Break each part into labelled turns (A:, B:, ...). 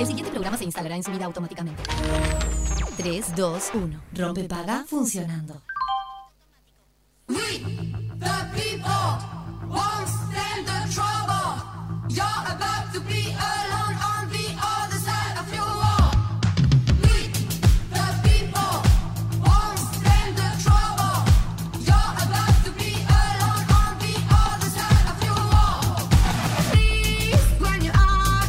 A: el siguiente programa se instalará en su vida automáticamente. 3, 2, 1. Rompepaga funcionando.
B: We, the people, won't stand the trouble. You're about to be alone on the other side of your wall. We, the people, won't stand the trouble. You're about to be alone on the other side of your wall. Please, when you are,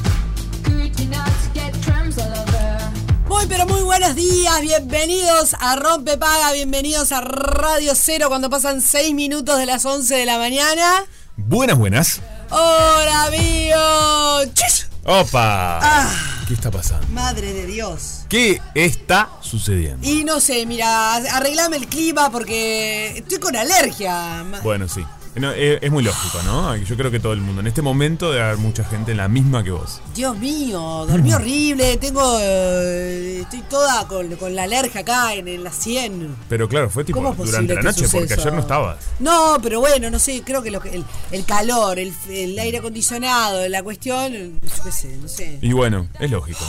B: could you not get crumbs all over?
C: Muy pero muy buenos días, bienvenidos a Rompe Paga, bienvenidos a Radio Cero cuando pasan 6 minutos de las 11 de la mañana.
D: Buenas, buenas.
C: ¡Hola, mío! ¡Chis!
D: ¡Opa!
C: Ah,
D: ¿Qué está pasando?
C: madre de Dios.
D: ¿Qué está sucediendo?
C: Y no sé, mira, arreglame el clima porque estoy con alergia. ma-
D: Bueno, sí. No, eh, es muy lógico, ¿no? Yo creo que todo el mundo. En este momento debe haber mucha gente en la misma que vos.
C: Dios mío, dormí horrible, tengo... eh, estoy toda con, con la alergia acá en, en la 100.
D: Pero claro, fue tipo
C: ¿Cómo es
D: durante
C: posible
D: la
C: que
D: noche,
C: suceda
D: porque
C: eso?
D: ayer no estabas.
C: No, pero bueno, no sé, creo que lo que- el, el calor, el, el aire acondicionado, la cuestión, yo qué sé, no sé.
D: Y bueno, es lógico.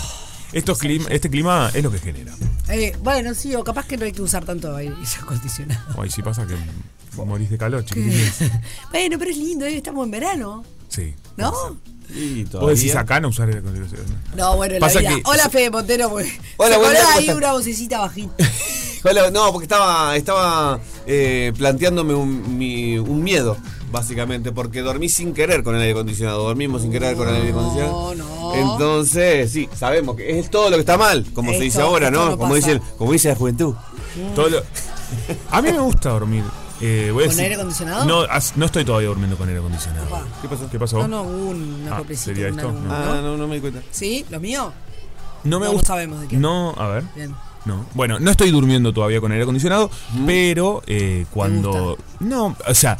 D: Estos clim- este clima es lo que genera.
C: Eh, bueno, sí, o capaz que no hay que usar tanto aire acondicionado.
D: Ay, sí pasa que morís de calor, chiquitines.
C: Bueno, pero es lindo, eh, estamos en verano,
D: Sí.
C: ¿no?
E: Y
D: Vos decís
E: todavía-
D: acá no usar el acondicionado.
C: No, bueno,
D: Pasa
C: la vida.
D: que-
C: Hola, Fede Montero, pues.
E: Hola, buen
C: Hola,
E: día, ¿cómo
C: ahí
E: estás?
C: una vocecita bajita.
E: Hola, no, porque estaba, estaba eh, planteándome un, mi- un miedo, básicamente, porque dormí sin querer con el aire acondicionado. Dormimos sin querer con el aire acondicionado.
C: no.
E: Entonces, sí, sabemos que es todo lo que está mal, como
C: Esto-
E: se dice ahora,
C: esto
E: ¿no?
C: no
E: como,
C: pasa.
E: dice, como dice la juventud.
D: Todo lo- A mí me gusta dormir. Eh, voy a
C: ¿Con
D: decir-
C: aire acondicionado?
D: No, as- no estoy todavía durmiendo con aire acondicionado.
C: Opa.
D: ¿Qué pasó? ¿Qué pasó?
C: No, no, una
D: Ah,
C: coplecita,
D: ¿sería
C: una
D: esto?
C: luna,
D: No.
E: Ah, no, no me di cuenta.
C: ¿Sí? ¿Lo mío?
D: No me
C: No, no
D: gusta.
C: sabemos de qué.
D: No, a ver.
C: Bien.
D: No. Bueno, no estoy durmiendo todavía con aire acondicionado, pero eh, cuando. No, o sea,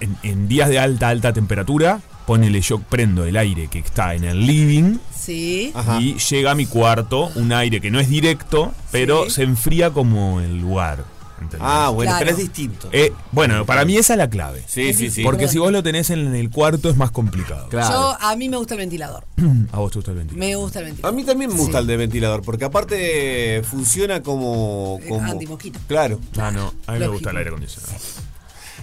D: en, en días de alta, alta temperatura, ponele yo prendo el aire que está en el living
C: Sí.
E: Ajá.
D: y llega a mi cuarto un aire que no es directo, pero
C: Sí.
D: se enfría como el lugar. ¿entendés?
E: Ah, bueno,
C: Claro.
E: pero es distinto.
D: Eh, bueno, para mí esa es la clave.
E: sí, sí, sí.
D: Porque si vos lo tenés en el cuarto es más complicado.
E: Claro.
C: Yo, a mí me gusta el ventilador.
D: A vos te gusta el ventilador.
C: Me gusta el ventilador.
E: A mí también me gusta
C: Sí.
E: el de ventilador, porque aparte funciona como.
C: Eh,
E: como
C: antimosquito.
E: Claro.
D: Ah, no, a mí me
C: Lógico.
D: gusta el aire acondicionado.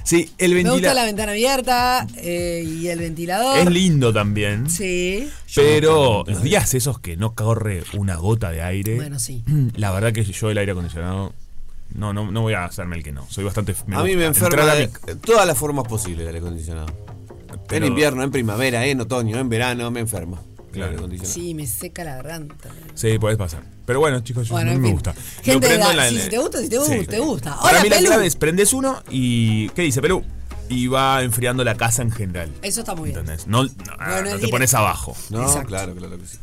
E: Sí, el
C: Me gusta la
E: ventilador.
C: ventana abierta eh, y el ventilador.
D: Es lindo también.
C: Sí.
D: Pero los días esos que no corre una gota de aire.
C: Bueno, sí.
D: La verdad que yo el aire acondicionado. No, no, no voy a hacerme el que no. Soy bastante.
E: a mí me
D: gusta.
E: enferma
D: Entrar a
E: de
D: mi-
E: todas las formas posibles del aire acondicionado.
D: Pero-
E: En invierno, en primavera, eh, en otoño, en verano, me enferma. el
D: Claro.
E: aire acondicionado.
C: Sí, me seca la garganta.
D: Sí, podés pasar. Pero bueno, chicos, yo-
C: Bueno,
D: a mí
C: en
D: me
C: fin.
D: gusta.
C: Gente
D: Lo
C: de
D: prendo
C: edad,
D: en la-
C: si te gusta, si te gusta, te gusta.
D: Para
C: Hola,
D: mí la
C: Pelu.
D: clave es prendes uno y. ¿Qué dice, Perú? Y va enfriando la casa en general.
C: Eso está muy bien.
D: ¿Entendés? No, no, ah,
C: no es
D: no te
C: directo.
D: pones abajo.
E: No,
C: Exacto.
E: claro, claro que sí.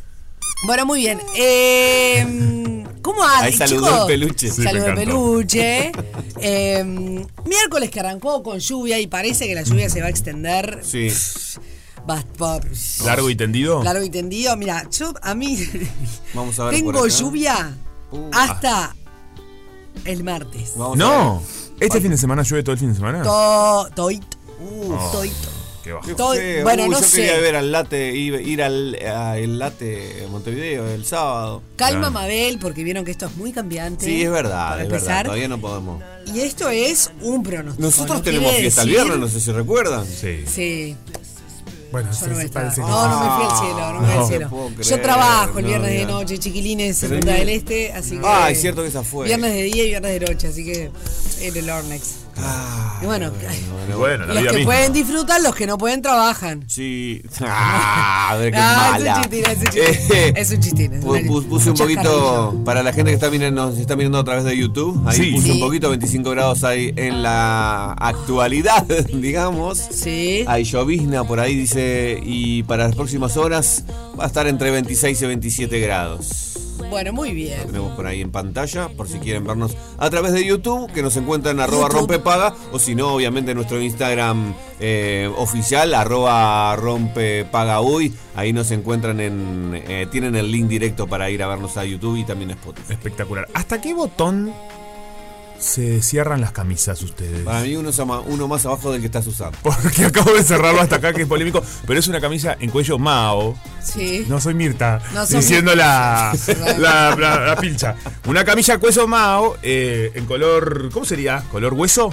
C: Bueno, muy bien. Eh, ¿Cómo andan?
E: Ahí saludó
C: chicos?
E: el peluche.
D: Sí,
C: saludó
D: me
C: el
D: encantó.
C: peluche. Eh, miércoles que arrancó con lluvia y parece que la lluvia se va a extender.
E: Sí.
C: Va- va-
D: Largo y tendido.
C: largo y tendido. Mira, yo a mí
E: Vamos a ver por
C: tengo
E: acá.
C: lluvia
E: Uh.
C: hasta el martes.
E: Vamos a
D: No.
E: ver.
D: ¿Este fin de semana llueve todo el fin de semana?
C: To- toito.
D: Oh.
E: Uh,
C: Toito.
D: Qué bajo.
E: qué
C: Estoy-
E: feo.
C: bueno, no
E: yo
C: sé.
E: quería ver al late, ir ir al a el late Montevideo el sábado.
C: Calma,
D: Claro.
C: Mabel, porque vieron que esto es muy cambiante.
E: Sí, es verdad,
C: Para
E: es verdad.
C: empezar.
E: Todavía no podemos.
C: Y esto es un pronóstico.
E: Nosotros
C: no
E: tenemos
C: quiere
E: fiesta el
C: decir-
E: viernes, no sé si recuerdan.
D: Sí.
C: Sí.
D: Bueno,
C: Yo no voy a estar.
D: parece que
C: No, no me fui al cielo, no me fui al
D: No.
C: cielo.
E: No puedo
C: Yo
E: creer,
C: trabajo el
E: no,
C: viernes de
E: mirá.
C: noche, chiquilines, en
E: Pero
C: Punta
E: ni-
C: del Este, así que.
E: Ah, es cierto que esa fue.
C: Viernes de día y viernes de noche, así que en el Ornex.
E: Ah,
C: Y bueno,
D: Y Bueno, la
C: los
D: vida
C: que
D: misma.
C: pueden disfrutan, los que no pueden trabajan.
E: Sí. Ah, a ver qué
C: Ah, es un
E: mala.
C: chistín, es un chistín.
E: Eh,
C: Es un chistín, es
E: pu-
C: una-
E: pu- Puse un poquito,
C: chascarrillo.
E: para la gente que está mirando, nos está mirando a través de YouTube, ahí
D: Sí.
E: puse un
C: Sí.
E: poquito, 25 grados ahí en la actualidad, digamos.
C: Sí.
E: Hay llovizna por ahí, dice, y para las próximas horas va a estar entre 26 y 27 grados.
C: Bueno, muy bien.
E: Tenemos por ahí en pantalla, por si quieren vernos a través de YouTube, que nos encuentran arroba rompepaga, o si no, obviamente nuestro Instagram eh, oficial, arroba rompepaga hoy. Ahí nos encuentran en. eh, tienen el link directo para ir a vernos a YouTube y también a Spotify.
D: Espectacular. ¿Hasta qué botón se cierran las camisas ustedes?
E: Para mí, uno, es ama- uno más abajo del que estás usando.
D: Porque acabo de cerrarlo hasta acá, que es polémico. Pero es una camisa en cuello Mao.
C: Sí.
D: No soy Mirta,
C: No soy
D: diciendo la,
C: Mirta.
D: la, la- la pincha. Una camisa cuello Mao eh, en color. ¿Cómo sería? ¿Color hueso?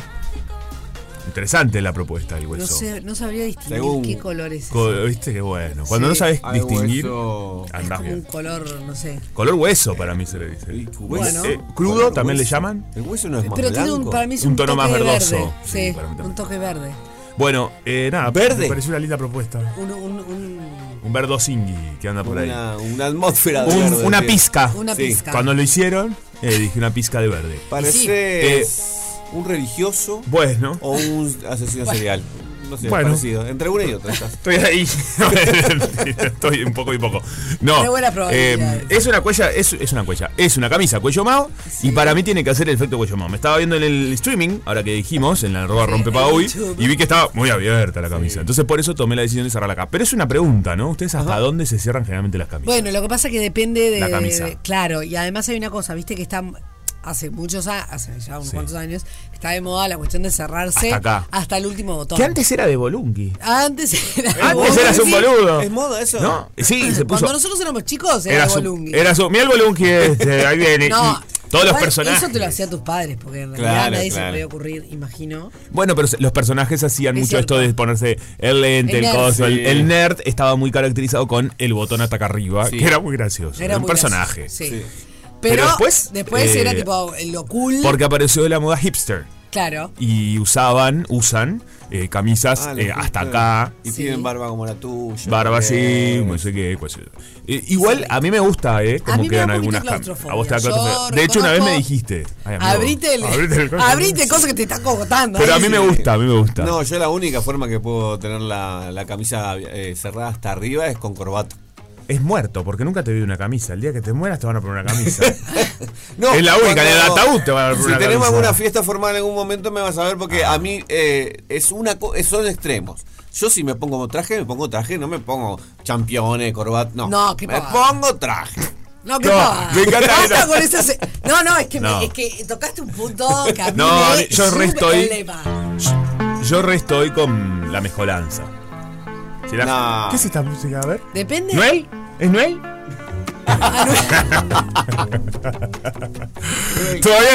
D: Interesante la propuesta del
C: No,
D: hueso.
C: sé, no sabría distinguir
E: Según-
C: qué color es. ese.
D: Co- ¿Viste qué bueno? Cuando
C: Sí.
D: no sabes
E: Hay
D: distinguir, Ah,
E: hueso-
C: es
D: andás
C: como un
D: bien.
C: color, no sé.
D: Color hueso para mí se le
E: y
D: dice.
E: hueso.
C: Bueno.
D: Eh, ¿Crudo también le llaman?
E: El hueso no es más
C: Pero tiene un,
E: blanco.
C: para mí es
D: Un
C: un,
D: tono
C: toque
D: más verdoso.
C: Verde.
D: Sí,
C: Sí,
D: para mí también.
C: un toque verde.
D: Bueno, eh, nada,
E: Verde.
D: me pareció una linda propuesta.
C: Un- un- un-
D: Un verdosingui que anda por ahí.
E: Una, una atmósfera de
D: Un-
E: verde,
D: una
E: sí.
D: pizca.
C: una
E: Sí,
C: pizca.
D: Cuando lo hicieron, eh, dije una pizca de verde.
E: Parece
D: Eh,
E: un religioso
D: Bueno,
E: o un asesino serial. No sé,
D: Bueno.
E: parecido. Entre una y otra. estás.
D: estoy ahí. estoy un poco y poco. No.
C: Pero buena probabilidad.
D: eh, es una cuella, es, es una cuella, es una camisa cuello mao y para mí tiene que hacer el efecto cuello mao. Me estaba viendo en el streaming, ahora que dijimos, en la arroba rompepaui, y vi que estaba muy abierta la camisa. Entonces por eso tomé la decisión de cerrarla acá. Pero es una pregunta, ¿no? ¿Ustedes hasta dónde se cierran generalmente las camisas?
C: Bueno, lo que pasa es que depende de.
D: La camisa.
C: de- claro, y además hay una cosa, viste que está. Hace muchos años, hace ya unos
D: Sí.
C: cuantos años, está de moda la cuestión de cerrarse
D: Hasta acá.
C: hasta el último botón.
D: que antes era de Bolungi.
C: Antes era.
D: Antes eras un
C: Sí.
D: boludo.
E: ¿Es moda eso?
D: No, sí, se puso.
C: Cuando nosotros éramos chicos era,
D: Era su,
C: Bolungi.
D: era su. Mira el Bolungi, este, ahí viene.
C: No,
D: y todos los
C: igual
D: personajes.
C: Eso te lo hacían tus padres, porque en realidad
E: Claro,
C: nadie se
E: claro.
C: podía ocurrir, imagino.
D: Bueno, pero los personajes hacían
C: Es
D: mucho
C: cierto.
D: esto de ponerse el lente,
C: El
D: el,
C: nerd.
D: coso. El,
E: Sí.
D: el nerd estaba muy caracterizado con el botón hasta acá arriba,
E: Sí.
D: que era muy gracioso. Era un
C: muy
D: personaje.
C: gracioso, Sí.
E: Sí.
C: Pero,
D: Pero
C: después,
D: después, eh,
C: era tipo eh, lo cool.
D: Porque apareció la moda hipster.
C: claro.
D: Y usaban, usan eh, camisas
E: Ah,
D: eh,
E: los
D: hasta
E: hipsters.
D: acá.
E: Y
C: Sí.
E: tienen barba como la tuya.
D: Barba así,
E: Eh,
D: no sé qué, cuál sea. Eh, igual a mí me gusta, ¿eh? Como
C: mí me da
D: quedan
C: un poquito
D: algunas cam-
C: claustrofobia.
D: A vos te da
C: Yo
D: claustrofobia. De hecho, una vez
C: reconozco-
D: me dijiste. ay, amigo,
C: Abrite el. Abrite,
D: coso.
C: cosas que te están cogotando. eh.
D: Pero
C: ahí.
D: a mí me gusta, a mí me gusta.
E: No, yo la única forma que puedo tener la, la camisa eh, cerrada hasta arriba es con corbata.
D: Es muerto, porque nunca te vi una camisa. El día que te mueras te van a poner una camisa.
E: No,
D: Es la única, en el ataúd te van a poner
E: Si
D: una
E: tenemos
D: camisa. Ah.
E: alguna fiesta formal en algún momento me vas a ver porque a mí eh, es una co- es- son extremos. Yo si me pongo traje, me pongo traje, no me pongo championes, corbata, no.
C: No, qué
E: Me
C: pavada.
E: pongo traje.
C: No, que
D: No,
C: no.
D: me encanta que
C: Basta
D: no.
C: con esas- No, no, es que, me-
D: No.
C: es que tocaste un punto que a mí
D: No,
C: me
D: yo re estoy-
C: subleva.
D: Yo re estoy con la mezcolanza. Si la-
E: No.
D: ¿Qué es esta música? A ver.
C: Depende.
D: ¿Noel? ¿Es Noel? Todavía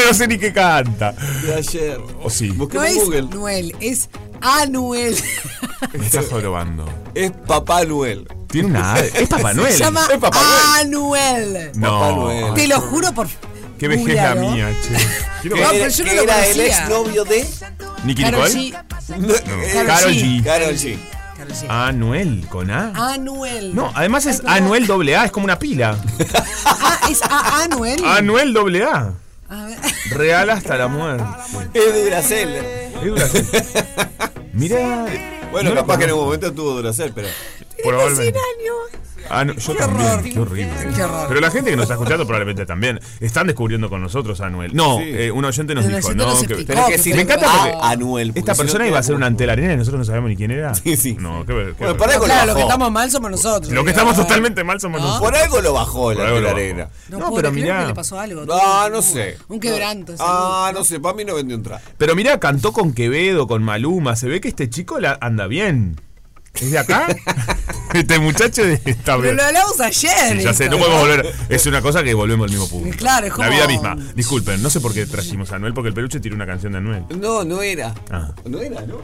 D: no sé ni qué canta.
E: De ayer.
D: O sí.
E: Busqué
C: No
E: en
C: es
E: Google.
C: Noel, es Anuel.
D: Me está jorobando.
E: Es Papá Noel.
D: Tiene una A. Es Papá Noel.
C: Se llama Ah.
D: Es Papá Noel.
C: Anuel.
D: No.
E: Papá Noel.
C: Te lo juro por.
D: Qué vejez la
C: Googlealo.
D: mía, che. Quiero
C: No,
D: ver.
C: pero yo no
E: Que
C: lo
E: era el
C: conocía.
E: exnovio de
D: ¿Nicky
C: Karol
D: Nicole?
C: G.
D: Karol Karol G. G.
E: Karol G.
C: Karol G.
D: Anuel Ah, con
C: Ah.
D: A.
C: Anuel.
D: Ah. No, además es
C: Ay, perdón.
D: Anuel doble A, es como una pila.
C: Ah, es a Anuel.
D: Anuel doble A.
C: A ver.
D: Real hasta la muerte.
E: Es de
C: Eh.
E: Duracell.
D: Es Duracell. Mirá.
E: Bueno,
D: no lo
E: capaz que en
D: conozco.
E: algún momento tuvo Duracell, pero.
D: Probablemente.
C: años.
D: Ah, no, yo también. Qué horrible.
C: Qué horror.
D: Pero la gente que nos está escuchando probablemente también. Están descubriendo con nosotros a Anuel. No,
E: Sí.
D: eh, un oyente nos
C: Un
D: dijo,
C: oyente
D: ¿no?
C: nos
D: que-
C: explicó.
E: Tenés
C: No,
E: que decir
D: me encanta
E: a-
D: porque
E: Anuel. porque
D: esta
E: si no
D: persona
E: queda
D: iba a ser
E: como-
D: una antelarena y nosotros no sabemos ni quién era.
E: Sí, sí.
D: No, qué, qué
E: Bueno,
D: horror.
E: por algo
C: Claro,
E: lo
C: lo que
E: bajó.
C: estamos mal somos nosotros.
D: Lo que estamos totalmente mal somos
C: No.
D: nosotros.
E: Por algo lo bajó
D: Por
E: la
D: algo lo bajó.
E: arena.
C: No,
D: No,
C: puedo
D: pero
C: creer
D: mirá.
C: que le pasó algo.
E: Ah, no sé.
C: Un quebranto.
E: Ah,
C: seguro.
E: no sé, para mí no vendió un traje.
D: Pero mirá, cantó con Quevedo, con Maluma. Se ve que este chico la anda bien. ¿Es de acá? este muchacho está
C: Pero
D: bien.
C: lo hablamos ayer.
D: Sí, ya sé,
C: esto.
D: no podemos volver. Es una cosa que volvemos al mismo punto.
C: Claro, es como-
D: La vida misma. Disculpen, no sé por qué trajimos a Anuel, porque el peluche tiró una canción de Anuel.
E: No, no era.
D: Ah.
E: No era, ¿no?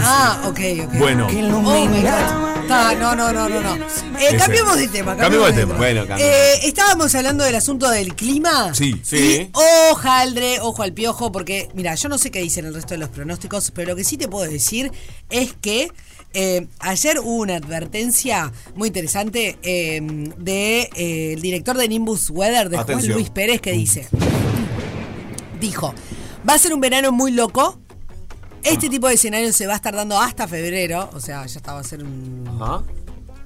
C: Ah, ok, ok.
D: Bueno,
C: Oh my God. Está, no, no, no, no, no. Eh,
D: Ese.
C: cambiamos de tema.
D: Cambiemos de tema.
E: Bueno, cambio.
C: Eh, estábamos hablando del asunto del clima.
D: Sí.
E: Sí.
C: Y ojaldre, ojo al piojo, porque, mira, yo no sé qué dicen el resto de los pronósticos, pero lo que sí te puedo decir es que eh, ayer hubo una advertencia muy interesante del de, eh, el director de Nimbus Weather, de Juan
E: Atención.
C: Luis Pérez, que dice: Dijo, va a ser un verano muy loco. Este tipo de escenario se va a estar dando hasta febrero, o sea, ya estaba a ser un
E: Ajá.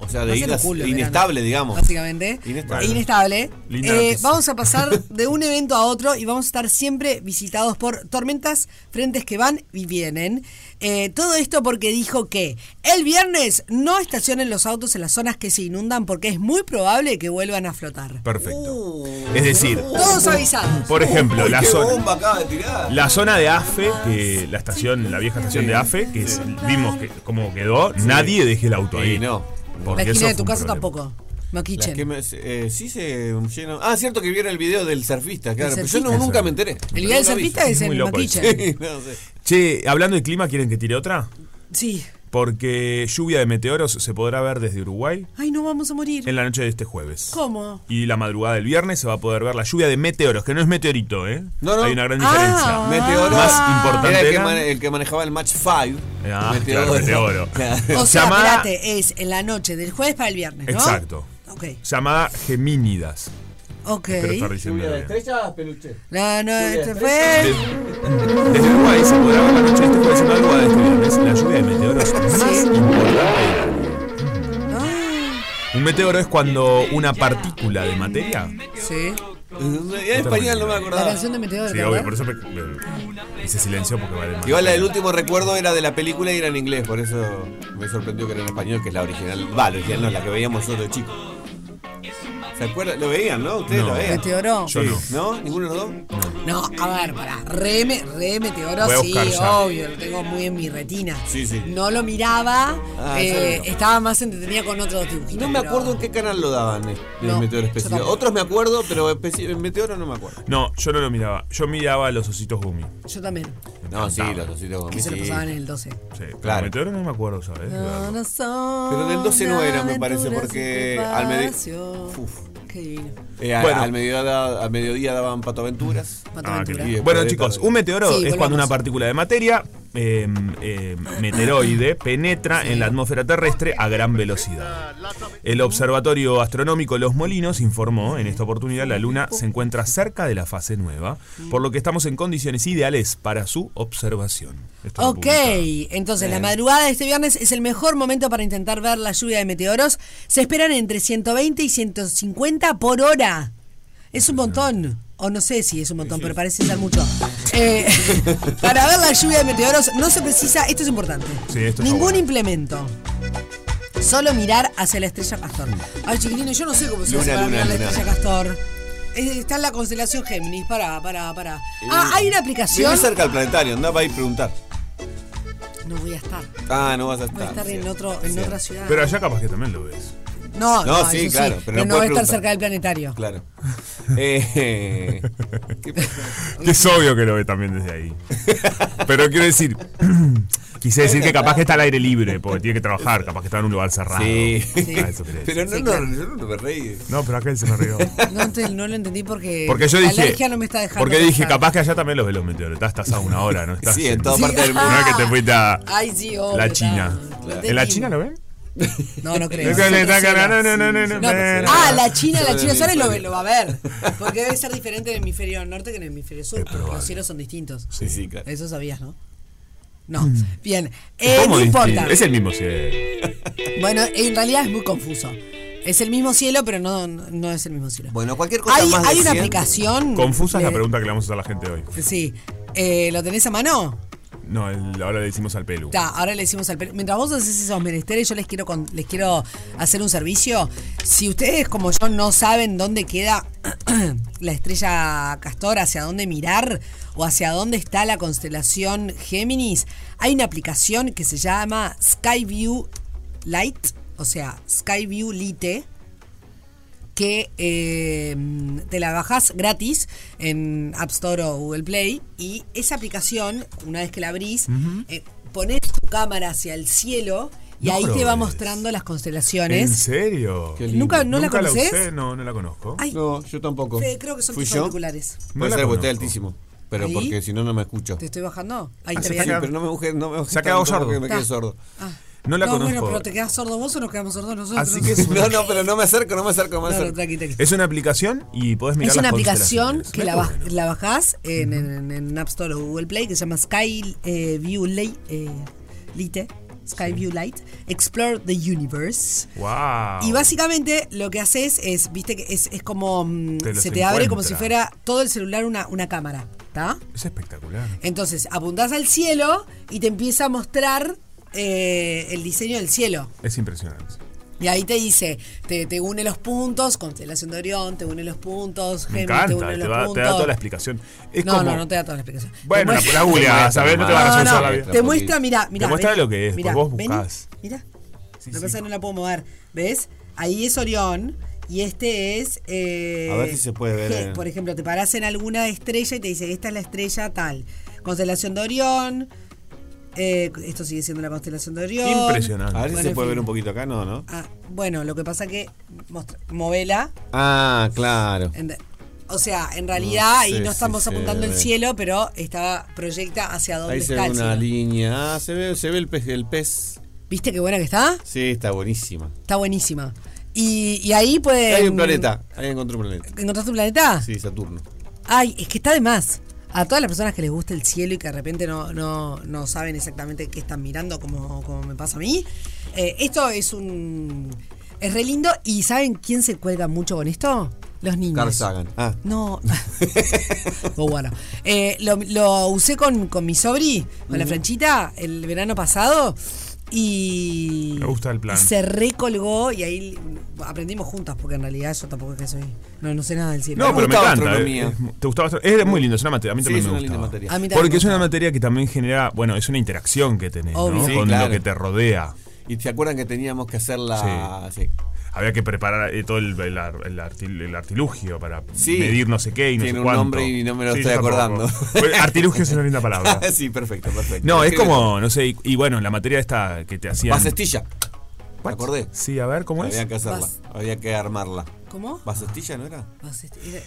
E: O sea,
C: Va a
E: de
C: ser
E: idas-
C: un culo el
E: inestable,
C: verano,
E: digamos.
C: Básicamente.
E: Inestable.
C: Inestable. Inestable.
D: Linda
C: Eh,
D: noticia.
C: vamos a pasar de un evento a otro y vamos a estar siempre visitados por tormentas, frentes que van y vienen. Eh, todo esto porque dijo que el viernes no estacionen los autos en las zonas que se inundan porque es muy probable que vuelvan a flotar.
D: perfecto. Es decir,
C: Uh. Todos avisados.
D: por ejemplo,
E: Uy,
D: la
E: qué
D: zona.
E: bomba acaba de tirar.
D: La zona de AFE, que la estación, la vieja estación de AFE, que es- vimos que, cómo quedó, nadie deje el auto ahí.
E: Sí, no.
D: Porque
C: La
D: eso
C: esquina de
D: fue
C: tu
D: un
C: casa
D: problema.
C: tampoco. No
E: Las
C: kitchen.
E: que me- eh, sí se llenan. Ah, cierto que vieron el video del surfista, claro. Pero yo no-
C: surfista.
E: nunca me enteré.
C: El día del
E: Nunca vi.
C: surfista es
D: Es muy
C: en
D: loco
C: Maquichen.
E: no sé.
D: Che, hablando de clima, ¿quieren que tire otra?
C: Sí.
D: Porque lluvia de meteoros se podrá ver desde Uruguay
C: Ay, no vamos a morir.
D: en la noche de este jueves.
C: ¿Cómo?
D: Y la madrugada del viernes se va a poder ver la lluvia de meteoros, que no es meteorito, ¿eh?
E: No, no.
D: Hay una gran
C: Ah.
D: diferencia.
E: Meteoro.
D: Más importante
E: Era el que,
D: era-
E: mane- el que manejaba el Match 5.
D: Ah, claro, Meteoro.
C: O sea,
D: Llamada-
C: espérate, es en la noche del jueves para el viernes, ¿no?
D: Exacto.
C: Ok,
D: Llamada Gemínidas.
C: ok.
D: Pero estar diciendo bien.
E: estrellas, peluche.
C: No, no, este fue.
D: De- Desde Uruguay se podrá ver la noche de este jueves y madrugada de este viernes la lluvia de meteoros más importante del año.
C: Ah,
D: Un meteoro es cuando una partícula de materia.
C: sí.
E: En español no me
C: La
E: acordaba.
C: canción de Meteoro.
D: Sí, obvio, por eso me- me- hice silencio porque vale más.
E: Igual el último recuerdo era de la película y era en inglés, por eso me sorprendió que era en español, que es la original. Va, la original no, la que veíamos nosotros de chicos. ¿Se acuerdan? ¿Lo veían, no? Ustedes
D: No.
E: lo veían.
C: Meteoro.
D: Yo no.
E: ¿No? ¿Ninguno de los dos?
C: No, a ver, pará. Re, me- re Meteoro,
D: Voy a
C: sí,
D: buscar ya.
C: obvio. Lo tengo muy en mi retina.
E: Sí, sí.
C: No lo miraba.
E: Ah,
C: eh,
E: yo no.
C: Estaba más entretenida con otros dibujitos.
E: No me
C: pero-
E: acuerdo en qué canal lo daban eh, el
C: No,
E: Meteoro
C: yo
E: especial.
C: tampoco.
E: Otros me acuerdo, pero especi- el Meteoro no me acuerdo.
D: No, yo no lo miraba. Yo miraba los ositos gumi.
C: Yo también.
E: No, sí, los ositos
C: Que
E: gomis.
C: se lo
E: sí.
C: pasaban en el 12.
D: Sí,
E: Claro.
D: claro. Meteoro no me acuerdo, ¿sabes?
C: No, no son
E: Pero en el 12 no era, me parece,
C: aventuras
E: porque
C: sin
E: al medio.
C: preparación.
E: Uf.
C: Qué divino.
E: Eh, a-
D: Bueno.
E: al, mediodía, al mediodía daban Pato Aventuras.
C: Pato
D: Ah, qué
C: Aventura.
D: lindo. bueno
E: Sí,
D: chicos,
E: está bien.
D: un meteoro
C: Sí,
D: es
C: volvamos.
D: cuando una partícula de materia eh, eh, meteroide penetra en la atmósfera terrestre a gran velocidad. El observatorio astronómico Los Molinos informó en esta oportunidad la Luna se encuentra cerca de la fase nueva, por lo que estamos en condiciones ideales para su observación. Esto lo
C: Ok,
D: publica.
C: entonces la madrugada de este viernes es el mejor momento para intentar ver la lluvia de meteoros. Se esperan entre 120 y 150 por hora. Es un montón. O no sé si es un montón, pero parece ser mucho. Eh, para ver la lluvia de meteoros no se precisa, esto es importante,
D: Sí, esto está
C: ningún
D: bueno.
C: implemento. Solo mirar hacia la estrella Castor.
D: Mm.
C: Ay, chiquilino, yo no sé cómo se
E: Luna,
C: hace para
E: luna,
C: mirar
E: luna.
C: la estrella Castor. Es- Está en la constelación Géminis. Pará, pará, pará.
D: Eh,
C: Ah, hay una aplicación.
E: Viví cerca al planetario, andaba ahí a preguntar.
C: No voy a estar.
E: Ah, no vas a estar.
C: Voy a estar en,
E: cierto,
C: otro, en
E: cierto.
C: otra ciudad.
D: Pero allá capaz que también lo ves.
C: no,
E: No,
C: no,
E: sí,
C: eso
E: claro, pero
C: Pero,
E: no
C: no va a
E: puedes preguntar.
C: estar cerca del planetario.
E: Claro. Eh, ¿qué pasa?
D: Que es obvio que lo ve también desde ahí. Pero quiero decir, quise decir que capaz que está al aire libre, porque tiene que trabajar, capaz que está en un lugar cerrado.
E: Sí.
D: Ah, eso quería decir.
E: Pero no,
C: Sí,
E: no,
C: claro.
E: yo no me reí.
D: No, pero acá él se me rió.
C: No, te- no lo entendí porque.
D: Porque yo
C: la
D: dije.
C: alergia no me está dejando.
D: Porque dije,
C: pensar.
D: capaz que allá también los ve los meteoros. Estás, estás a una hora, ¿no? Estás
E: Sí, en toda parte del mundo.
D: No es que te fuiste a.
C: Ay, sí, obvio,
D: la
C: está.
D: China.
C: Claro.
D: ¿En la China lo ven?
C: No, no creo.
D: Es que le
C: Son
D: sacan-
C: terceras.
D: no, no, no, no, no,
C: No,
D: no, no.
C: Ah, la China,
E: Son
C: la China
E: del
C: Suárez lo, ve-
E: hemisferio.
C: lo va a ver. Porque debe ser diferente en el hemisferio norte que en el hemisferio sur. porque
D: probable.
C: Los cielos son distintos.
E: Sí, sí, claro.
C: Eso sabías, ¿no? No. Bien. Eh, no
D: distinto?
C: importa. Eh,
D: Es el mismo cielo.
C: Bueno, en realidad es muy confuso. Es el mismo cielo, pero no, no es el mismo cielo.
E: Bueno, cualquier cosa
C: Hay,
E: más de
C: hay una
E: 100.
C: aplicación.
D: Confusa es la
C: de-
D: pregunta que le vamos a hacer a la gente hoy.
C: Sí. Eh, ¿Lo tenés a mano?
D: No, el- ahora le decimos al pelu.
C: Ta, ahora le decimos al Pelu. Mientras vos haces esos menesteres, yo les quiero, con- les quiero hacer un servicio. Si ustedes, como yo, no saben dónde queda la estrella Castor, hacia dónde mirar o hacia dónde está la constelación Géminis, hay una aplicación que se llama Skyview Light, o sea, Skyview Lite que eh, te la bajas gratis en App Store o Google Play y esa aplicación, una vez que la abrís, eh, pones tu cámara hacia el cielo y
D: No
C: ahí te va
D: progres.
C: mostrando las
D: ¿En
C: constelaciones.
D: serio?
E: Qué lindo.
C: ¿Nunca, no la conoces?
D: usé, no, no la conozco.
C: Ay,
E: No, yo tampoco.
C: Fede, creo que son
E: ¿Fui
C: tus
E: yo?
C: auriculares.
D: No
E: Puede
D: la
E: ser, porque estoy
D: conozco.
E: altísimo. Pero
C: ¿Ahí?
E: porque si no, no me escucho.
C: ¿Te estoy bajando? Ahí
D: Ah, se
C: te
E: Sí,
C: bien.
D: está
E: pero no me busques, no me busques
D: Se ha quedado
E: tanto
D: sordo.
E: porque me quedé
C: Ta.
E: sordo.
C: Ah.
D: No la
C: bueno,
D: conozco.
C: pero te quedas sordo vos o nos quedamos sordos nosotros.
D: Así que es una,
E: No, no, pero no me acerco, no me acerco, no me
C: Claro,
E: acerco.
C: tranqui, tranqui.
D: es una aplicación y podés mirar
C: Es una
D: las
C: aplicación
D: constelaciones.
C: que la,
D: Está
C: baj-
D: bueno.
C: la bajás en, en- en App Store o Google Play que se llama Sky eh, View Lay- eh, Lite. Sky View Light, Explore the Universe.
D: Wow.
C: Y básicamente lo que haces es, viste que es, es como, mm,
D: Te los
C: se te abre como si
D: encuentra.
C: fuera todo el celular una, una cámara, ¿está?
D: Es espectacular.
C: Entonces apuntás al cielo y te empieza a mostrar eh, el diseño del cielo.
D: Es impresionante.
C: Y ahí te dice, te, te une los puntos, Constelación de Orión, te une los puntos,
D: Me
C: Géminis te
D: encanta.
C: une
D: Te,
C: los
D: va-
C: puntos.
D: te da toda la explicación. Es
C: no,
D: como,
C: no, no te da toda la explicación.
D: Bueno,
C: Te
D: la,
C: muestra-
D: la googleás,
E: Te
D: ¿sabes? No te van a
C: No,
D: solucionar
C: no,
D: la
E: vida.
C: Te muestra, mirá, mirá.
D: muestra
C: ven,
D: lo que es,
C: mirá,
D: porque vos
C: ven,
D: buscás.
C: Mirá.
D: Sí, sí.
C: lo que pasa es que no la puedo mover. ¿Ves? Ahí es Orión y este es. eh,
E: A ver si se puede ver,
C: Ge-
E: eh.
C: Por ejemplo, te parás en alguna estrella y te dice, esta es la estrella tal. Constelación de Orión. eh, esto sigue siendo la constelación de Orión.
D: Impresionante.
E: A ver si
C: Bueno,
E: se
C: en
E: puede
C: fin.
E: ver un poquito acá, no, ¿no?
C: Ah, bueno, lo que pasa que. mostra- Movela.
E: Ah, claro.
C: En re- o sea, en realidad,
E: sí,
C: y
E: sí,
C: no estamos
E: sí,
C: apuntando el
E: ve.
C: cielo, pero está proyecta hacia dónde
E: Ahí se
C: está
E: ve
C: el
E: una
C: cielo.
E: línea. Ah, se ve, se ve el pez, el pez.
C: ¿Viste qué buena que está?
E: Sí, está buenísima.
C: Está buenísima. Y, y ahí pueden.
E: Hay un planeta, ahí encontré un planeta.
C: ¿Encontraste un planeta?
E: Sí, Saturno.
C: Ay, es que está de más. A todas las personas que les gusta el cielo y que de repente no, no, no saben exactamente qué están mirando, como, como me pasa a mí. eh, esto es un. Es re lindo. ¿Y saben quién se cuelga mucho con esto? Los niños.
E: Carl Sagan. Ah.
C: No. Oh, bueno. Eh, lo, lo usé con, con mi sobri, con la franchita, el verano pasado. Y.
D: Me gusta el plan.
C: y se recolgó y ahí aprendimos juntas, porque en realidad yo tampoco es que soy. No, no sé nada del cielo.
D: No, pero me
E: gustaba
D: encanta.
E: astronomía.
D: eh, es- te gustaba astronomía. Es muy lindo, es una materia. A mí
E: Sí,
D: también
E: es
D: me
E: una linda
D: gustaba.
E: materia.
C: A mí también
D: Porque
C: me
D: es una
C: gustaba.
D: materia que también genera, bueno, es una interacción que tenés,
C: Obvio.
D: ¿no?
C: Sí,
D: Con
E: claro.
D: lo que te rodea.
E: ¿Y se acuerdan que teníamos que hacer la. Sí.
D: Había que preparar eh, todo el, el ar- el artil- el artilugio para
E: Sí.
D: medir no sé qué y no
E: Tiene
D: sé
E: un
D: cuánto.
E: nombre y no me lo
D: Sí,
E: estoy
D: yo tampoco.
E: acordando.
D: Bueno, artilugio es una linda palabra.
E: sí, perfecto, perfecto.
D: No, es
E: Escribe.
D: como, no sé, y, y bueno, la materia esta que te hacían.
E: Basestilla. ¿Me
D: What?
E: acordé?
D: Sí, a ver, ¿cómo es?
E: Había que hacerla,
C: Bas-
E: había que armarla.
C: ¿Cómo?
E: ¿Basestilla no era?
C: Bastecilla,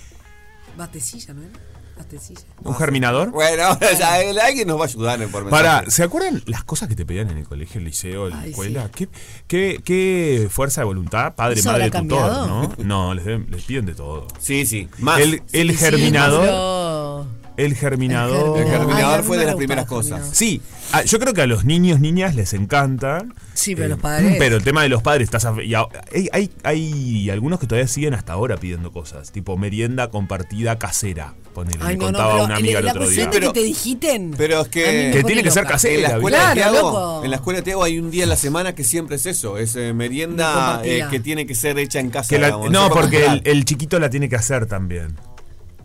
C: ¿no era? Bastecilla.
D: ¿Un germinador?
E: Bueno, ahora ya el- alguien nos va a ayudar en por
D: Para,
E: mensaje.
D: ¿se acuerdan las cosas que te pedían en el colegio, el liceo, en la
C: Ay,
D: escuela? ¿Qué, qué, qué fuerza de voluntad, padre,
C: ¿Eso
D: madre,
C: habrá
D: tutor, ¿no?
C: cambiado?
D: No, les, deben- les piden de todo.
E: Sí, sí. Más.
D: El, el
C: Sí, sí,
D: germinador.
C: pero-
D: El germinador.
E: El germinador
C: Ay, a mí
E: fue de
C: me
E: las
C: gustaba
E: primeras
C: el
E: cosas.
C: germinador.
D: Sí, ah, yo creo que a los niños, niñas les encantan.
C: Sí, pero los padres-
D: Pero el tema de los padres, estás a- y a- hay, hay- hay algunos que todavía siguen hasta ahora pidiendo cosas, tipo merienda compartida casera. Ponele,
C: Ay,
D: me
C: no, no,
D: contaba
C: pero
D: una
C: el-
D: amiga el
C: la
D: otro día.
C: cuestión
E: Pero-
C: que te dijiten.
E: pero es que-
C: A mí me
D: Que
C: pone
D: tiene que ser
C: loca.
D: casero.
E: En la
D: Sí,
E: escuela
C: claro,
E: de Tiago,
C: loco.
E: en la escuela de Tiago hay un día a la semana que siempre es eso, es eh,
C: No
E: merienda
C: compartida.
E: eh, que tiene que ser hecha en casa.
D: Que la-
E: digamos,
D: no,
E: se puede
D: porque el,
E: comprar.
D: el chiquito la tiene que hacer también.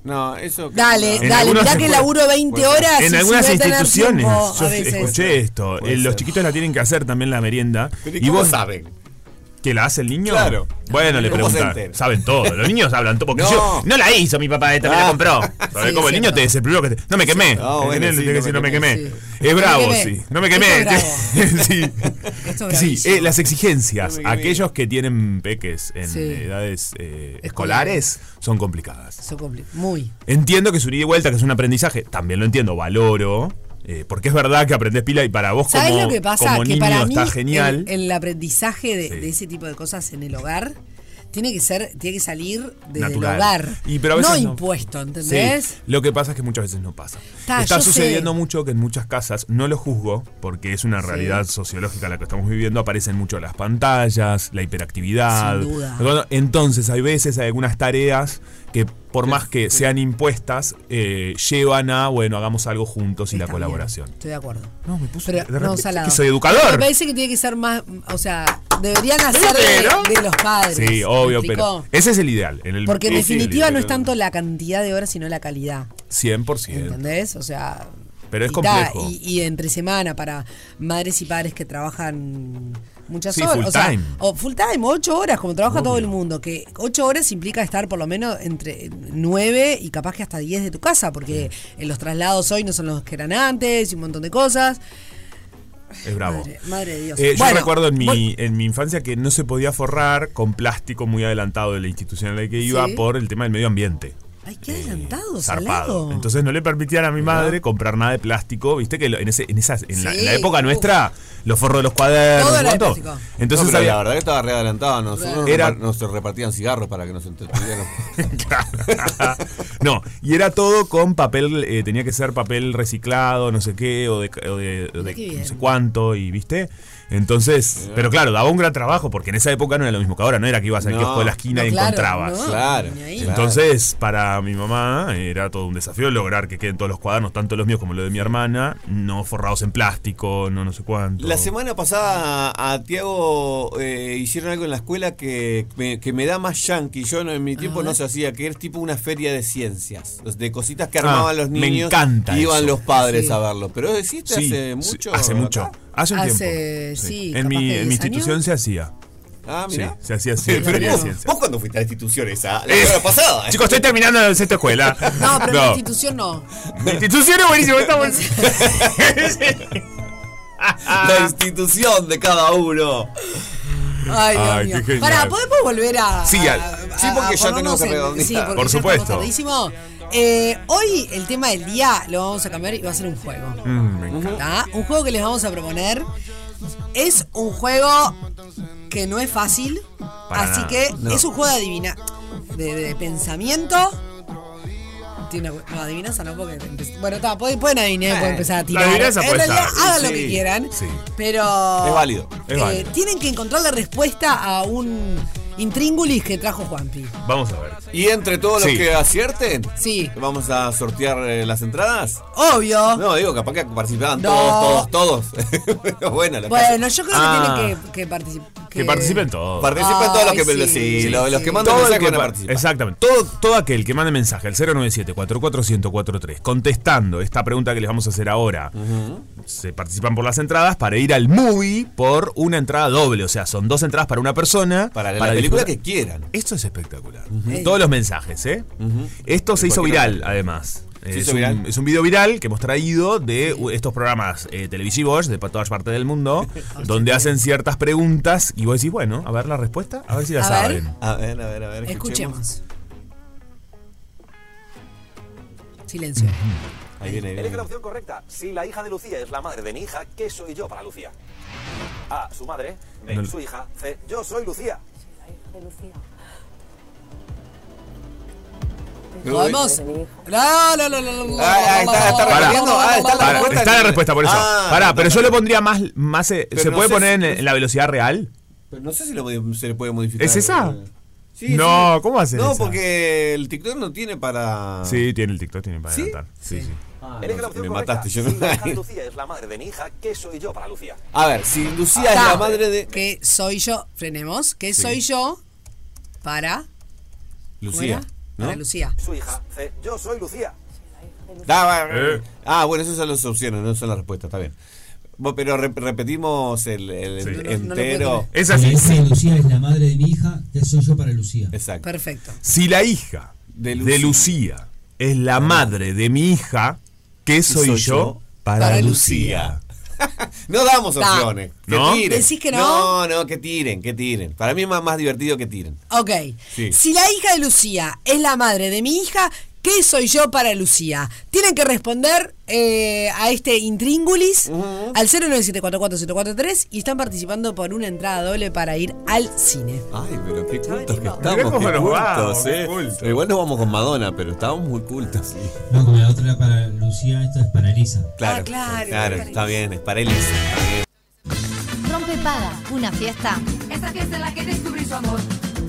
E: No, eso
C: Dale,
D: En
C: dale,
D: algunos
C: mirá
D: se
C: que
D: puede.
C: laburo 20
E: Bueno,
C: horas. y
D: en
C: si
D: algunas
C: voy a tener
D: instituciones,
C: tiempo,
D: yo
C: a veces.
D: escuché esto,
E: Puede
D: eh, los
E: ser.
D: chiquitos la tienen que hacer también la merienda.
E: Pero
D: y vos
E: saben.
D: que la hace el niño.
E: Claro.
D: Bueno, le
E: ¿Cómo se
D: preguntan.
E: entera?
D: Saben todo. Los niños hablan todo. Porque
E: No.
D: yo no la hizo mi papá, esta me la
E: Ah.
D: compró. ¿Sabés
C: Sí,
D: cómo el
C: es
D: niño te
C: cierto.
D: desempleó? Que te- no me quemé.
E: Ah, bueno,
D: ¿Entendés?
E: sí,
D: Tiene que decir, no me quemé.
C: sí.
D: Es
C: No me
D: bravo,
C: quemé.
D: sí. No me
C: Esto
D: quemé.
C: es bravo.
D: sí.
C: Esto es
D: sí,
C: bravísimo.
D: eh, las exigencias.
E: No me quemé.
D: Aquellos que tienen peques en
C: Sí.
D: edades eh,
C: Escolares.
D: escolares son complicadas.
C: Eso compli- Muy.
D: Entiendo que es un ida y vuelta, que es un aprendizaje. También lo entiendo, valoro. eh, porque es verdad que aprendes pila y para vos
C: ¿Sabes
D: como,
C: lo que pasa?
D: como
C: Que
D: niño
C: para mí
D: está genial.
C: El, el aprendizaje de,
D: Sí.
C: de ese tipo de cosas en el hogar tiene que ser, tiene que salir desde
D: natural.
C: el hogar.
D: Y, pero a veces
C: no, impuesto, ¿entendés?
D: Sí, Lo que pasa es que muchas veces no pasa.
C: Ta,
D: Está
C: yo
D: sucediendo
C: sé.
D: mucho que en muchas casas, no lo juzgo, porque es una realidad sociológica la que estamos viviendo, aparecen mucho las pantallas, la hiperactividad.
C: Sin duda.
D: Bueno, Entonces, hay veces, hay algunas tareas que por más que sean impuestas, eh, llevan a, bueno, hagamos algo juntos y
C: Está
D: la
C: bien,
D: colaboración.
C: Estoy de acuerdo.
D: No, me puse-
C: Pero,
D: de
C: no,
D: repente
C: salado.
D: que soy
C: Pero Me
D: educador.
C: parece que tiene que ser más. O sea, deberían hacer
D: Pero-
C: de, de los padres.
D: Sí,
C: ¿me
D: obvio,
C: explicó?
D: pero ese es el ideal. en el-
C: Porque en
D: ese es el
C: definitiva no
D: ideal.
C: es tanto la cantidad de horas, sino la calidad.
D: 100%.
C: ¿Entendés? O sea.
D: Pero es
C: y ta,
D: complejo.
C: Y, y entre semana para madres y padres que trabajan muchas
D: Sí,
C: horas.
D: full
C: o sea,
D: time.
C: o full time, ocho horas, como trabaja todo
D: Obvio.
C: el mundo. Que ocho horas implica estar por lo menos entre nueve y capaz que hasta diez de tu casa, porque eh, los traslados hoy no son los que eran antes y un montón de cosas.
D: Es bravo.
C: Madre, madre de Dios.
D: Eh, yo
C: Bueno,
D: recuerdo en mi,
C: vol-
D: en mi infancia que no se podía forrar con plástico muy adelantado de la institución en la que iba
C: Sí.
D: por el tema del medio ambiente.
C: Ay, qué adelantado,
D: Eh, Zarpado.
C: salado.
D: Entonces no le permitían a mi madre comprar nada de plástico. Viste que lo- en, ese, en, esas, en, la, en la
C: Sí,
D: época
C: uh.
D: nuestra, los forros de los cuadernos,
C: Todo era de
D: ¿cuánto?
C: plástico.
D: Entonces
E: No, pero la
D: había.
E: verdad que estaba re adelantado. Nosotros
D: Era-
E: Era... nos repartían cigarros para que nos entretuvieran.
D: Claro. no, y era todo con papel, eh, tenía que ser papel reciclado, no sé qué, o de, o de- o de
C: Qué
D: no
C: bien.
D: sé cuánto, y viste. Entonces, pero claro, daba un gran trabajo, porque en esa época no era lo mismo que ahora, no era que ibas al
E: No.
D: kiosco de la esquina
C: No,
D: y
C: claro,
D: encontrabas.
C: no.
E: claro.
C: ni ahí.
E: claro.
D: Entonces, para mi mamá era todo un desafío lograr que queden todos los cuadernos, tanto los míos como los de mi hermana, no forrados en plástico, no no sé cuánto.
E: La semana pasada a, a Tiago eh, hicieron algo en la escuela que me, que me da más yankee. Yo no- en mi tiempo no se hacía, que es tipo una feria de ciencias, de cositas que
D: Ah,
E: armaban los
D: me
E: niños.
D: encanta
E: y iban
D: eso.
E: los padres
C: Sí.
E: a verlo. Pero existe
D: Sí,
E: hace
D: sí,
E: mucho.
D: Hace mucho.
E: acá?
D: Hace un
C: Hace,
D: tiempo.
C: sí, capaz
D: en mi,
C: que
D: en mi
C: 10 años.
D: institución se hacía.
E: Ah,
D: Sí,
E: mira.
D: se hacía así. en
C: pero
D: feria de
C: no.
D: ciencias. Eh,
E: Vos cuando fuiste a la institución esa, la semana pasada.
D: Chicos, estoy terminando la sexta escuela.
C: No, pero la institución no.
D: Mi institución es buenísima. Estamos... ah.
E: la institución de cada uno.
C: Ay, Dios
D: Ay, qué
C: mío.
D: genial.
C: Pará, ¿podemos volver a.?
D: Sí, al-
C: a-
E: sí, porque
C: a
E: ya tenemos
C: ponernos
E: que
C: en-
E: redondear.
C: sí, porque
D: Por
C: ya
D: supuesto.
C: estamos tardísimo. Eh, hoy el tema del día lo vamos a cambiar y va a ser un juego.
D: Mm, me encanta.
C: ¿tá? Un juego que les vamos a proponer. Es un juego que no es fácil.
D: Para
C: así
D: nada,
C: que
E: no.
C: es un juego de adivinar. De, de pensamiento. Tiene una- no, adivinanza no, porque. empe- Bueno, está, pueden, pueden adivinar, pueden empezar a tirar.
D: Eh, adivinanza
C: en
D: puede
C: realidad,
D: estar,
C: hagan lo
E: sí,
C: que quieran.
D: sí.
C: Pero.
E: Es válido,
D: es
C: eh,
D: válido.
C: tienen que encontrar la respuesta a un intríngulis que trajo Juanpi.
D: Vamos a ver.
E: Y entre todos
D: Sí.
E: los que acierten,
C: Sí.
E: vamos a sortear eh, las entradas.
C: Obvio.
E: No, digo, capaz que participaban
C: No.
E: todos, todos, todos. Pero bueno, lo que-
C: Bueno, yo creo
D: Ah.
C: que tienen que, que participar.
D: Que participen todos.
E: participan
C: Ay,
E: todos los que sí,
C: sí, sí,
E: los, los
C: sí.
E: que mandan
D: todo el
E: mensaje
D: que
E: van a
D: pa-
E: participar.
D: Exactamente. Todo, todo aquel que mande mensaje al 097-44143 contestando esta pregunta que les vamos a hacer ahora, se participan por las entradas para ir al movie por una entrada doble. O sea, son dos entradas para una persona.
E: Para la película
D: disfrutar-
E: que quieran.
D: Esto es espectacular.
C: Ey.
D: Todos los mensajes, ¿eh? Esto se
E: De
D: hizo
E: cualquier
D: viral, además.
E: ¿Se
D: Eh,
E: hizo
D: es,
E: viral?
D: Un, es un video viral que hemos traído de u- estos programas eh, televisivos de pa- todas partes del mundo,
E: Ah,
D: donde hacen ciertas preguntas y vos decís, bueno, a ver la respuesta, a ver si la
C: A ver.
D: saben.
E: A ver, a ver, a ver.
C: Escuchemos. Silencio.
E: Ahí viene, ahí
F: Elige
D: Eh.
F: la
E: viene.
F: opción correcta. Si la hija de Lucía es la madre de mi hija, ¿qué soy yo para Lucía? A. Su madre. B.
D: No.
F: Su hija. C. Yo soy Lucía.
C: ¿Podemos? No, no, no, no, no.
E: Ah, ah, está- está
D: Pará,
E: repitiendo, ah, está la
D: Pará,
E: respuesta
D: está la
E: libre.
D: respuesta, por eso.
E: Ah,
D: Pará,
E: no,
D: pero
E: no,
D: yo
E: no.
D: le pondría más. más eh,
E: Pero
D: ¿Se
E: no
D: puede
E: sé
D: poner en,
E: si-
D: en la velocidad real?
E: Pero no sé si lo puede- se le puede modificar.
D: ¿Es esa?
E: Sí,
D: No,
E: sí.
D: ¿cómo hacen
E: No,
D: esa?
E: porque el TikTok no tiene para.
D: Sí, tiene el TikTok, tiene para
E: Ah. ¿Sí?
D: adelantar. Sí, sí.
E: Ah,
F: Elige la
E: no,
F: opción
E: me
F: correcta.
E: mataste, yo
F: Si la hija de
E: no.
F: Lucía es la madre de mi hija, ¿qué soy yo para Lucía?
E: A ver, si
C: Ah,
E: Lucía es la madre de.
C: Que soy yo. Frenemos. Que soy yo para. ¿cómo
E: Lucía.
C: era?
E: ¿No?
C: Para Lucía.
F: Su hija. C. Yo soy Lucía.
E: Ah, va-
D: Eh.
E: Ah, bueno, esas son las opciones, no son las respuestas, está bien. Bueno, Pero re- repetimos el, el
D: Sí. No, no,
C: no lo
E: entero.
C: puedo
D: Es
G: Si la
D: así.
G: hija de Lucía es la madre de mi hija, que soy yo para Lucía.
E: Exacto.
C: Perfecto.
D: Si la hija de
E: De
D: Lucía, es la madre de mi hija, ¿qué soy,
E: soy
D: yo?
E: yo?
D: Para,
C: Para
D: Lucía.
E: No damos
C: Ta.
E: opciones. Que
D: ¿No?
E: tiren.
C: ¿Decís que
E: No,
C: no?
E: no, que tiren, que tiren. Para mí es más, más divertido que tiren.
C: Ok.
E: Sí.
C: Si la hija de Lucía es la madre de mi hija, ¿qué soy yo para Lucía? Tienen que responder eh, a este intríngulis al 097441043 y están participando por una entrada doble para ir al cine.
E: Ay, pero qué cultos que
D: Mirá cómo
E: estamos. Qué
D: nos vamos,
E: cultos,
D: qué
E: eh.
D: cultos.
E: Igual nos vamos con Madonna, pero estamos muy cultos. sí.
G: No, como la otra era para Lucía, esta es para Elisa.
E: Claro,
C: Ah, claro,
E: claro,
C: es para
E: está bien, es para Elisa, está bien.
A: Rompe Paga, una fiesta
B: Esta fiesta es la que descubrí su amor.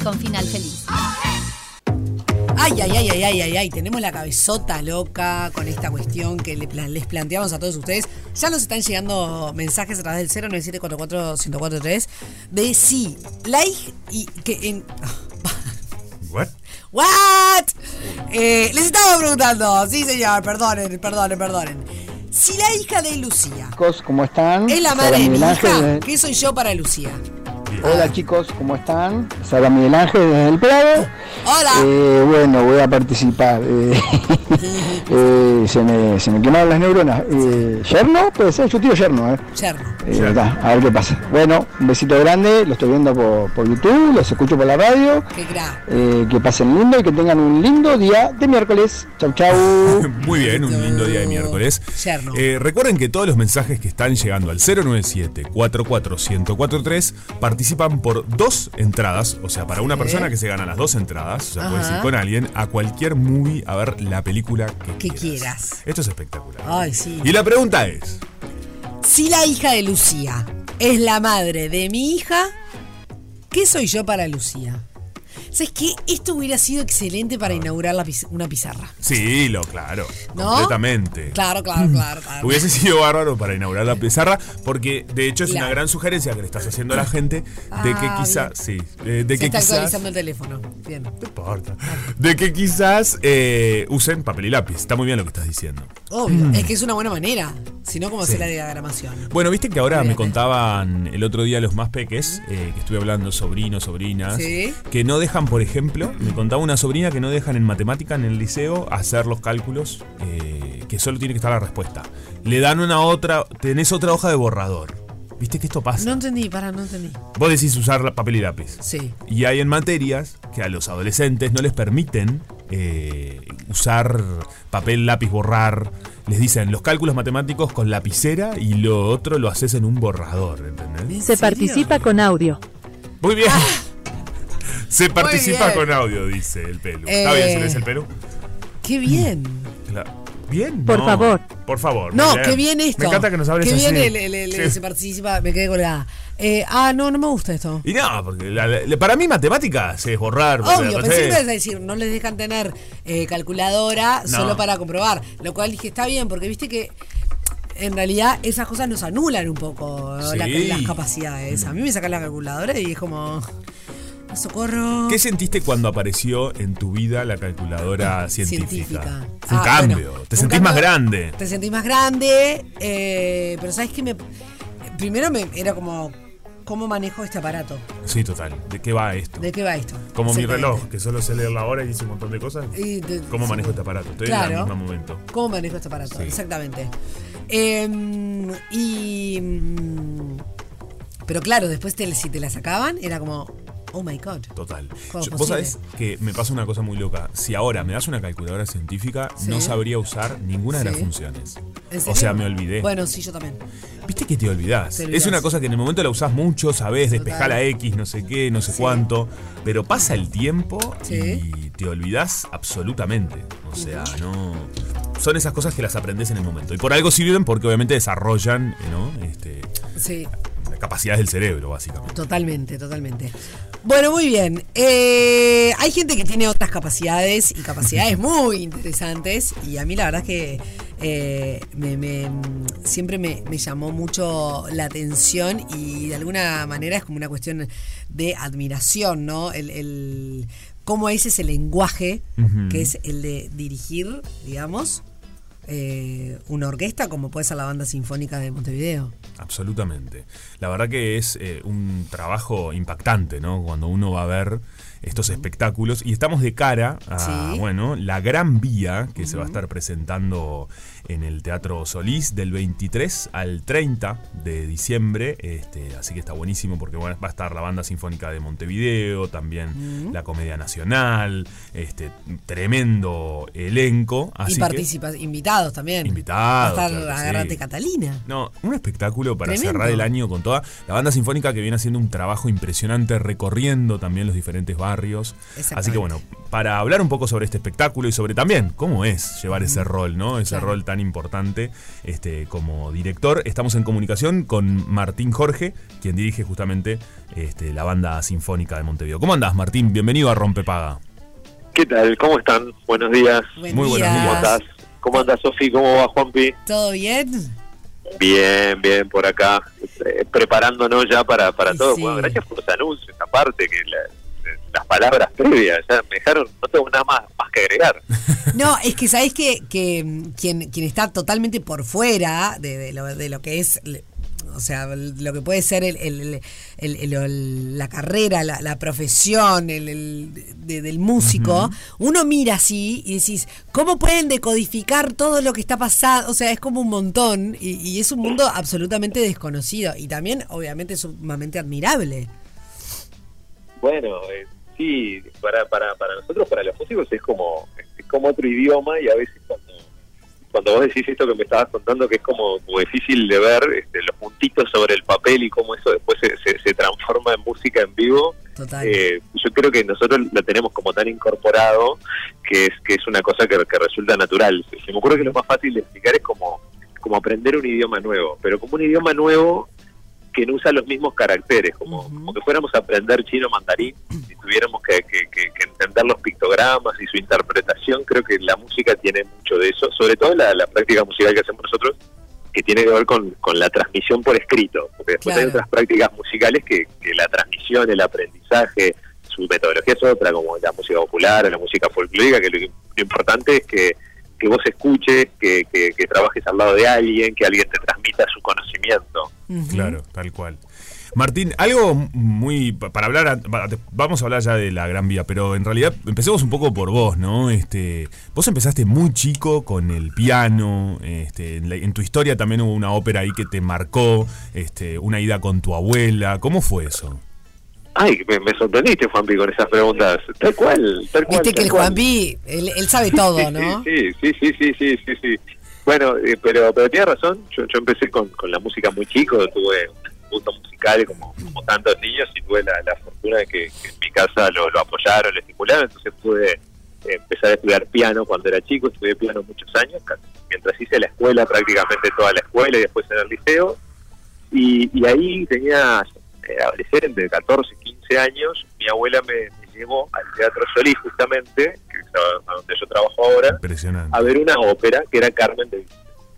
A: con final feliz.
C: Ay, ay, ay, ay, ay, ay, ay, tenemos la cabezota loca con esta cuestión que le pla- les planteamos a todos ustedes. Ya nos están llegando mensajes a través del 097441043 de si la hija y que en
D: What?
C: What? Eh, les estaba preguntando, sí señor, perdonen, perdonen, perdonen. Si la hija de Lucía
H: chicos, ¿cómo están?
C: es la
H: Para
C: madre de mi
H: Miguel Ángel,
C: hija,
H: eh,
C: ¿qué soy yo para Lucía?
H: Hola chicos, ¿cómo están? Sara Miguel Ángel desde El Prado.
C: Hola.
H: Eh, bueno, voy a participar. eh, eh, se, me, se me quemaron las neuronas. Eh, ¿Yerno? Puede ser, yo tiro yerno. Eh.
C: Yerno.
H: Eh, ta, a ver qué pasa. Bueno, un besito grande, lo estoy viendo por, por YouTube, los escucho por la radio.
C: Qué gran.
H: Eh, que pasen lindo y que tengan un lindo día de miércoles. Chau, chau.
D: Muy bien, un lindo día de miércoles.
C: Yerno.
D: Eh, recuerden que todos los mensajes que están llegando al 097-44143 participan por dos entradas, o sea, para una persona que se gana las dos entradas, o sea, puedes
C: Ajá.
D: ir con alguien a cualquier movie a ver la película que,
C: Que quieras.
D: Esto es espectacular.
C: Ay, sí.
D: Y la pregunta es,
C: Si la hija de Lucía es la madre de mi hija, ¿qué soy yo para Lucía? ¿Sabes qué? Esto hubiera sido excelente para inaugurar la piz- una pizarra.
D: sí, lo claro,
C: ¿No?
D: completamente.
C: Claro, claro, claro. claro.
D: Mm. Hubiese sido bárbaro para inaugurar la pizarra, porque de hecho es
C: Claro.
D: una gran sugerencia que le estás haciendo a la gente de que
C: Ah,
D: quizás, sí, eh, de
C: Se
D: que
C: está
D: quizás
C: actualizando el teléfono. Bien.
D: No importa. De que quizás eh, usen papel y lápiz. Está muy bien lo que estás diciendo.
C: Obvio. Es que es una buena manera. Si no, ¿cómo hacer la diagramación?
D: Mm. Bueno, viste que ahora me
C: Obviamente.
D: contaban el otro día los más peques, eh, que estuve hablando, sobrinos, sobrinas,
C: Sí.
D: que no dejan, por ejemplo, me contaba una sobrina que no dejan en matemática, en el liceo, hacer los cálculos, eh, que solo tiene que estar la respuesta. Le dan una otra, tenés otra hoja de borrador. ¿Viste que esto pasa?
C: No entendí, para, no entendí.
D: Vos decís usar la- papel y lápiz.
C: Sí.
D: Y hay en materias que a los adolescentes no les permiten eh, usar papel, lápiz, borrar. Les dicen los cálculos matemáticos con lapicera y lo otro lo haces en un borrador, ¿entendés?
C: ¿En serio?
I: con audio.
D: Muy bien. Se participa
C: Ah. bien.
D: con audio, dice el pelo. ¿Está bien
C: Eh.
D: si lees el pelo?
C: Qué bien.
D: Claro. Bien.
I: Por
D: No.
I: favor.
D: Por favor.
C: No,
D: muy
C: qué bien esto.
D: Me encanta que nos hables
C: Qué bien
D: así.
C: el- el- el-
D: Sí.
C: se participa, me quedé colgada. Eh, ah, no, no me gusta esto.
D: Y no, porque la- la- para mí matemáticas es borrar.
C: Obvio,
D: borrar,
C: pensé que
D: ¿sí?
C: ibas a decir, no les dejan tener eh, calculadora
D: No.
C: solo para comprobar. Lo cual dije, está bien, porque viste que en realidad esas cosas nos anulan un poco
D: Sí.
C: la- las capacidades. A mí me sacan la calculadora y es como. "Ah, Socorro.
D: ¿Qué sentiste cuando apareció en tu vida la calculadora científica? Fue Un
C: Ah,
D: cambio.
C: bueno,
D: te
C: un
D: sentís
C: cambio-
D: más grande.
C: Te sentís más grande, eh, pero sabes que me. Primero me, era como, ¿cómo manejo este aparato?
D: Sí, total. ¿De qué va esto?
C: ¿De qué va esto?
D: Como mi
C: Exactamente.
D: reloj, que solo sé leer la hora y dice un montón de cosas.
C: Y de-
D: ¿Cómo
C: sí.
D: manejo este aparato? Estoy en
C: Claro.
D: el mismo momento.
C: ¿Cómo manejo este aparato?
D: Sí.
C: Exactamente. Em, y. mm, Pero claro, después te- si te la sacaban, era como, oh my god.
D: Total.
C: ¿Cómo
D: Yo-
C: es
D: Vos
C: posible?
D: sabés que me pasa una cosa muy loca. Si ahora me das una calculadora científica,
C: Sí.
D: no sabría usar ninguna de
C: Sí.
D: las funciones.
C: ¿En
D: O
C: serio?
D: sea, me olvidé.
C: Bueno, sí, yo también.
D: Viste que te olvidás.
C: Te olvidás.
D: Es una cosa que en el momento la usás mucho, sabés,
C: Total.
D: despejá la X, no sé qué, no sé cuánto. Pero pasa el tiempo
C: Sí.
D: y te olvidás absolutamente. O sea, no. Son esas cosas que las aprendés en el momento. Y por algo sirven porque obviamente desarrollan, ¿no? Este,
C: Sí,
D: las capacidades del cerebro, básicamente.
C: totalmente, totalmente. Bueno, muy bien. Eh, hay gente que tiene otras capacidades y capacidades muy interesantes. Y a mí la verdad es que eh, me- me- siempre me, me llamó mucho la atención y de alguna manera es como una cuestión de admiración, ¿no? El, el- cómo es ese lenguaje que es el de dirigir, digamos, eh, una orquesta como puede ser la Banda Sinfónica de Montevideo.
D: Absolutamente. La verdad que es eh, un trabajo impactante, ¿no? Cuando uno va a ver estos espectáculos y estamos de cara a,
C: Sí.
D: bueno, la Gran Vía que se va a estar presentando en el Teatro Solís del 23 al 30 de diciembre, este, así que está buenísimo porque bueno, va a estar la Banda Sinfónica de Montevideo, también la Comedia Nacional, este tremendo elenco, así
C: y
D: que-
C: participas, invitados también.
D: Invitados,
C: Va a estar
D: claro que sí.
C: Agarrate Catalina.
D: No, un espectáculo para
C: Tremendo.
D: cerrar el año con toda la banda sinfónica que viene haciendo un trabajo impresionante recorriendo también los diferentes barrios.
C: Exactamente.
D: Así que bueno, para hablar un poco sobre este espectáculo y sobre también cómo es llevar ese rol, ¿no? Ese
C: Claro.
D: rol tan importante este, como director, estamos en comunicación con Martín Jorge, quien dirige justamente este, la banda sinfónica de Montevideo. ¿Cómo andás, Martín? Bienvenido a Rompepaga.
J: ¿Qué tal? ¿Cómo están? Buenos días.
C: Buen
D: Muy buenos
C: día.
D: días.
J: ¿Cómo estás? ¿Cómo andas, Sofi? ¿Cómo va, Juanpi?
C: ¿Todo bien?
J: Bien, bien, por acá. Eh, preparándonos ya para, para
C: Y
J: todo.
C: sí.
J: Bueno, gracias por los anuncios, aparte, que la- eh, las palabras previas. Ya me dejaron, no tengo nada más, más que agregar.
C: No, es que sabés que, que, mm, quien, quien está totalmente por fuera de, de lo, de lo que es l- o sea, el- lo que puede ser el, el- el- el- el- la carrera, la, la profesión el, el- de- del músico, uno mira así y decís, ¿cómo pueden decodificar todo lo que está pasando? O sea, es como un montón y, y es un mundo absolutamente desconocido y también, obviamente, sumamente admirable.
J: Bueno, eh, sí, para, para, para nosotros, para los músicos, es como, es como otro idioma y a veces cuando, cuando vos decís esto que me estabas contando, que es como, como difícil de ver este, los puntitos sobre el papel y cómo eso después se, se- se transforma en música en vivo,
C: Total.
J: eh, yo creo que nosotros lo tenemos como tan incorporado que es, que es una cosa que, que resulta natural. Se, se me ocurre que lo más fácil de explicar es como, como aprender un idioma nuevo, pero como un idioma nuevo que no usa los mismos caracteres, como, como que fuéramos a aprender chino mandarín y tuviéramos que, que- que- que entender los pictogramas y su interpretación. Creo que la música tiene mucho de eso, sobre todo la, la práctica musical que hacemos nosotros, que tiene que ver con, con la transmisión por escrito, porque después
C: Claro.
J: hay otras prácticas musicales que, que la transmisión, el aprendizaje, su metodología es otra, como la música popular o la música folclórica, que lo, lo importante es que, que vos escuches, que, que- que trabajes al lado de alguien, que alguien te transmita su conocimiento.
C: Ujú.
D: Claro, tal cual. Martín, algo muy. pa- Para hablar. a- va- te- Vamos a hablar ya de la gran vida, pero en realidad empecemos un poco por vos, ¿no? Este, vos empezaste muy chico con el piano. Este, en, la- en tu historia también hubo una ópera ahí que te marcó. Este, una ida con tu abuela. ¿Cómo fue eso?
J: Ay, me, me sorprendiste, Juanpi, con esas preguntas. Tal cual, tal cual.
C: Viste que
J: tal
C: el
J: cual.
C: Juan B, él, él sabe todo,
J: Sí,
C: ¿no?
J: Sí, sí, sí, sí, sí, sí, sí. Bueno, eh, pero, pero tienes razón, yo, yo empecé con, con la música muy chico, tuve un gusto musical como, como tantos niños y tuve la, la fortuna de que, que en mi casa lo, lo apoyaron, lo estimularon, entonces pude eh, empezar a estudiar piano cuando era chico, estudié piano muchos años, casi- mientras hice la escuela, prácticamente toda la escuela y después en el liceo, y, y ahí tenía eh, adolescente, de 14, 15 años, mi abuela me, me llevó al Teatro Solís justamente, que es a- a donde yo trabajo ahora,
D: Impresionante.
J: a ver una ópera que era Carmen de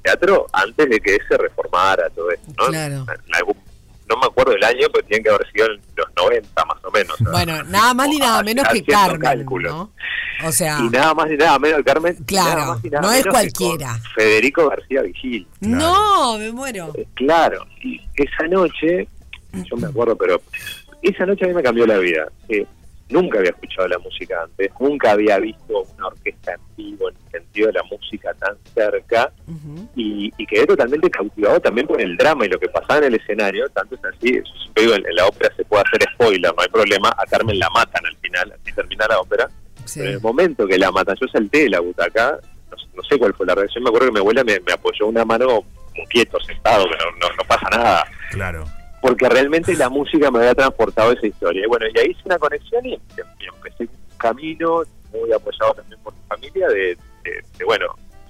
J: teatro antes de que se reformara todo esto, ¿no?
C: Claro.
J: En algún- no me acuerdo el año, pero tienen que haber sido en los 90 más o menos. ¿no?
C: Bueno, nada más ni nada menos que
J: Haciendo
C: Carmen,
J: cálculos.
C: ¿no? O sea,
J: Y nada más ni nada menos, Carmen. y
C: Claro,
J: nada más y nada
C: no es
J: menos que
C: cualquiera.
J: con Federico García Vigil.
C: no, me muero.
J: Eh, Claro, y esa noche, yo me acuerdo, pero esa noche a mí me cambió la vida. Eh, nunca había escuchado la música antes, nunca había visto una orquesta en vivo en el sentido de la música tan cerca
C: Ujú.
J: y, y quedé totalmente cautivado también por el drama y lo que pasaba en el escenario. Tanto es así, yo siempre digo, en, en la ópera se puede hacer spoiler, no hay problema. A Carmen la matan al final, así termina la ópera.
C: Sí.
J: Pero en el momento que la matan, yo salté de la butaca, no, no sé cuál fue la reacción, me acuerdo que mi abuela me, me apoyó una mano como quieto, sentado, que no, no- no pasa nada.
D: Claro.
J: Porque realmente la música me había transportado a esa historia. Y bueno, y ahí hice una conexión y, y empecé un camino muy apoyado también por mi familia de, de- de, bueno,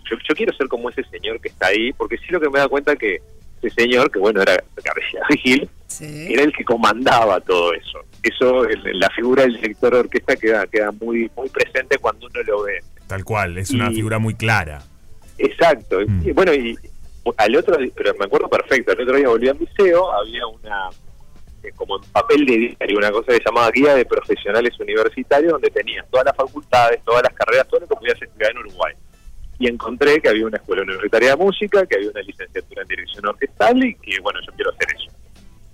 J: yo, yo quiero ser como ese señor que está ahí, porque sí lo que me da cuenta que ese señor, que bueno, era García Vigil,
C: Sí.
J: era el que comandaba todo eso. Eso, el- la figura del director de orquesta queda, queda muy, muy presente cuando uno lo ve.
D: Tal cual. Es una
J: Y-
D: figura muy clara.
J: Exacto.
D: Mm.
J: Y bueno, y al otro di- pero me acuerdo perfecto, al otro día volví al liceo, había una, eh, como en papel de diario, una cosa que se llamaba Guía de Profesionales Universitarios, donde tenías todas las facultades, todas las carreras, todo lo que podías estudiar en Uruguay. Y encontré que había una escuela universitaria de música, que había una licenciatura en dirección orquestal y que, bueno, yo quiero hacer eso.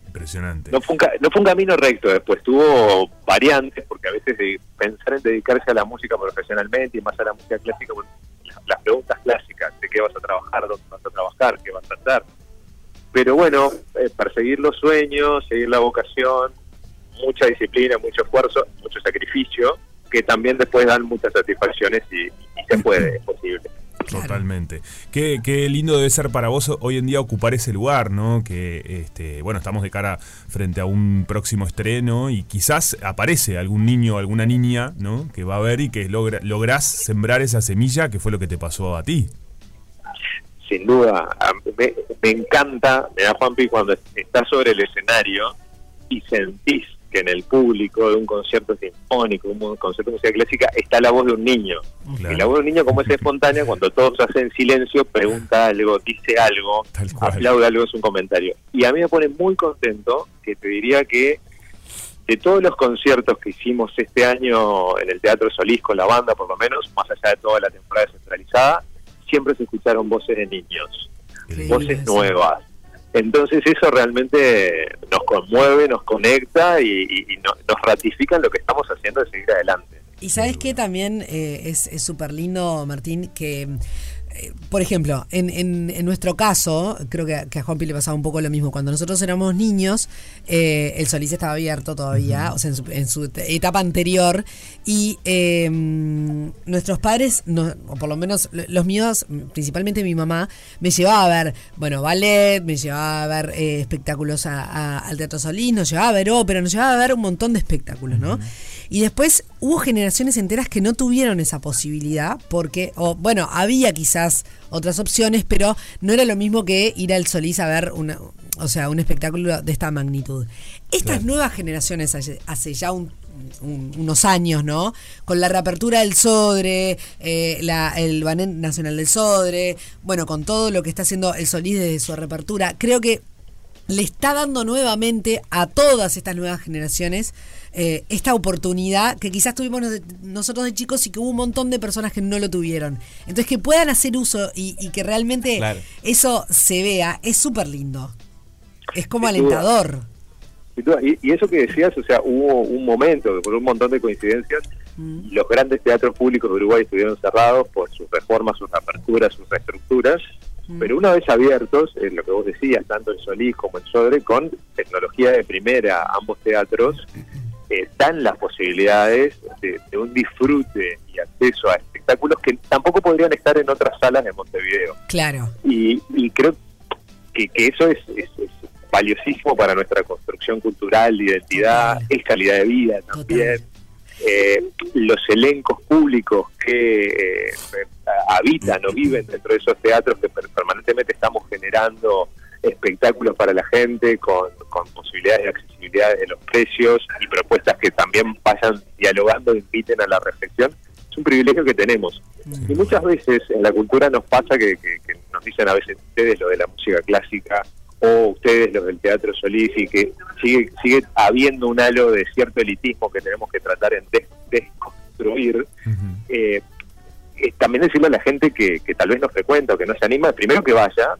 D: Impresionante.
J: No fue, un, ca- no fue un camino recto después, tuvo variantes, porque a veces de pensar en dedicarse a la música profesionalmente y más a la música clásica, bueno, la- las preguntas clásicas, de qué vas a trabajar, dónde vas a trabajar, qué vas a hacer. Pero bueno, eh, perseguir los sueños, seguir la vocación, mucha disciplina, mucho esfuerzo, mucho sacrificio, que también después dan muchas satisfacciones y, y se puede, es posible.
C: Claro.
D: Totalmente. Qué, qué lindo debe ser para vos hoy en día ocupar ese lugar, ¿no? Que, este, bueno, estamos de cara frente a un próximo estreno y quizás aparece algún niño o alguna niña, ¿no? Que va a ver y que logra, lográs sembrar esa semilla que fue lo que te pasó a ti.
J: sin duda. A- Me, me encanta, me da Juanpi, cuando estás sobre el escenario y sentís que en el público de un concierto sinfónico, un concierto de música clásica, está la voz de un niño. Y la
D: Claro.
J: voz de un niño, como es espontánea, cuando todos hacen silencio, pregunta algo, dice algo,
D: Tal cual.
J: aplaude algo, es un comentario. Y a mí me pone muy contento que te diría que de todos los conciertos que hicimos este año en el Teatro Solís con la banda, por lo menos, más allá de toda la temporada centralizada, siempre se escucharon voces de niños
C: Qué lindo
J: voces
C: eso.
J: nuevas. Entonces eso realmente nos conmueve, nos conecta y, y- y no- nos ratifica en lo que estamos haciendo de seguir adelante.
C: Y sabes que también eh, es es súper lindo, Martín, que, eh, por ejemplo, en, en- en nuestro caso, creo que, a- que a Juanpi le pasaba un poco lo mismo. Cuando nosotros éramos niños, eh, el Solís estaba abierto todavía, o sea, en su, en su et- etapa anterior, y eh, nuestros padres, no- o por lo menos lo- los míos, principalmente mi mamá, me llevaba a ver, bueno, ballet, me llevaba a ver eh, espectáculos a- a- al Teatro Solís, nos llevaba a ver ópera, nos llevaba a ver un montón de espectáculos, ¿no? Y después hubo generaciones enteras que no tuvieron esa posibilidad porque, o bueno, había quizás otras opciones, pero no era lo mismo que ir al Solís a ver una, o sea, un espectáculo de esta magnitud. Estas nuevas generaciones hace, hace ya un- un- unos años, ¿no? Con la reapertura del Sodre, eh, la- el Ballet Nacional del Sodre, bueno, con todo lo que está haciendo el Solís desde su reapertura, creo que le está dando nuevamente a todas estas nuevas generaciones eh, esta oportunidad que quizás tuvimos nos- nosotros de chicos y que hubo un montón de personas que no lo tuvieron. Entonces que puedan hacer uso y, y que realmente
E: Claro.
C: eso se vea es súper lindo. Es como
J: Sin duda.
C: alentador.
J: Sin duda. Y, y eso que decías, o sea, hubo un momento que por un montón de coincidencias los grandes teatros públicos de Uruguay estuvieron cerrados por sus reformas, sus aperturas, sus reestructuras, pero una vez abiertos, en lo que vos decías, tanto el Solís como el Sodre, con tecnología de primera, ambos teatros, eh, están las posibilidades de, de un disfrute y acceso a espectáculos que tampoco podrían estar en otras salas de Montevideo.
C: Claro.
J: Y, y creo que, que eso es, es- es valiosísimo para nuestra construcción cultural, de identidad, es calidad de vida también. Eh, los elencos públicos que eh, habitan o viven dentro de esos teatros que per- permanentemente estamos generando espectáculos para la gente con, con posibilidades de accesibilidad de los precios y propuestas que también vayan dialogando e inviten a la reflexión, es un privilegio que tenemos. Y muchas veces en la cultura nos pasa que, que- que nos dicen a veces ustedes lo de la música clásica o ustedes los del teatro Solís y que sigue, sigue habiendo un halo de cierto elitismo que tenemos que tratar en des- desconstruir. Eh, eh, también decirle a la gente que, que tal vez no frecuenta o que no se anima, primero que vaya,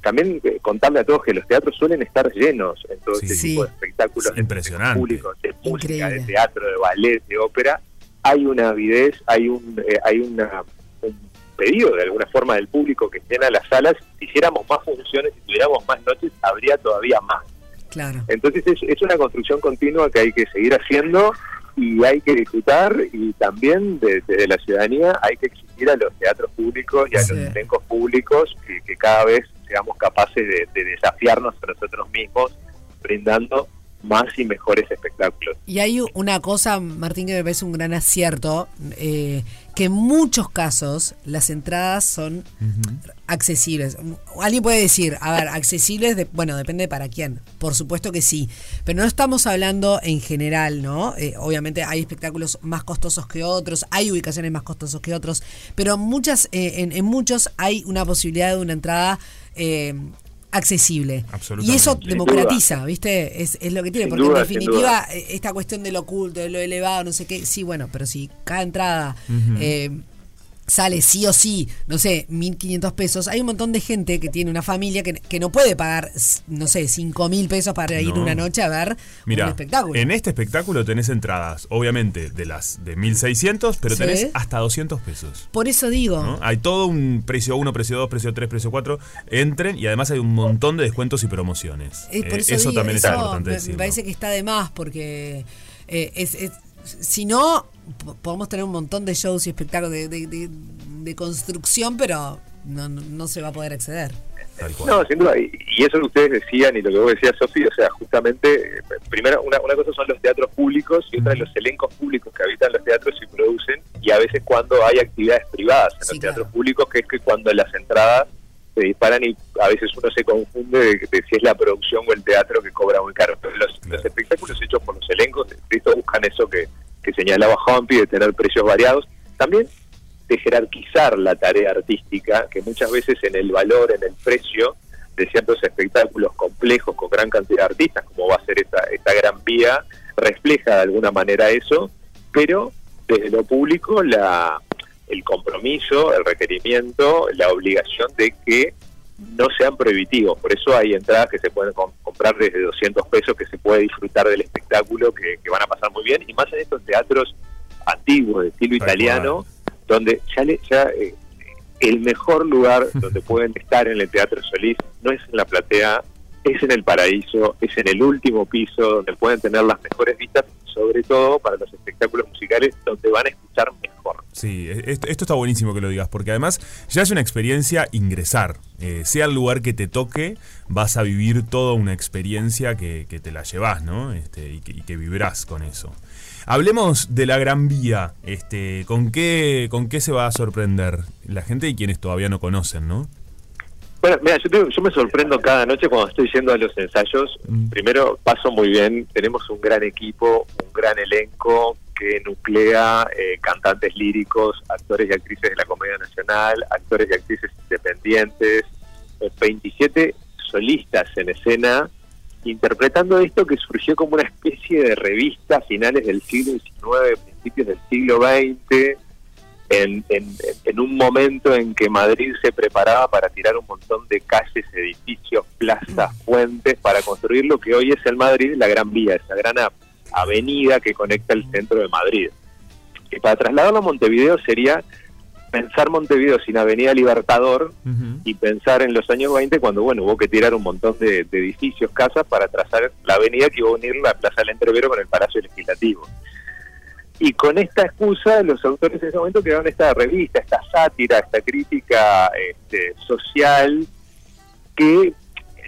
J: también eh, contarle a todos que los teatros suelen estar llenos en todo este tipo de espectáculos de- de
D: Impresionante.
J: público, de música, de teatro, de ballet, de ópera, hay una avidez, hay un, eh, hay una, un pedido de alguna forma del público que llena las salas, si hiciéramos más funciones, si tuviéramos más noches, habría todavía más.
C: Claro.
J: Entonces es, es una construcción continua que hay que seguir haciendo y hay que disfrutar y también de- desde la ciudadanía hay que exigir a los teatros públicos y a
C: Sí.
J: los elencos públicos que, que cada vez seamos capaces de, de desafiarnos a nosotros mismos brindando más y mejores espectáculos.
C: Y hay una cosa, Martín, que me parece un gran acierto, eh, que en muchos casos las entradas son accesibles. Alguien puede decir, a ver, accesibles, de- bueno, depende de para quién. Por supuesto que sí, pero no estamos hablando en general, ¿no? Eh, obviamente hay espectáculos más costosos que otros, hay ubicaciones más costosos que otros, pero muchas, eh, en, en muchos hay una posibilidad de una entrada eh, accesible. Y eso
D: Absolutamente. Sin
C: democratiza, ¿viste? Es, es lo que tiene,
J: Sin
C: porque
J: duda,
C: en
J: sin
C: definitiva eh, esta cuestión de lo oculto, de lo elevado, no sé qué, sí, bueno, pero si cada entrada...
D: Ujú.
C: eh, sale sí o sí, no sé, 1.500 pesos. Hay un montón de gente que tiene una familia que, que no puede pagar, s- no sé, 5.000 pesos para ir
D: No.
C: una noche a ver
D: Mira,
C: un espectáculo.
D: en este espectáculo tenés entradas, obviamente, de las de 1600, pero
C: Sí.
D: tenés hasta 200 pesos.
C: Por eso digo,
D: ¿no? Hay todo un precio 1, precio 2, precio 3, precio 4. Entren y además hay un montón de descuentos y promociones.
C: eh, por
D: Eh,
C: eso, digo,
D: también
C: eso
D: es importante
C: me- me,
D: decirlo.
C: parece que está de más porque eh, es, es- si no, po- podemos tener un montón de shows y espectáculos de, de- de- de construcción, pero no, no- no se va a poder acceder.
D: Tal cual.
J: No, sin duda. Y, y eso que ustedes decían y lo que vos decías, Sofi, o sea, justamente, eh, primero, una, una cosa son los teatros públicos y otra los elencos públicos que habitan los teatros y producen, y a veces cuando hay actividades privadas en
C: Sí,
J: los
C: claro.
J: teatros públicos, que es que cuando las entradas se disparan y a veces uno se confunde de, de si es la producción o el teatro que cobra muy caro. Pero los, los espectáculos hechos por los elencos, de esto buscan eso que, que señalaba Humpy, de tener precios variados. También de jerarquizar la tarea artística, que muchas veces en el valor, en el precio de ciertos espectáculos complejos con gran cantidad de artistas, como va a ser esta, esta gran vía, refleja de alguna manera eso, pero desde lo público la, el compromiso, el requerimiento, la obligación de que no sean prohibitivos. Por eso hay entradas que se pueden com- comprar desde 200 pesos, que se puede disfrutar del espectáculo, que, que van a pasar muy bien. Y más en estos teatros antiguos, de estilo
D: Tal cual.
J: italiano, donde ya, le- ya, eh, el mejor lugar donde pueden estar en el Teatro Solís no es en la platea, es en el paraíso, es en el último piso, donde pueden tener las mejores vistas, sobre todo para los espectáculos musicales, donde van a escuchar mejor.
D: Sí, es- esto, esto está buenísimo que lo digas, porque además ya es una experiencia ingresar. Eh, sea el lugar que te toque, vas a vivir toda una experiencia que, que te la llevas, ¿no? Este, y, que, y que vibrás con eso. Hablemos de la Gran Vía. Este, ¿con, qué, ¿Con qué se va a sorprender la gente y quienes todavía no conocen, ¿no?
J: Bueno, mira, yo, te- yo me sorprendo cada noche cuando estoy yendo a los ensayos. Primero, paso muy bien. Tenemos un gran equipo, un gran elenco que nuclea eh, cantantes líricos, actores y actrices de la Comedia Nacional, actores y actrices independientes, eh, 27 solistas en escena, interpretando esto que surgió como una especie de revista a finales del siglo XIX, principios del siglo XX, en, en- en un momento en que Madrid se preparaba para tirar un montón de calles, edificios, plazas, puentes, para construir lo que hoy es el Madrid, la Gran Vía, esa gran a- avenida que conecta el centro de Madrid. Que para trasladarlo a Montevideo sería pensar Montevideo sin Avenida Libertador y pensar en los años 20 cuando, bueno, hubo que tirar un montón de, de edificios, casas para trazar la avenida que iba a unir la Plaza del Entrevero con el Palacio Legislativo. Y con esta excusa, los autores en ese momento crearon esta revista, esta sátira, esta crítica este, social que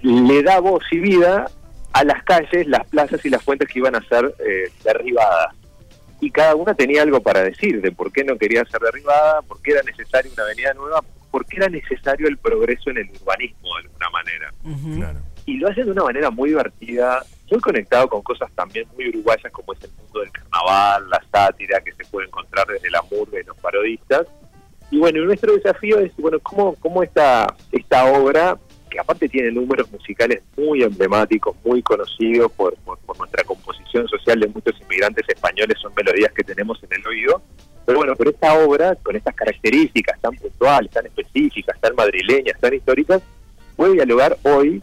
J: le da voz y vida a las calles, las plazas y las fuentes que iban a ser eh, derribadas. Y cada una tenía algo para decir de por qué no quería ser derribada, por qué era necesaria una avenida nueva, por qué era necesario el progreso en el urbanismo de alguna manera
D: Claro.
J: y lo hacen de una manera muy divertida, muy conectado con cosas también muy uruguayas como es el mundo del carnaval, la sátira que se puede encontrar desde la murga y los parodistas. Y bueno, nuestro desafío es, bueno, cómo, cómo esta, esta obra, que aparte tiene números musicales muy emblemáticos, muy conocidos por, por- por nuestra composición social de muchos inmigrantes españoles, son melodías que tenemos en el oído, pero bueno, pero esta obra, con estas características tan puntuales, tan específicas, tan madrileñas, tan históricas, puede dialogar hoy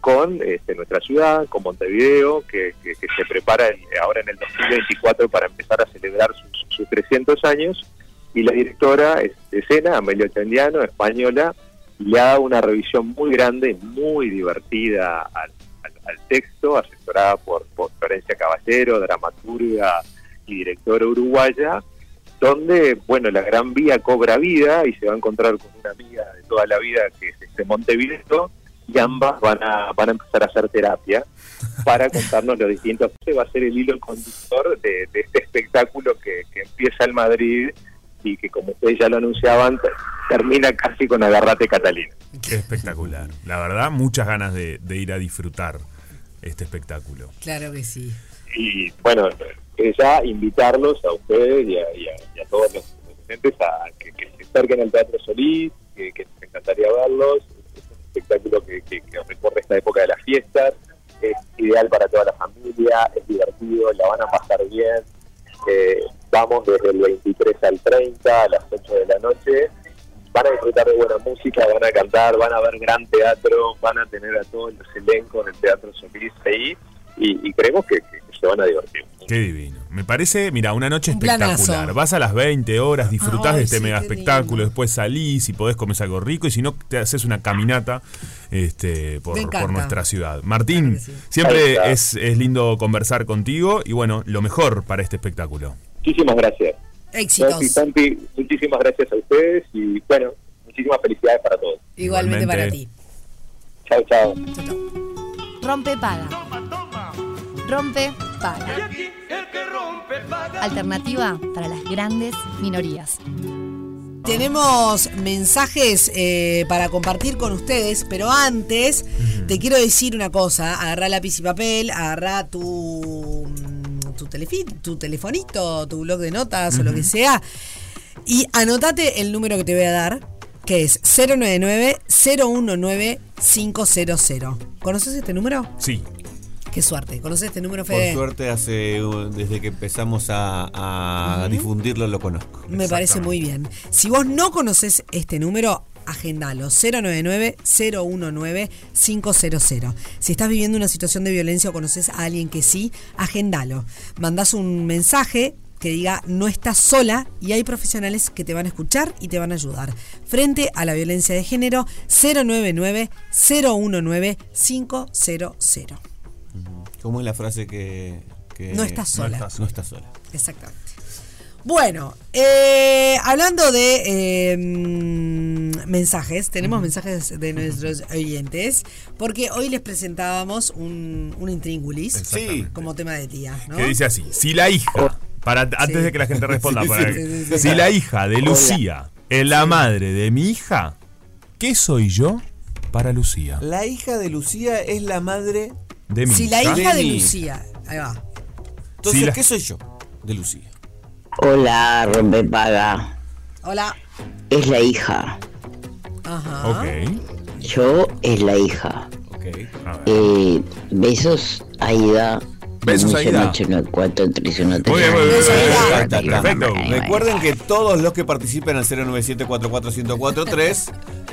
J: con este, nuestra ciudad, con Montevideo, que, que- que se prepara en- ahora en el 2024 para empezar a celebrar sus, sus 300 años. Y la directora es- de escena, Amelia Chandiano, española, le ha dado una revisión muy grande, muy divertida al, al- al texto, asesorada por, por Florencia Caballero, dramaturga y directora uruguaya, donde, bueno, la Gran Vía cobra vida y se va a encontrar con una amiga de toda la vida que es este Montevideo, y ambas van a, van a empezar a hacer terapia para contarnos los distintos. Ese va a ser el hilo conductor de, de este espectáculo que, que empieza en Madrid y que, como ustedes ya lo anunciaban, ter- termina casi con Agarrate Catalina.
D: Qué espectacular. La verdad, muchas ganas de, de ir a disfrutar este espectáculo.
C: Claro que sí.
J: Y bueno, eh, ya invitarlos a ustedes y a, y a- y a todos los presentes a que, que se acerquen al Teatro Solís, que, que nos encantaría verlos. Es un espectáculo que, que- que recorre esta época de las fiestas. Es ideal para toda la familia, es divertido, la van a pasar bien. Eh, vamos desde el 23 al 30 a las 8 de la noche. Van a disfrutar de buena música, van a cantar, van a ver gran teatro, van a tener a todos los elencos del Teatro Solís ahí y, y creemos que, que- que se van a divertir.
D: Qué divino. Me parece, mira, una noche
C: Un
D: espectacular.
C: planazo.
D: Vas a las 20 horas, disfrutás
C: Ay,
D: de este
C: sí,
D: mega
C: qué
D: espectáculo,
C: lindo.
D: después salís y podés comer algo rico y si no, te haces una caminata este, por,
C: Me encanta.
D: por nuestra ciudad. Martín,
C: Claro que sí.
J: Ahí
D: siempre
J: está.
D: es, es lindo conversar contigo y bueno, lo mejor para este espectáculo.
J: Muchísimas gracias.
C: Éxitos.
J: Santi, Santi, muchísimas gracias a ustedes y bueno, muchísimas felicidades para todos.
C: Igualmente para ti.
D: Igualmente.
J: Chao, chao.
C: Chau, chau.
A: Rompe paga. Rompe paga. Alternativa para las grandes minorías.
C: Tenemos mensajes eh, para compartir con ustedes, pero antes te quiero decir una cosa. Agarrá lápiz y papel, agarrá tu, mm, tu, telefi- tu telefonito, tu blog de notas o lo que sea, y anotate el número que te voy a dar, que es 099-019-500. ¿Conoces este número?
D: Sí,
C: Qué suerte. ¿Conoces este número,
E: Por
C: Fede?
E: suerte, hace uh, desde que empezamos a, a difundirlo, lo conozco.
C: Me parece muy bien. Si vos no conoces este número, agendalo 099-019-500. Si estás viviendo una situación de violencia o conoces a alguien que sí, agendalo. Mandás un mensaje que diga no estás sola y hay profesionales que te van a escuchar y te van a ayudar. Frente a la violencia de género 099-019-500.
E: ¿Cómo es la frase que, que-
C: No estás sola.
E: No estás sola.
C: Exactamente. Bueno, eh, hablando de eh, mm, mensajes, tenemos mensajes de nuestros oyentes, porque hoy les presentábamos un, un intríngulis
D: Exactamente. Sí.
C: como tema de tía. ¿no?
D: Que dice así, si la hija, para, antes de que la gente responda,
E: Sí,
D: para-
E: sí, sí, sí.
D: si la hija de Lucía es la madre de mi hija, ¿qué soy yo para Lucía?
E: La hija de Lucía es la madre.
D: De mi
C: Si la hija de
E: Jenny.
C: Lucía, ahí va.
E: Entonces,
D: Sí, la-
E: ¿qué soy yo de Lucía?
H: Hola, rompepaga.
C: Hola.
H: Es la hija.
C: Ajá.
D: Ok.
H: Yo es la hija.
E: Ok.
D: A ver.
H: Eh, besos, Aida.
D: Besos, Aida.
H: 894-313.
D: Muy bien, muy bien,
C: Eso
D: muy bien,
C: era.
D: perfecto, perfecto.
E: Recuerden que todos los que participen al 097-44143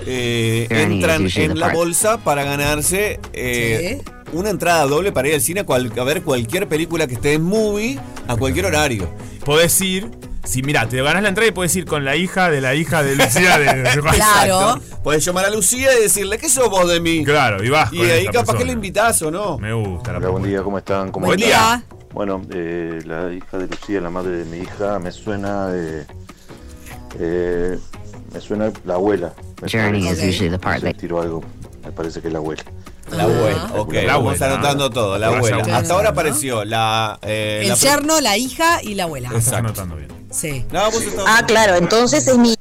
E: eh, entran en la bolsa para ganarse eh,
C: Sí.
E: una entrada doble para ir al cine a, cual- a ver cualquier película que esté en movie a cualquier horario.
D: Podés ir, si mirá, te ganas la entrada y podés ir con la hija de la hija de Lucía de, de-
C: Claro.
E: Exacto. Podés llamar a Lucía y decirle, ¿qué sos vos de mí?
D: Claro, y vas.
E: Y
D: con
E: ahí
D: esa
E: capaz que
D: persona.
E: lo invitás o
C: Ah.
E: no.
D: Me gusta la
J: Hola, buen día, ¿cómo están? ¿Cómo
D: Buen
C: Buen
J: están?
D: día.
C: día.
J: Bueno, eh, la hija de Lucía, la madre de mi hija, me suena de. eh, me suena la abuela. Me
C: is
J: parece.
C: usually
J: No sé, tiro algo. Me parece que es la abuela.
E: La abuela, ok.
D: La
E: Vamos
D: abuela.
E: anotando todo, la
D: Gracias,
E: abuela.
D: abuela.
E: Hasta ahora
C: Claro, ¿no?
E: apareció la... eh,
C: El
E: la-
C: yerno, la hija y la abuela.
D: Estás
E: Exacto.
D: anotando bien.
C: Sí.
E: No, vos estabas-
H: Ah, claro, entonces es mi.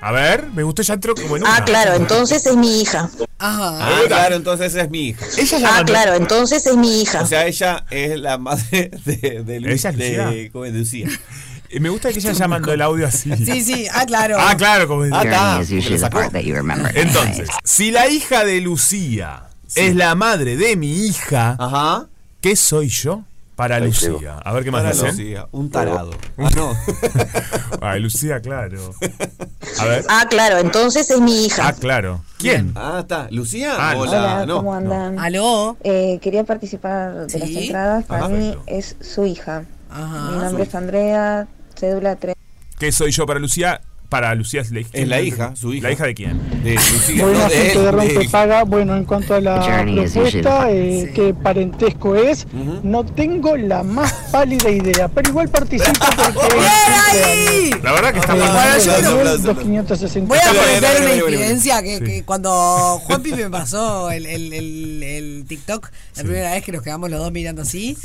H: ah,
D: A ver, me gustó, ya entró como en
C: Ah,
D: una.
H: entonces es mi hija. Ah,
C: Ajá.
E: Ah, claro, entonces esa es mi hija.
D: Ella ya mandó-
H: entonces es mi hija.
E: O sea, ella es la madre de, de, Lu-
D: Ella es
E: de,
D: Lucía.
E: ¿cómo es? de Lucía.
D: Eh, Me gusta que ella ya mandó el audio así.
C: Sí, sí. Ah, claro.
D: Ah, claro, como
E: Ah, está. Lo sacó.
D: Entonces, si la hija de Lucía es la madre de mi hija,
E: Ajá.
D: ¿qué soy yo para
J: Ahí
D: Lucía?
J: llegó.
D: A ver qué más Oh.
E: Para
D: dicen.
E: Lucía, un tarado. Ah, no.
D: Ay, Lucía, claro. A ver.
H: Ah, claro, entonces es mi
D: Ah, claro. ¿Quién?
E: Ah, está. ¿Lucía?
D: Ah,
E: o
D: no.
E: la- no.
I: andan?
C: Aló.
I: Eh, quería participar de
C: Sí.
I: las entradas. Para
D: Ah,
I: mí
D: perfecto.
I: es su hija. Mi
C: Ajá.
I: nombre es Andrea, cédula 3.
D: ¿Qué soy yo para Lucía? Para Lucía es la hija.
E: Es la hija, su hija.
D: ¿La hija de quién?
E: De Lucía,
H: Buena
E: no de
H: gente
E: él,
H: de
E: de él.
H: Rompepaga, bueno, en cuanto a la propuesta, eh, qué parentesco es, no tengo la más pálida idea, pero igual participo porque
C: ¡Bien ahí!
D: La
E: Ah,
D: verdad que está muy
C: Bueno, yo
E: Aplauso,
C: no-
E: aplauso.
H: 2560.
C: Voy a
E: Bueno,
C: contar
E: bueno,
C: una
E: bueno, bueno.
C: incidencia que,
D: Sí.
C: que cuando Juanpi me pasó el, el- el- el TikTok, la primera vez que nos quedamos los dos mirando así,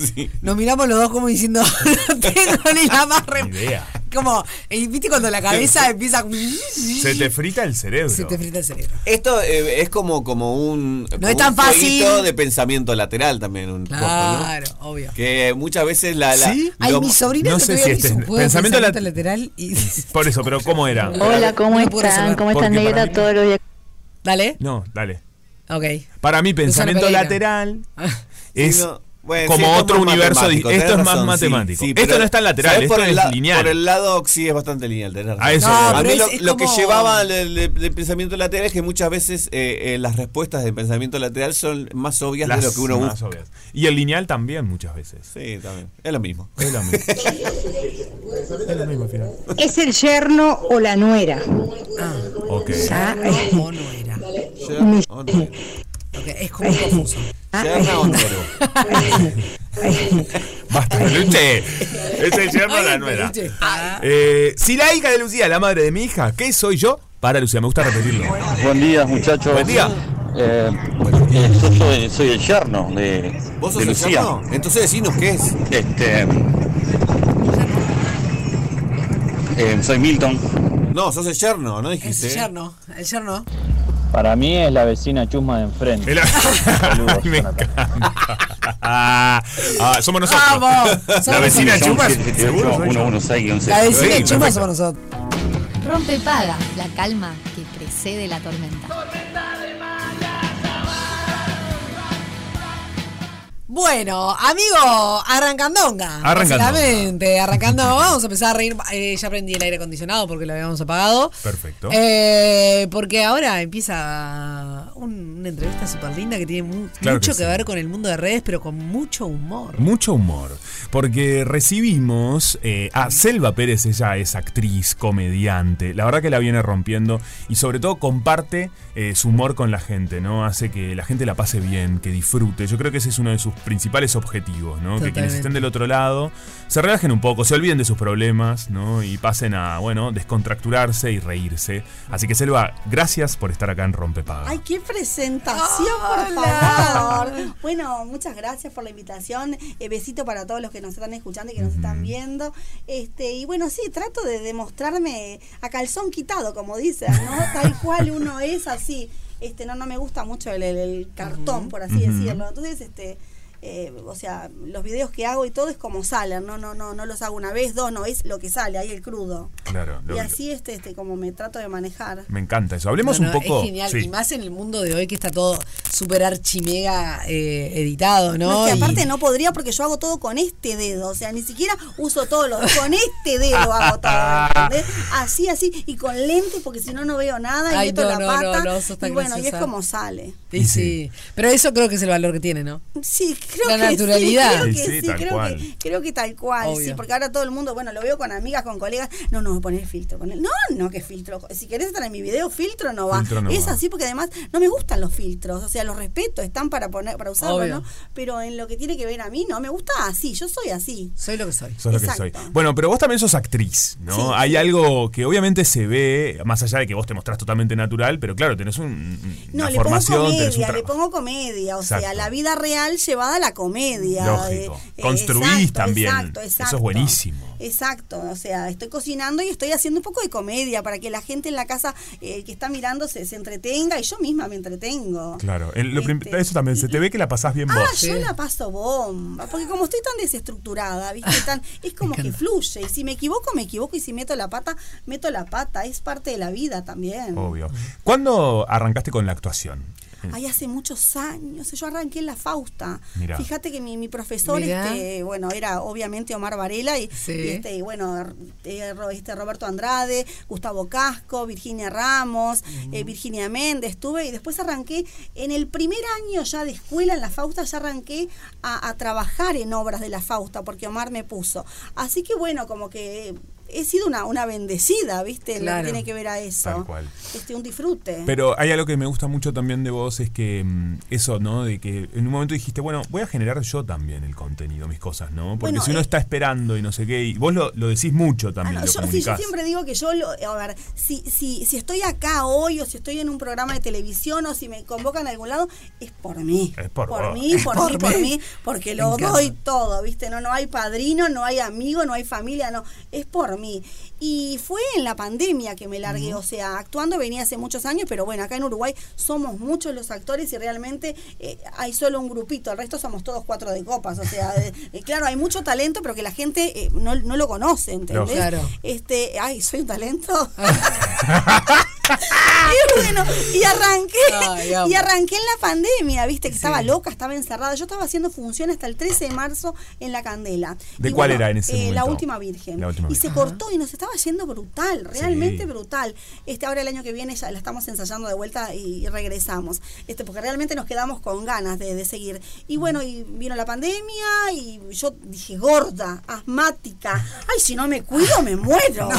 C: nos miramos los dos como diciendo, no tengo ni la más re-
D: Idea.
C: Como, y viste cuando la cabeza empieza
D: Se te frita el cerebro.
C: Se te frita el cerebro.
E: Esto eh, es como, como un. como
C: es tan
E: un jueguito
C: fácil.
E: de pensamiento lateral también, un poco, ¿no?
C: Claro, obvio.
E: Que muchas veces la. la
D: ¿Sí?
C: Ay,
E: lo-
C: mi sobrina
D: no
C: el
D: sé
C: otro día
D: si
C: me hizo
D: este-
C: un juego de
D: pensamiento
C: pensamiento,
D: lat-
C: lateral y...
D: Por eso, pero ¿cómo era?
I: Hola, ¿cómo
C: No lo puedo
I: están?
C: resolver.
I: ¿Cómo
D: Porque
I: están,
D: para
I: negra?
D: mí-
I: Todos los días.
C: Dale,
D: No, dale.
C: ok. Ah.
D: Para mí, pensamiento
C: Pereira.
D: lateral
H: Ah,
E: Sí,
D: es
E: no, bueno, sí,
D: como
E: esto es
D: otro
E: más
D: universo. di-
E: matemático,
D: Esto es
E: tenés
D: más
E: razón, sí,
D: matemático.
E: sí,
D: esto
E: pero-
D: no está en lateral,
E: ¿sabes?
D: esto
E: por el
D: es
E: la-
D: lineal.
E: Por el lado sí es bastante lineal, tenés razón.
D: A eso
C: No,
D: voy.
E: A
C: pero
E: mí
C: es-
E: lo,
C: es
E: lo que
C: como-
E: llevaba el, el- el pensamiento lateral es que muchas veces eh, eh, las respuestas del pensamiento lateral son más obvias
D: Las
E: de lo que uno
D: más
E: busca.
D: obvias. Y el lineal también muchas veces.
E: Sí, también. Es lo mismo.
C: Eh,
D: Es lo mismo. es lo mismo al final.
I: ¿Es el yerno o la nuera?
D: Ok.
C: O Ah, no era.
E: Yerno o nuero.
C: Ok, es como confuso.
E: Yerno o nuero.
D: Basta, Luche. Es el yerno de la nuera.
C: Peluche
K: Ah,
C: está-
D: Eh, si la hija de Lucía, la madre de mi hija, ¿qué soy yo? Para Lucía, me gusta repetirlo.
H: Buen día, muchachos.
D: Buen día.
H: Eh, eh, yo soy, soy el yerno de, de
E: ¿Vos sos el
H: Lucía.
E: yerno? Entonces decinos qué es.
H: Este, eh, soy Milton.
E: No, sos el yerno, ¿no
C: El
E: dijiste?
C: yerno, el yerno.
H: Para mí es la vecina chusma de enfrente.
D: El- Ay, me encanta. Ah, somos nosotros.
C: Vamos,
D: La
C: somos
D: vecina
C: nosotros.
D: Chupas. Seguro. soy yo.
C: La vecina
D: Sí,
C: de Chuma
D: perfecto.
C: somos nosotros.
A: Rompepaga, la calma que precede la tormenta.
C: Bueno, amigo, arrancandonga.
D: Arrancandonga.
C: Básicamente, arrancando. Vamos a empezar a reír. Eh, ya prendí el aire acondicionado porque lo habíamos apagado.
D: Perfecto.
C: Eh, porque ahora empieza un- una entrevista súper linda que tiene mu-
D: Claro
C: mucho
D: que
C: que,
D: sí.
C: ver con el mundo de redes, pero con mucho humor.
D: Mucho humor, porque recibimos eh, a Selva Pérez, ella es actriz, comediante, la verdad que la viene rompiendo y sobre todo comparte eh, su humor con la gente, ¿no? Hace que la gente la pase bien, que disfrute, yo creo que ese es uno de sus principales objetivos, ¿no? Que quienes
L: Totalmente.
D: estén del otro lado se relajen un poco, se olviden de sus problemas, ¿no? Y pasen a, bueno, descontracturarse y reírse. Así que Selva, gracias por estar acá en Rompepaga.
K: Ay, qué presentación, por favor. Bueno, muchas gracias por la invitación. Eh, besito para todos los que nos están escuchando y que nos están viendo. Este, y bueno, sí, trato de demostrarme a calzón quitado, como dicen, ¿no? Tal cual uno es así. Este, no, no me gusta mucho el, el- el cartón, por así
M: Ujú.
K: decirlo. Entonces, este, eh, o sea, los videos que hago y todo es como salen, no, no, no, no los hago una vez, dos, no, es lo que sale, ahí el crudo.
D: Claro, lo-
K: Y así este, este, como me trato de manejar.
D: me encanta eso. Hablemos
C: No, no,
D: un poco.
C: Es genial.
D: sí.
C: Y más en el mundo de hoy que está todo súper archimega eh, editado, ¿no?
K: No, es que
C: Y-
K: aparte no podría porque yo hago todo con este dedo, o sea, ni siquiera uso todos los, con este dedo hago todo, ¿entendés? Así, así, y con lentes porque si no no veo nada y
C: Ay,
K: meto
C: no,
K: la
C: no, no,
K: pata
C: no, sos tan
K: y bueno, y es
C: graciosa.
K: como sale.
C: y sí. Pero eso creo que es el valor que tiene, ¿no?
K: Sí, creo
C: La
K: que
C: naturalidad.
K: Sí, creo que
C: Sí,
K: sí,
C: sí, tal
K: creo, Que,
C: cual.
K: creo que tal cual, sí,
C: Obvio.
K: porque ahora todo el mundo, bueno, lo veo con amigas, con colegas, no, no, poner filtro, poner, no, no, que filtro, si querés estar en mi video, filtro no va.
M: Filtro no
K: es
M: va.
K: así porque además no me gustan los filtros, o sea, los respeto, están para poner para usarlos,
D: Obvio.
K: ¿no? Pero en lo que tiene que ver a mí, no, me gusta así, yo soy así.
C: Soy lo que soy.
D: Sos lo que soy. Bueno, pero vos también sos actriz, ¿no?
K: Sí.
D: Hay algo que obviamente se ve, más allá de que vos te mostrás totalmente natural, pero claro, tenés un,
K: No,
D: una
K: le pongo
D: formación, tenés un
K: comedia, le
D: trabajo.
K: pongo comedia, o sea,
D: Exacto.
K: la vida real llevada a la comedia.
D: Lógico.
K: eh, eh,
D: Construís
K: exacto,
D: también.
K: Exacto,
D: Eso
K: exacto.
D: es buenísimo.
K: Exacto, o sea, estoy cocinando y estoy haciendo un poco de comedia para que la gente en la casa eh, que está mirando se, se entretenga y yo misma me entretengo. Este,
D: Claro, el- lo prim- eso también, se te ve que la pasás bien
K: Ah,
D: vos.
K: yo la paso bomba, porque como estoy tan desestructurada, ¿viste? Tan, es como que fluye, y si me equivoco, me equivoco, y si meto la pata, meto la pata, es parte de la vida también.
D: Obvio. ¿Cuándo arrancaste con la actuación?
K: Ay, hace muchos años. Yo arranqué en la Fausta.
D: Mirá.
K: Fíjate que mi, mi profesor,
D: Mirá.
K: este, bueno, era obviamente Omar Varela y,
M: Sí.
K: y este, y bueno, r- eh, Ro- este Roberto Andrade, Gustavo Casco, Virginia Ramos, eh, Virginia Méndez, estuve y después arranqué en el primer año ya de escuela en la Fausta, ya arranqué a, a trabajar en obras de la Fausta porque Omar me puso. Así que bueno, como que he sido una, una bendecida, ¿viste? En Lo
D: Claro.
K: que tiene que ver a eso.
D: Tal cual.
K: Este, un disfrute.
D: Pero hay algo que me gusta mucho también de vos, es que mm, eso, ¿no? De que en un momento dijiste, bueno, voy a generar yo también el contenido, mis cosas, ¿no? Porque
K: Bueno,
D: si uno
K: eh,
D: está esperando y no sé qué, y vos lo, lo decís mucho también,
K: Ah, no,
D: lo
K: yo, sí, yo
D: comunicás.
K: siempre digo que yo, lo, a ver, si, si, si estoy acá hoy o si estoy en un programa de televisión o si me convocan a algún lado, es por mí.
D: Es por,
K: Por
D: vos.
K: mí, por, mí, por mí, porque
M: Me
K: lo
M: encanta.
K: doy todo, ¿viste? No, no hay padrino, no hay amigo, no hay familia, no, es por mí. Y fue en la pandemia que me largué, o sea, actuando venía hace muchos años, pero bueno, acá en Uruguay somos muchos los actores y realmente eh, hay solo un grupito, el resto somos todos cuatro de copas, o sea, eh, eh, claro, hay mucho talento, pero que la gente eh, no, no lo conoce, ¿entendés?
C: Lógico. Claro.
K: Este, ay, soy un talento. y bueno, y arranqué,
C: Ay, amo.
K: y arranqué en la pandemia, viste, que estaba loca, estaba encerrada. Yo estaba haciendo función hasta el 13 de marzo en la candela.
D: ¿De
K: Y
D: cuál era en ese
K: eh, La
D: momento?
K: última virgen.
D: La Última
K: y se
D: Virgen.
K: cortó y nos estaba yendo brutal, realmente
D: Sí.
K: brutal. Este, ahora el año que viene ya la estamos ensayando de vuelta y, y regresamos. Este, porque realmente nos quedamos con ganas de, de seguir. Y bueno, y vino la pandemia y yo dije gorda, asmática. Ay, si no me cuido, me muero.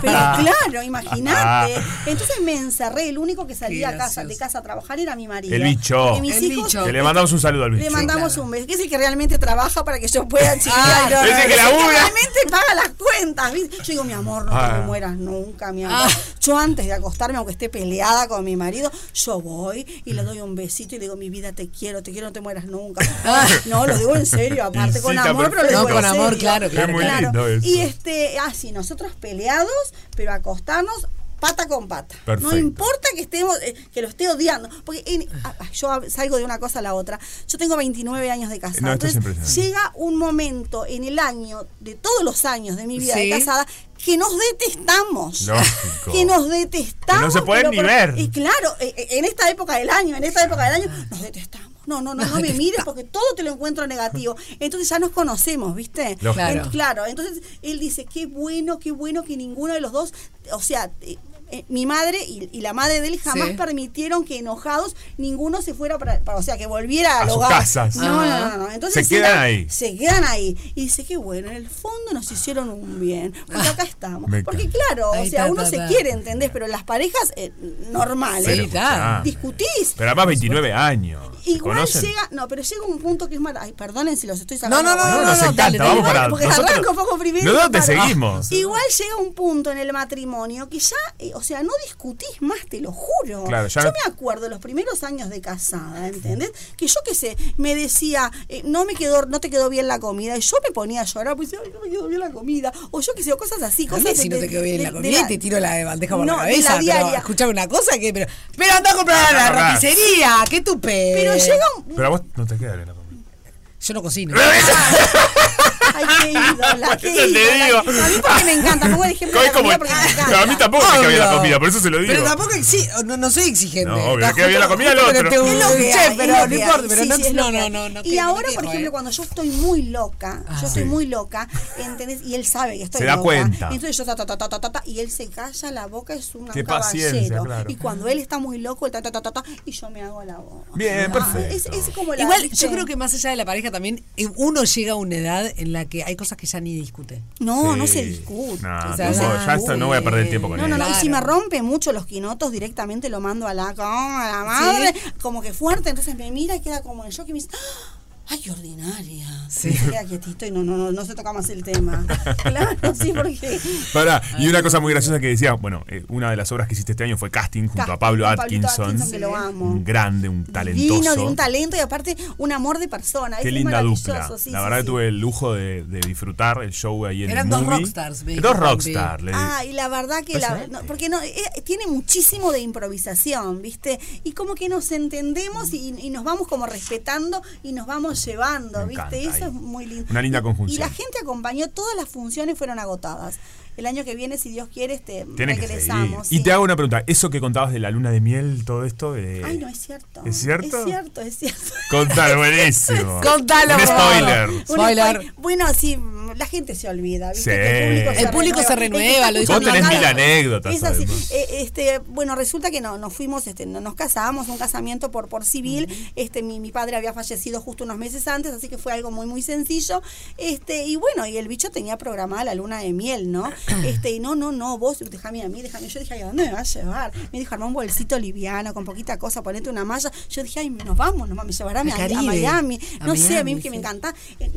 K: Pero claro, imagínate. Entonces me encerré. El único que salía a casa, de casa a trabajar era mi marido.
D: El bicho.
K: Porque mis
D: El
K: hijos-
D: bicho. Que le mandamos un saludo al
K: Le
D: bicho.
K: mandamos un beso. Que es el que realmente trabaja para que yo pueda chiquillar.
D: no, Ese no, que no. labura.
K: realmente paga las cuentas. ¿viste? Yo digo, mi amor, no te
D: Ah.
K: me mueras nunca, mi amor. Yo antes de acostarme, aunque esté peleada con mi marido, yo voy y le doy un besito y le digo, mi vida, te quiero, te quiero, no te mueras nunca. Ah, no, lo digo en serio, aparte,
C: Y
K: con
C: sí, está
K: amor, pero lo digo
C: perfecto.
K: en
C: No, con amor,
K: serio.
C: claro, claro, Es muy claro. lindo eso.
K: Y este, así, nosotros peleados, pero acostarnos pata con pata.
M: Perfecto.
K: No importa que estemos, eh, que lo esté odiando. Porque en- ah, ah, yo hab- salgo de una cosa a la otra. Yo tengo 29 años de casada.
M: No, esto es
K: entonces,
M: impresionante.
K: llega un momento en el año, de todos los años de mi vida
M: Sí.
K: de casada, que nos detestamos.
D: Lógico.
K: Que nos detestamos.
D: Que no se pueden
K: pero
D: ni
K: por-
D: ver.
K: Y claro, eh, eh, en esta época del año, en esta época del año, nos detestamos. No, no, no, no me mires porque todo te lo encuentro negativo. Entonces ya nos conocemos, ¿viste?
B: Lógico.
K: En-
B: Claro.
K: claro, entonces él dice, qué bueno, qué bueno que ninguno de los dos, o sea, eh, eh, mi madre y, y la madre de él jamás
B: Sí.
K: permitieron que enojados ninguno se fuera para, para- o sea, que volviera
B: A
K: al
B: sus
K: hogar.
B: casas.
K: No, no,
B: Ajá.
K: no, no. Entonces
B: Se
K: él-
B: quedan ahí.
K: Se quedan ahí. Y dice, qué bueno, en el fondo nos hicieron un bien, porque acá estamos.
B: Me
K: Porque claro, o
B: Ahí
K: sea,
B: ta,
K: uno
B: ta,
K: se
B: ta.
K: quiere, ¿entendés? Pero las parejas eh, normales,
D: Pero, escuchá.
B: ah.
K: discutís,
D: Pero además 29 años. ¿se
K: Igual
D: conocen?
K: llega, no, pero llega un punto que es malo. Ay, perdonen si los estoy
D: No,
K: sacando.
D: no, no, No, no, nos no, encanta, dale, vamos dale. para-
K: Porque
D: nosotros-
K: arranco un poco primero.
D: Nosotros te
K: claro.
D: seguimos.
K: Igual llega un punto en el matrimonio que ya, eh, o sea, no discutís más, te lo juro.
B: Claro, ya-
K: Yo me acuerdo los primeros años de casada, ¿entendés? Que yo qué sé, me decía, eh, no me quedó, no te quedó bien la comida, y yo me ponía a llorar, pues ay, no me quedó bien la comida, o yo qué sé, o cosas así,
C: A mí
K: cosas
C: si no
K: de-
C: te quedó bien
K: de-
C: la
K: de
C: comida y te tiro la bandeja por
K: No,
C: la
K: de la
C: cabeza. pero
K: diaria.
C: escuchame una cosa que, pero, pero anda a comprar a
D: Anda a
C: la
D: comprar.
C: roticería, qué tupé.
K: Pero llega un
D: Pero a vos no te queda bien la comida.
C: Yo no cocino.
K: Ay, qué ídola, qué
D: Por eso te
K: ídola.
D: digo.
K: A mí porque me encanta, pongo el ejemplo de la
D: Como-
K: comida porque me encanta.
D: No, a mí tampoco me queda bien la
C: Obvio.
D: comida, por eso se lo digo.
C: Pero tampoco exi- no, no soy exigente.
D: No, obvio,
C: Está
D: le queda bien la comida al
C: justo
D: otro.
C: con el
D: Es lo
C: teu-
D: que
C: che,
D: hay, es
C: pero
D: lo
C: no
D: que
C: importa,
D: hay.
C: pero
D: Sí,
C: no,
D: sí, es lo
C: no,
D: que
C: no,
D: hay.
C: no, no
K: Y
C: te- no
K: ahora,
C: te
K: por
C: dejo,
K: ejemplo,
C: eh.
K: cuando yo estoy muy loca,
C: Ah.
K: yo estoy
C: Sí.
K: muy loca, ¿entendés? Y él sabe que estoy
D: Se da
K: loca.
D: cuenta.
K: Entonces yo ta, ta, ta, ta, ta, ta, ta, y él se calla la boca, es un
D: Qué paciencia,
K: caballero.
D: claro.
K: Y cuando él está muy loco, él ta, ta, ta, ta, ta, y yo me hago la boca.
D: Bien,
K: Ah,
D: perfecto.
K: Es, es como la,
C: Igual,
K: ¿viste?
C: yo creo que más allá de la pareja también, eh, uno llega a una edad en la que hay cosas que ya ni discute.
K: No,
D: Sí.
K: no se discute.
D: No,
K: O sea,
D: tampoco, ya esto no voy a perder el tiempo con
K: No,
D: él.
K: no, no. Y si me rompe mucho los quinotos, directamente lo mando a la, con- a la madre, como que fuerte. Entonces me mira y queda como en shock y me dice, "Ah, ¡ay, qué ordinaria! Y se queda quietito y no, no, no, no se toca más el tema. claro, sí, porque...
D: Pará, y una cosa muy graciosa que decía, bueno, eh, una de las obras que hiciste este año fue casting junto a Pablo
K: Con Pablito
D: Atkinson.
K: que lo amo.
D: Un grande, un talentoso.
K: Divino, de un talento y aparte un amor de persona.
D: Qué
K: es
D: linda
K: maravilloso,
D: dupla.
K: sí,
D: la
K: sí,
D: verdad
K: sí.
D: que tuve el lujo de, de disfrutar el show ahí en
C: Eran
D: el
C: dos
D: movie.
C: rockstars, me
D: Dos
C: dijo Juanpi.
D: rockstars. le-
K: Ah, y la verdad que
D: ¿Puede
K: la,
D: ser?
K: no, porque no eh, tiene muchísimo de improvisación, ¿viste? Y como que nos entendemos y, y nos vamos como respetando y nos vamos llevando,
D: Me
K: ¿viste?
D: encanta,
K: Eso
D: ahí.
K: es muy lindo.
D: Una linda
K: Y
D: conjunción.
K: la gente acompañó, todas las funciones fueron agotadas. El año que viene, si Dios quiere, este
D: Tiene que seguir.
K: regresamos.
D: Y
K: sí.
D: te hago una pregunta. Eso que contabas de la luna de miel, todo esto. eh,
K: Ay, no es cierto.
D: ¿Es cierto?
K: Es cierto, es cierto.
D: Contalo, buenísimo.
K: Contalo,
D: Un
K: por favor.
D: spoiler.
K: Un spoiler. Bueno, sí, la gente se olvida. ¿viste?
D: Sí.
K: Que
D: El
C: público se renueva, lo dijo
D: Vos tenés mil anécdotas.
K: Es así.
D: además.
K: Eh, este, bueno, resulta que no, nos fuimos, este, no- nos casábamos, un casamiento por, por civil. Este, mi, mi padre había fallecido justo unos meses antes, así que fue algo muy, muy sencillo. Este, y bueno, y el bicho tenía programada la luna de miel, ¿no? Este, y no, no, no, vos déjame a mí, déjame. Yo dije, ay, ¿a dónde me vas a llevar? Me dijo, armá un bolsito liviano, con poquita cosa, ponete una malla. Yo dije, ay, nos vamos, nos vamos, me llevará a,
C: Al
K: Mi- a
C: Caribe.
K: Miami.
C: A
K: No sé, a mí
C: Miami,
K: que me
C: sí.
K: encanta. Eh,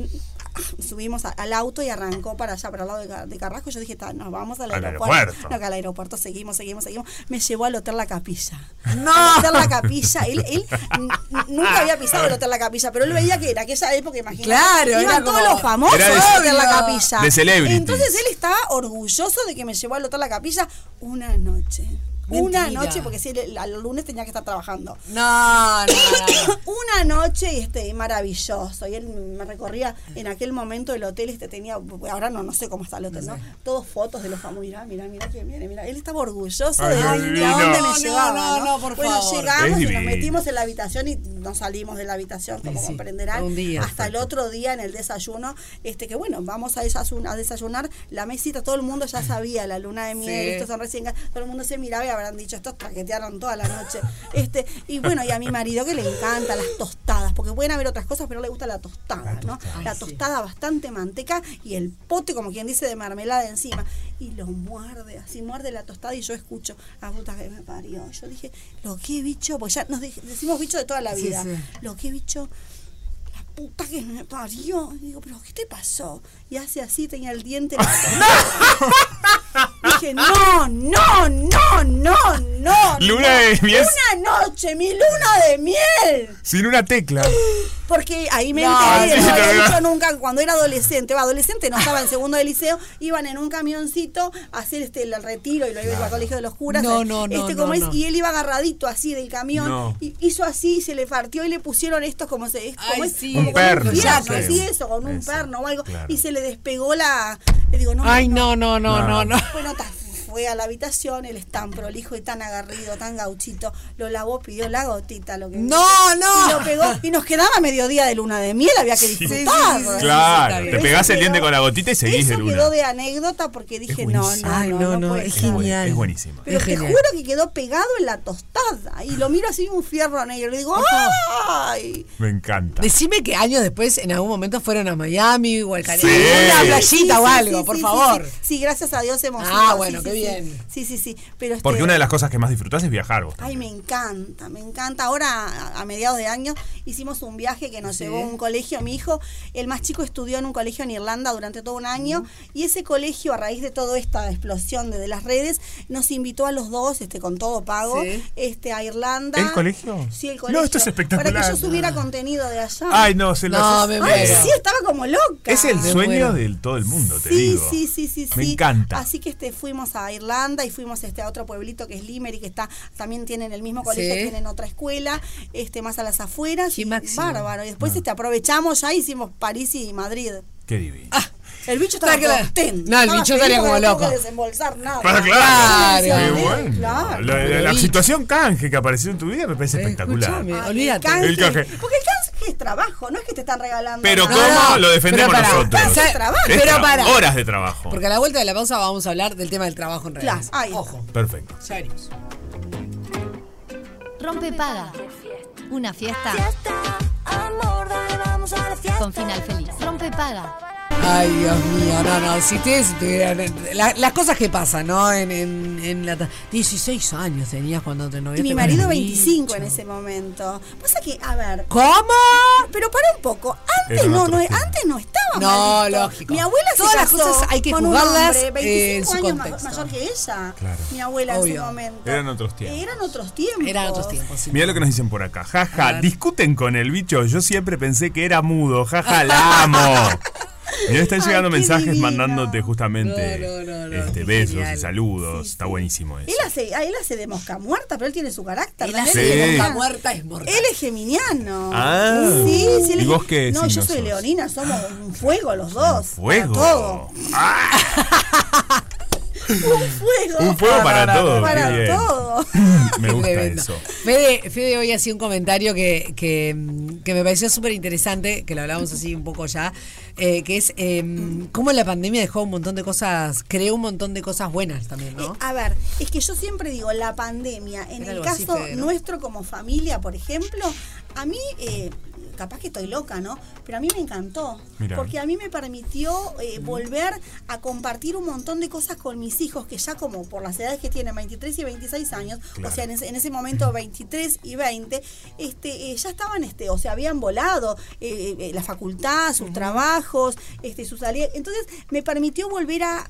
K: Subimos a- al auto y arrancó para allá, para el lado de, Ca- de Carrasco. Yo dije, "Ta, nos vamos al
B: Al
K: aeropuerto.
B: aeropuerto.
K: No, que al aeropuerto seguimos, seguimos, seguimos. Me llevó al Hotel La Capilla.
B: No.
K: Al Hotel La Capilla. Él, él n- n- nunca había pisado el Hotel La Capilla, pero él veía que en aquella época, imagínate.
C: Claro,
K: iban
C: era
K: todos
C: como-
K: los famosos
D: Era de-
K: al Hotel La Capilla.
D: de celebrities.
K: Entonces él estaba orgulloso de que me llevó al Hotel La Capilla una noche. Una
C: Mentira.
K: noche, porque si el, al lunes tenía que estar trabajando
C: No, no, no.
K: una noche este maravilloso y él me recorría en aquel momento el hotel este tenía ahora no no sé cómo está el hotel no, todos fotos de los famosos mira mira mira quién viene mira él estaba orgulloso
B: Ay,
K: de,
B: qué
K: ay, de
B: divino.
K: a dónde me
B: No, no,
K: llevaba
B: no, no, por
K: bueno
B: favor.
K: llegamos
B: Es
K: y nos
B: divino.
K: metimos en la habitación y nos salimos de la habitación como
B: sí,
K: comprenderán
B: un día.
K: hasta el otro día en el desayuno este que bueno vamos a desayunar, a desayunar la mesita todo el mundo ya sabía la luna de miel
B: Sí.
K: estos son recién todo el mundo se miraba y habrán dicho estos traquetearon toda la noche este y bueno y a mi marido que le encanta las tostadas porque pueden haber otras cosas pero le gusta la tostada no la tostada bastante manteca y el pote como quien dice de mermelada encima y lo muerde así muerde la tostada y yo escucho a puta que me parió yo dije lo que bicho pues ya nos de- decimos bicho de toda la
B: Sí,
K: vida
B: sí.
K: lo que bicho puta que me parió. Y digo, ¿pero qué te pasó? Y hace así, tenía el diente. Dije, no, no, no, no, no. no.
D: Luna de miel.
K: Una noche, mi luna de miel.
D: Sin una tecla.
K: Porque ahí me
D: No,
K: enteré,
D: sí,
K: no había
D: no, no.
K: dicho nunca, cuando era adolescente, va, adolescente no estaba en segundo de liceo, iban en un camioncito a hacer este el retiro y lo iba al colegio de los curas.
C: No,
K: eh,
C: no, no,
K: este,
C: no,
K: como es,
C: no.
K: Y él iba agarradito así del camión,
D: No.
K: y hizo así, y se le partió y le pusieron estos como se es, como es- como
D: Un
K: con
D: perno,
K: fierro,
D: sí.
K: así eso, con un perno o algo,
D: claro.
K: y se le despegó la. Le digo, no,
C: Ay, no, no, no, no, no.
K: Bueno, ta, fue a la habitación, él es tan prolijo y tan agarrido, tan gauchito, lo lavó, pidió la gotita, lo que
C: No, no.
K: Y lo pegó y nos quedaba mediodía de luna de miel, había que disfrutar.
D: Claro, te
K: Eso
D: pegás el
K: quedó-
D: diente con la gotita y seguís de
K: Eso
D: luna.
K: quedó de anécdota porque dije, no, no,
C: Ay,
K: no,
C: no,
K: no
C: no,
K: puede
C: es
K: ser.
C: genial.
D: Es buenísimo.
K: Pero
C: Es
K: te
C: genial.
K: juro que quedó pegado en la tostada. Y lo miro así un fierro negro. Y digo, ¡ay!
D: Me encanta.
C: Decime que años después en algún momento fueron a Miami o al Caribe.
D: Sí.
C: Una
K: Sí,
C: playita o
K: sí,
C: algo,
K: sí,
C: por
K: sí,
C: favor.
K: Sí, sí. Sí, gracias a Dios hemos
C: Ah,
K: ido, sí,
C: bueno,
K: sí,
C: qué
K: sí.
C: bien.
K: Sí, sí, sí. Pero
D: Porque
K: este-
D: una de las cosas que más disfrutás es viajar vos.
K: Ay, me encanta, me encanta. Ahora, a- a mediados de año, hicimos un viaje que nos llevó a un colegio. Mi hijo, el más chico, estudió en un colegio en Irlanda durante todo un año. Y ese colegio, a raíz de toda esta explosión de, de las redes, nos invitó a los dos, este, con todo pago,
D: Sí.
K: este, a Irlanda.
D: ¿El colegio?
K: Sí, el colegio.
D: No, esto es espectacular.
K: Para que yo subiera contenido de allá.
D: Ay, no, se lo No, haces- me
K: Ay,
D: muero.
K: sí, estaba como loca.
D: Es el sueño de todo el mundo, te
K: Sí,
D: digo.
K: sí, sí, sí,
D: Me
K: sí.
D: encanta.
K: Así que este, fuimos a Irlanda y fuimos este, a otro pueblito que es Limerick, que está, también tienen el mismo colegio,
C: Sí.
K: tienen otra escuela, este, más a las afueras. y
C: máximo.
K: Bárbaro. Y después este, aprovechamos ya hicimos París y Madrid.
D: Qué divino.
K: Ah, El bicho estaba
C: Sácala.
K: contento.
C: No,
K: Estaba
C: el bicho
K: feliz
C: estaría
K: porque
C: como
K: no tengo
C: loco.
K: que desembolsar nada.
D: Pero claro,
K: Claro.
D: qué bueno.
K: Claro.
D: La, la- la situación canje que apareció en tu vida me parece espectacular.
C: escúchame,
K: Ay,
C: olvídate.
K: canje.
D: El canje.
K: Porque el canje es trabajo, no es que te están regalando.
D: Pero
K: nada.
D: ¿cómo lo defendemos
C: pero pará,
D: nosotros?
C: o sea,
D: Es
C: trabajo.
D: tra-
C: pero pará.
D: Horas de trabajo.
C: Porque a la vuelta de la pausa vamos a hablar del tema del trabajo en redes.
K: Claro,
C: Ojo,
D: Perfecto.
C: ya venimos.
A: Rompe paga. Una fiesta. Con final feliz. Rompe paga.
C: Ay, Dios mío, no, no, si ustedes tuvieran la- las cosas que pasan, ¿no? En, en, en la ta- 16 años tenías cuando te noviaste.
K: Y mi
D: Este
C: con
K: marido
C: el
K: 25 en ese momento. Pasa que, a ver. ah,
C: ¿Cómo?
K: Pero para un poco. Antes
C: Era
K: no,
C: otro
K: no,
C: tiempo.
K: antes no estaba.
C: No,
K: maldito.
C: lógico.
K: Mi abuela se
C: Todas las
K: casó
C: cosas hay que
K: con un
C: juzgarlas,
K: hombre
C: eh,
K: 25
C: en su
K: años ma-
C: contexto.
K: mayor que ella.
D: Claro.
K: Mi abuela en
D: Obvio.
K: su momento.
D: Eran otros tiempos.
K: Eran otros tiempos.
C: Eran otros tiempos, sí.
D: Mira lo que nos dicen por acá. Jaja, discuten con el bicho. Yo siempre pensé que era mudo. Jaja, la amo. Ya están llegando mensajes mandándote justamente este, besos y saludos. Está buenísimo eso.
K: Él hace, ah, él hace de mosca muerta, pero él tiene su carácter.
C: Él
K: ¿no?
D: hace de Sí. mosca
C: muerta, es mortal.
K: Él es geminiano.
D: Ah.
K: Sí, sí, él
D: ¿Y
K: es-
D: vos qué
K: No, yo
D: signo
K: soy
D: sos?
K: leonina, somos un fuego los dos.
D: Fuego.
K: Para todo. un fuego.
D: Un fuego para todo,
K: Para
D: qué bien.
K: todo.
D: Me gusta
C: Tremendo.
D: eso.
C: Fede, Fede hoy hacía un comentario que, que, mm, que me pareció súper interesante, que lo hablamos así un poco ya, eh, que es eh, cómo la pandemia dejó un montón de cosas, creó un montón de cosas buenas también, ¿no?
K: Eh, a ver, es que yo siempre digo, la pandemia, en
C: Era
K: el
C: algo así,
K: caso
C: Fede, ¿no?
K: nuestro como familia, por ejemplo, a mí, eh, capaz que estoy loca, ¿no? Pero a mí me encantó,
B: Mirá.
K: porque a mí me permitió eh, volver a compartir un montón de cosas con mis hijos, que ya como por las edades que tienen, 23 y 26 años,
B: Claro.
K: o sea, en ese, en ese momento 23 y 20, este, eh, ya estaban, este, o sea, habían volado eh, eh, la facultad, sus trabajos, este, sus salidas. Entonces, me permitió volver a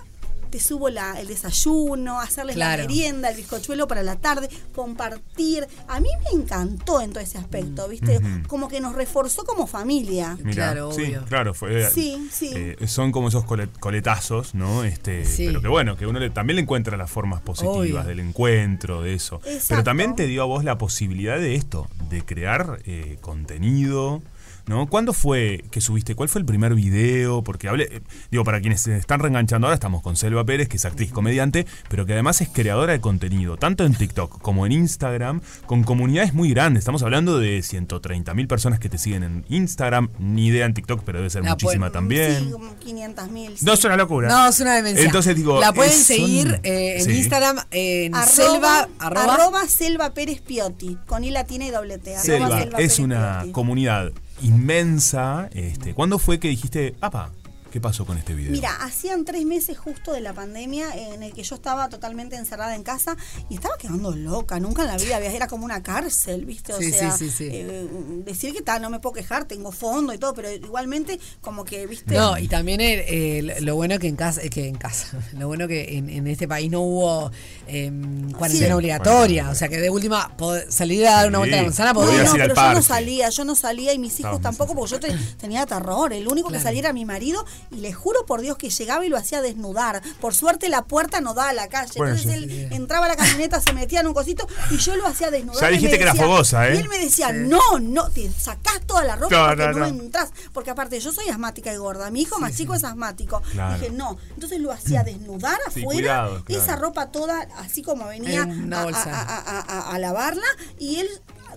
K: te subo la- el desayuno, hacerles
C: Claro.
K: la merienda, el bizcochuelo para la tarde, compartir. A mí me encantó en todo ese aspecto, ¿viste?
D: Ujú.
K: Como que nos reforzó como familia.
D: Mirá, sí, claro, fue-
K: Sí, sí.
D: eh, son como esos cole- coletazos, ¿no? Este,
K: Sí.
D: pero que bueno, que uno le- también le encuentra las formas positivas
K: Obvio.
D: del encuentro, de eso. Pero
K: Exacto.
D: también te dio a vos la posibilidad de esto, de crear eh, contenido. ¿No? ¿Cuándo fue que subiste? ¿Cuál fue el primer video? Porque hablé, eh, digo, para quienes se están reenganchando ahora, estamos con Selva Pérez, que es actriz comediante, pero que además es creadora de contenido, tanto en TikTok como en Instagram, con comunidades muy grandes. Estamos hablando de 130 mil personas que te siguen en Instagram, ni idea en TikTok, pero debe ser
C: La
D: muchísima
C: pueden-
D: también.
K: Sí, como 500 mil.
D: No, es una locura.
C: No, es una demencia.
D: Entonces digo.
C: la pueden
D: es un-
C: seguir eh, en
D: Sí.
C: Instagram, en
K: Arroba,
C: selva, arroba,
K: arroba Selva Pérez Piotti, con I latina y doble T. arroba
D: Selva, es
K: Pérez
D: una
K: Piotti.
D: comunidad inmensa. Este, ¿Cuándo fue que dijiste, apa, qué pasó con este video?
K: Mira, hacían tres meses justo de la pandemia en el que yo estaba totalmente encerrada en casa y estaba quedando loca. Nunca en la vida había, era como una cárcel, ¿viste? O
C: Sí, sí,
K: sea,
C: sí, sí.
K: eh, decir que tal, no me puedo quejar, tengo fondo y todo, pero igualmente, como que, ¿viste?
C: No, y también el- el- lo bueno que en casa, que en casa, lo bueno que en, en este país no hubo em, cuarentena
K: Sí.
C: obligatoria, o sea que de última pod- salir a dar
D: Sí.
C: una vuelta a la manzana
D: Podías
C: podías.
D: ir al
K: pero yo no
D: parque.
K: salía, yo no salía y mis hijos
D: Estábamos
K: tampoco, porque yo te- tenía terror. El único que salía era mi marido y le juro por Dios que llegaba y lo hacía desnudar. Por suerte la puerta no da a la calle.
D: Bueno,
K: Entonces
D: yo-
K: él entraba a la camioneta, se metía en un cosito y yo lo hacía desnudar.
D: Ya
K: y me
D: dijiste que era
K: decía-
D: fogosa, ¿eh?
K: Y él me decía, no, no, te sacás toda la ropa
D: No,
K: porque
D: no,
K: no,
D: no.
K: entrás. Porque aparte yo soy asmática y gorda. Mi hijo más chico es asmático.
D: Claro.
K: Dije, no. Entonces lo hacía desnudar
D: Sí,
K: afuera,
D: cuidado, claro.
K: esa ropa toda así como venía
C: En una
K: a- a-
C: bolsa.
K: a- a, a- a lavarla y él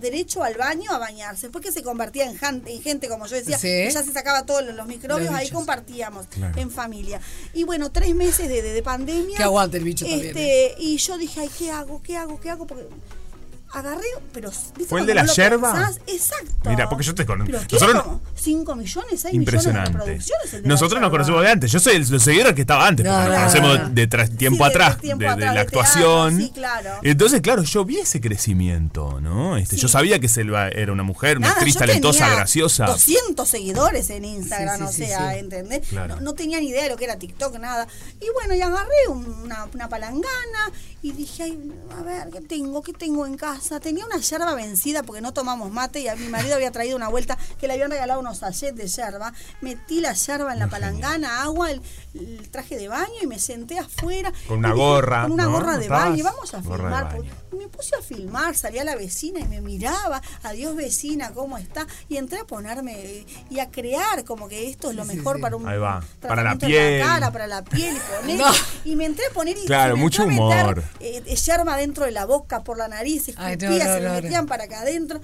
K: derecho al baño a bañarse, porque se convertía en, jan- en gente, como yo decía,
C: Sí.
K: que ya se sacaba todos los, los microbios,
C: Los
K: ahí
C: bichos.
K: compartíamos
C: Claro.
K: en familia. Y bueno, tres meses de, de- de pandemia.
C: Que aguante el bicho también, ¿eh?
K: este, Y yo dije, ay, ¿qué hago? ¿Qué hago? ¿Qué hago? Porque agarré, pero... ¿viste
D: ¿Fue
K: cuando
D: el de la
K: no lo
D: yerba?
K: pensás? Exacto.
D: Mira, porque yo te conozco.
K: Pero tiene
D: Nosotros,
K: como 5 millones, 6 millones de
D: impresionante.
K: reproducciones. el de la
D: Nosotros nos
K: yerba.
D: conocemos de antes. Yo soy el, los seguidores que estaba antes,
K: No,
D: porque nos
K: no,
D: conocemos
K: no, no.
D: de tras-
K: Sí,
D: tiempo
K: de
D: atrás,
K: tiempo
D: de, de
K: atrás,
D: la
K: de teatro,
D: actuación.
K: sí, claro.
D: Entonces, claro, yo vi ese crecimiento, ¿no? Este, Yo sabía que Selva era una mujer, una
K: Nada,
D: actriz
K: yo
D: talentosa,
K: tenía
D: graciosa.
K: 200 seguidores en Instagram,
D: Sí, sí,
K: o
D: sí,
K: sea,
D: sí.
K: ¿entendés?
D: Claro.
K: No, no tenía ni idea de lo que era TikTok, nada. Y bueno, y agarré una, una palangana y dije, "Ay, a ver, ¿qué tengo? ¿Qué tengo en casa? Tenía una yerba vencida porque no tomamos mate y a mi marido había traído una vuelta que le habían regalado unos sachets de yerba. Metí la yerba en la palangana, agua, el, el traje de baño y me senté afuera.
D: Con una
K: Y dije,
D: gorra,
K: Con una
D: ¿no?
K: gorra de
D: ¿Estabas?
K: baño. y Vamos a
D: Gorra de
K: filmar.
D: baño.
K: Y me puse a filmar, salía la vecina y me miraba, adiós vecina, ¿cómo está? Y entré a ponerme eh, y a crear como que esto es lo mejor para un
D: Ahí va.
K: tratamiento
D: Para la
K: en
D: piel.
K: cara, para la piel y poner. Y me entré a poner y
D: Claro,
K: se me
D: mucho
K: entró a meter,
D: humor.
K: eh, eh, yerba dentro de la boca, por la nariz, se
C: Ay, no,
K: escupía,
C: no,
K: se le
C: no, no.
K: metían para acá adentro.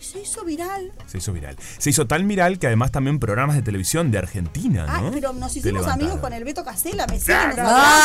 K: Y se hizo viral.
D: Se hizo viral. Se hizo tan viral que además también programas de televisión de Argentina,
K: Ah,
D: ¿no?
K: pero nos
D: Te
K: hicimos
D: levantaron. Ah,
K: amigos con el Beto Casella, me sigue, nos
C: no,
K: hablamos.
C: no,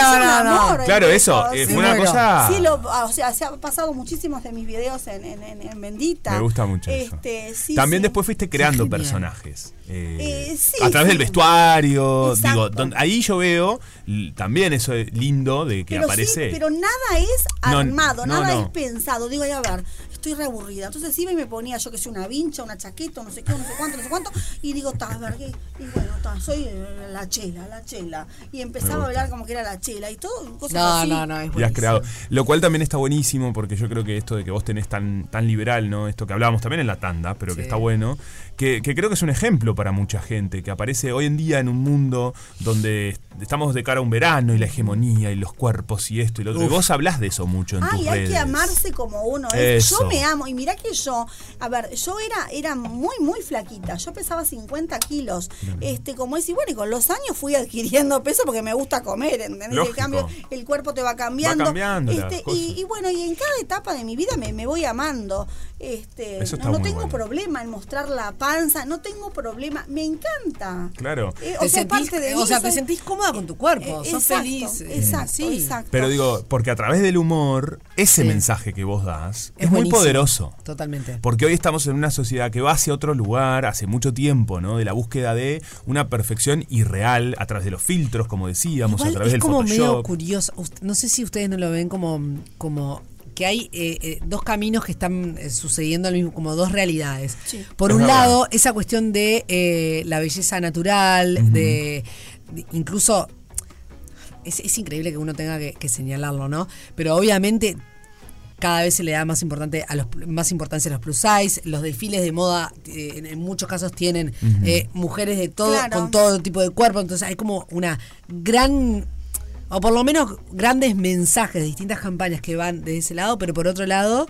K: Es un
C: no, no.
K: amor, el
D: Claro,
K: Beto,
D: eso, eh,
K: sí.
D: fue una
K: Bueno,
D: cosa-
K: Sí, lo, ah, o sea, se ha pasado muchísimos de mis videos en, en, en- en Bendita.
D: Me gusta mucho eso.
K: Este, sí,
D: También
K: sí.
D: después fuiste creando personajes. eh,
K: Eh, sí,
D: a través
K: sí.
D: del vestuario.
K: Exacto.
D: Digo, don- ahí yo veo l- también eso es lindo de que
K: pero
D: aparece.
K: Sí, pero nada es
D: No,
K: armado,
D: no,
K: nada
D: no.
K: es pensado. Digo, ay, a ver, estoy reaburrida. Entonces iba y me ponía, yo que sé, una vincha, una chaqueta, no sé qué, no sé cuánto, no sé cuánto. Y digo, ta, a ver, ¿qué? Y bueno, ta, soy eh, la chela, la chela. Y empezaba a hablar como que era la chela y todo, cosas así.
D: y has creado. Lo cual también está buenísimo, porque yo creo que esto de que vos tenés tan, tan liberal, ¿no? Esto que hablábamos también en la tanda, pero
E: Sí.
D: que está bueno, que, que creo que es un ejemplo para mucha gente, que aparece hoy en día en un mundo donde est- estamos de cara a un verano y la hegemonía y los cuerpos y esto y lo otro. Y
K: Uf.
D: vos hablás de eso mucho en
K: Ay,
D: tus
K: hay
D: redes.
K: que amarse como uno es.
D: Eso.
K: Yo me amo. Y mirá que yo, a ver, yo era, era muy, muy flaquita. Yo pesaba 50 kilos. Este, como es, y bueno, y con los años fui adquiriendo peso porque me gusta comer, ¿entendés? Y El,
D: Lógico.
K: cambio, el cuerpo te va cambiando.
D: Va cambiando las
K: Este,
D: cosas.
K: y, y bueno, y en cada etapa de mi vida me, me voy amando. Este,
D: Eso está
K: no, no
D: muy
K: tengo
D: bueno.
K: problema en mostrar la panza, no tengo problema. Me encanta.
D: Claro.
K: Eh,
C: Te sentís- o sea, te
K: sentís cómoda con tu cuerpo,
C: sos feliz, eh,
K: Exacto, exacto.
D: Pero digo, porque a través del humor, ese mensaje que vos das es, muy
C: buenísimo.
D: poderoso.
C: Totalmente.
D: Porque hoy estamos en una sociedad que va hacia otro lugar hace mucho tiempo, ¿no? De la búsqueda de una perfección irreal a través de los filtros, como decíamos,
C: Igual
D: a través
C: es
D: del
C: como medio
D: Photoshop.
C: curioso. Ust- No sé si ustedes no lo ven como, como que hay eh, eh, dos caminos que están eh, sucediendo al mismo, como dos realidades. Por
L: Es
C: un
L: verdad.
C: lado, esa cuestión de eh, la belleza natural,
L: Ujú.
C: de, de- incluso es, es increíble que uno tenga que, que señalarlo, ¿no? Pero obviamente cada vez se le da más importante a los más importancia a los plus size, los desfiles de moda eh, en, en muchos casos tienen
L: Ujú.
C: eh, mujeres de todo
L: Claro.
C: con todo tipo de cuerpo, entonces hay como una gran o por lo menos grandes mensajes de distintas campañas que van de ese lado, pero por otro lado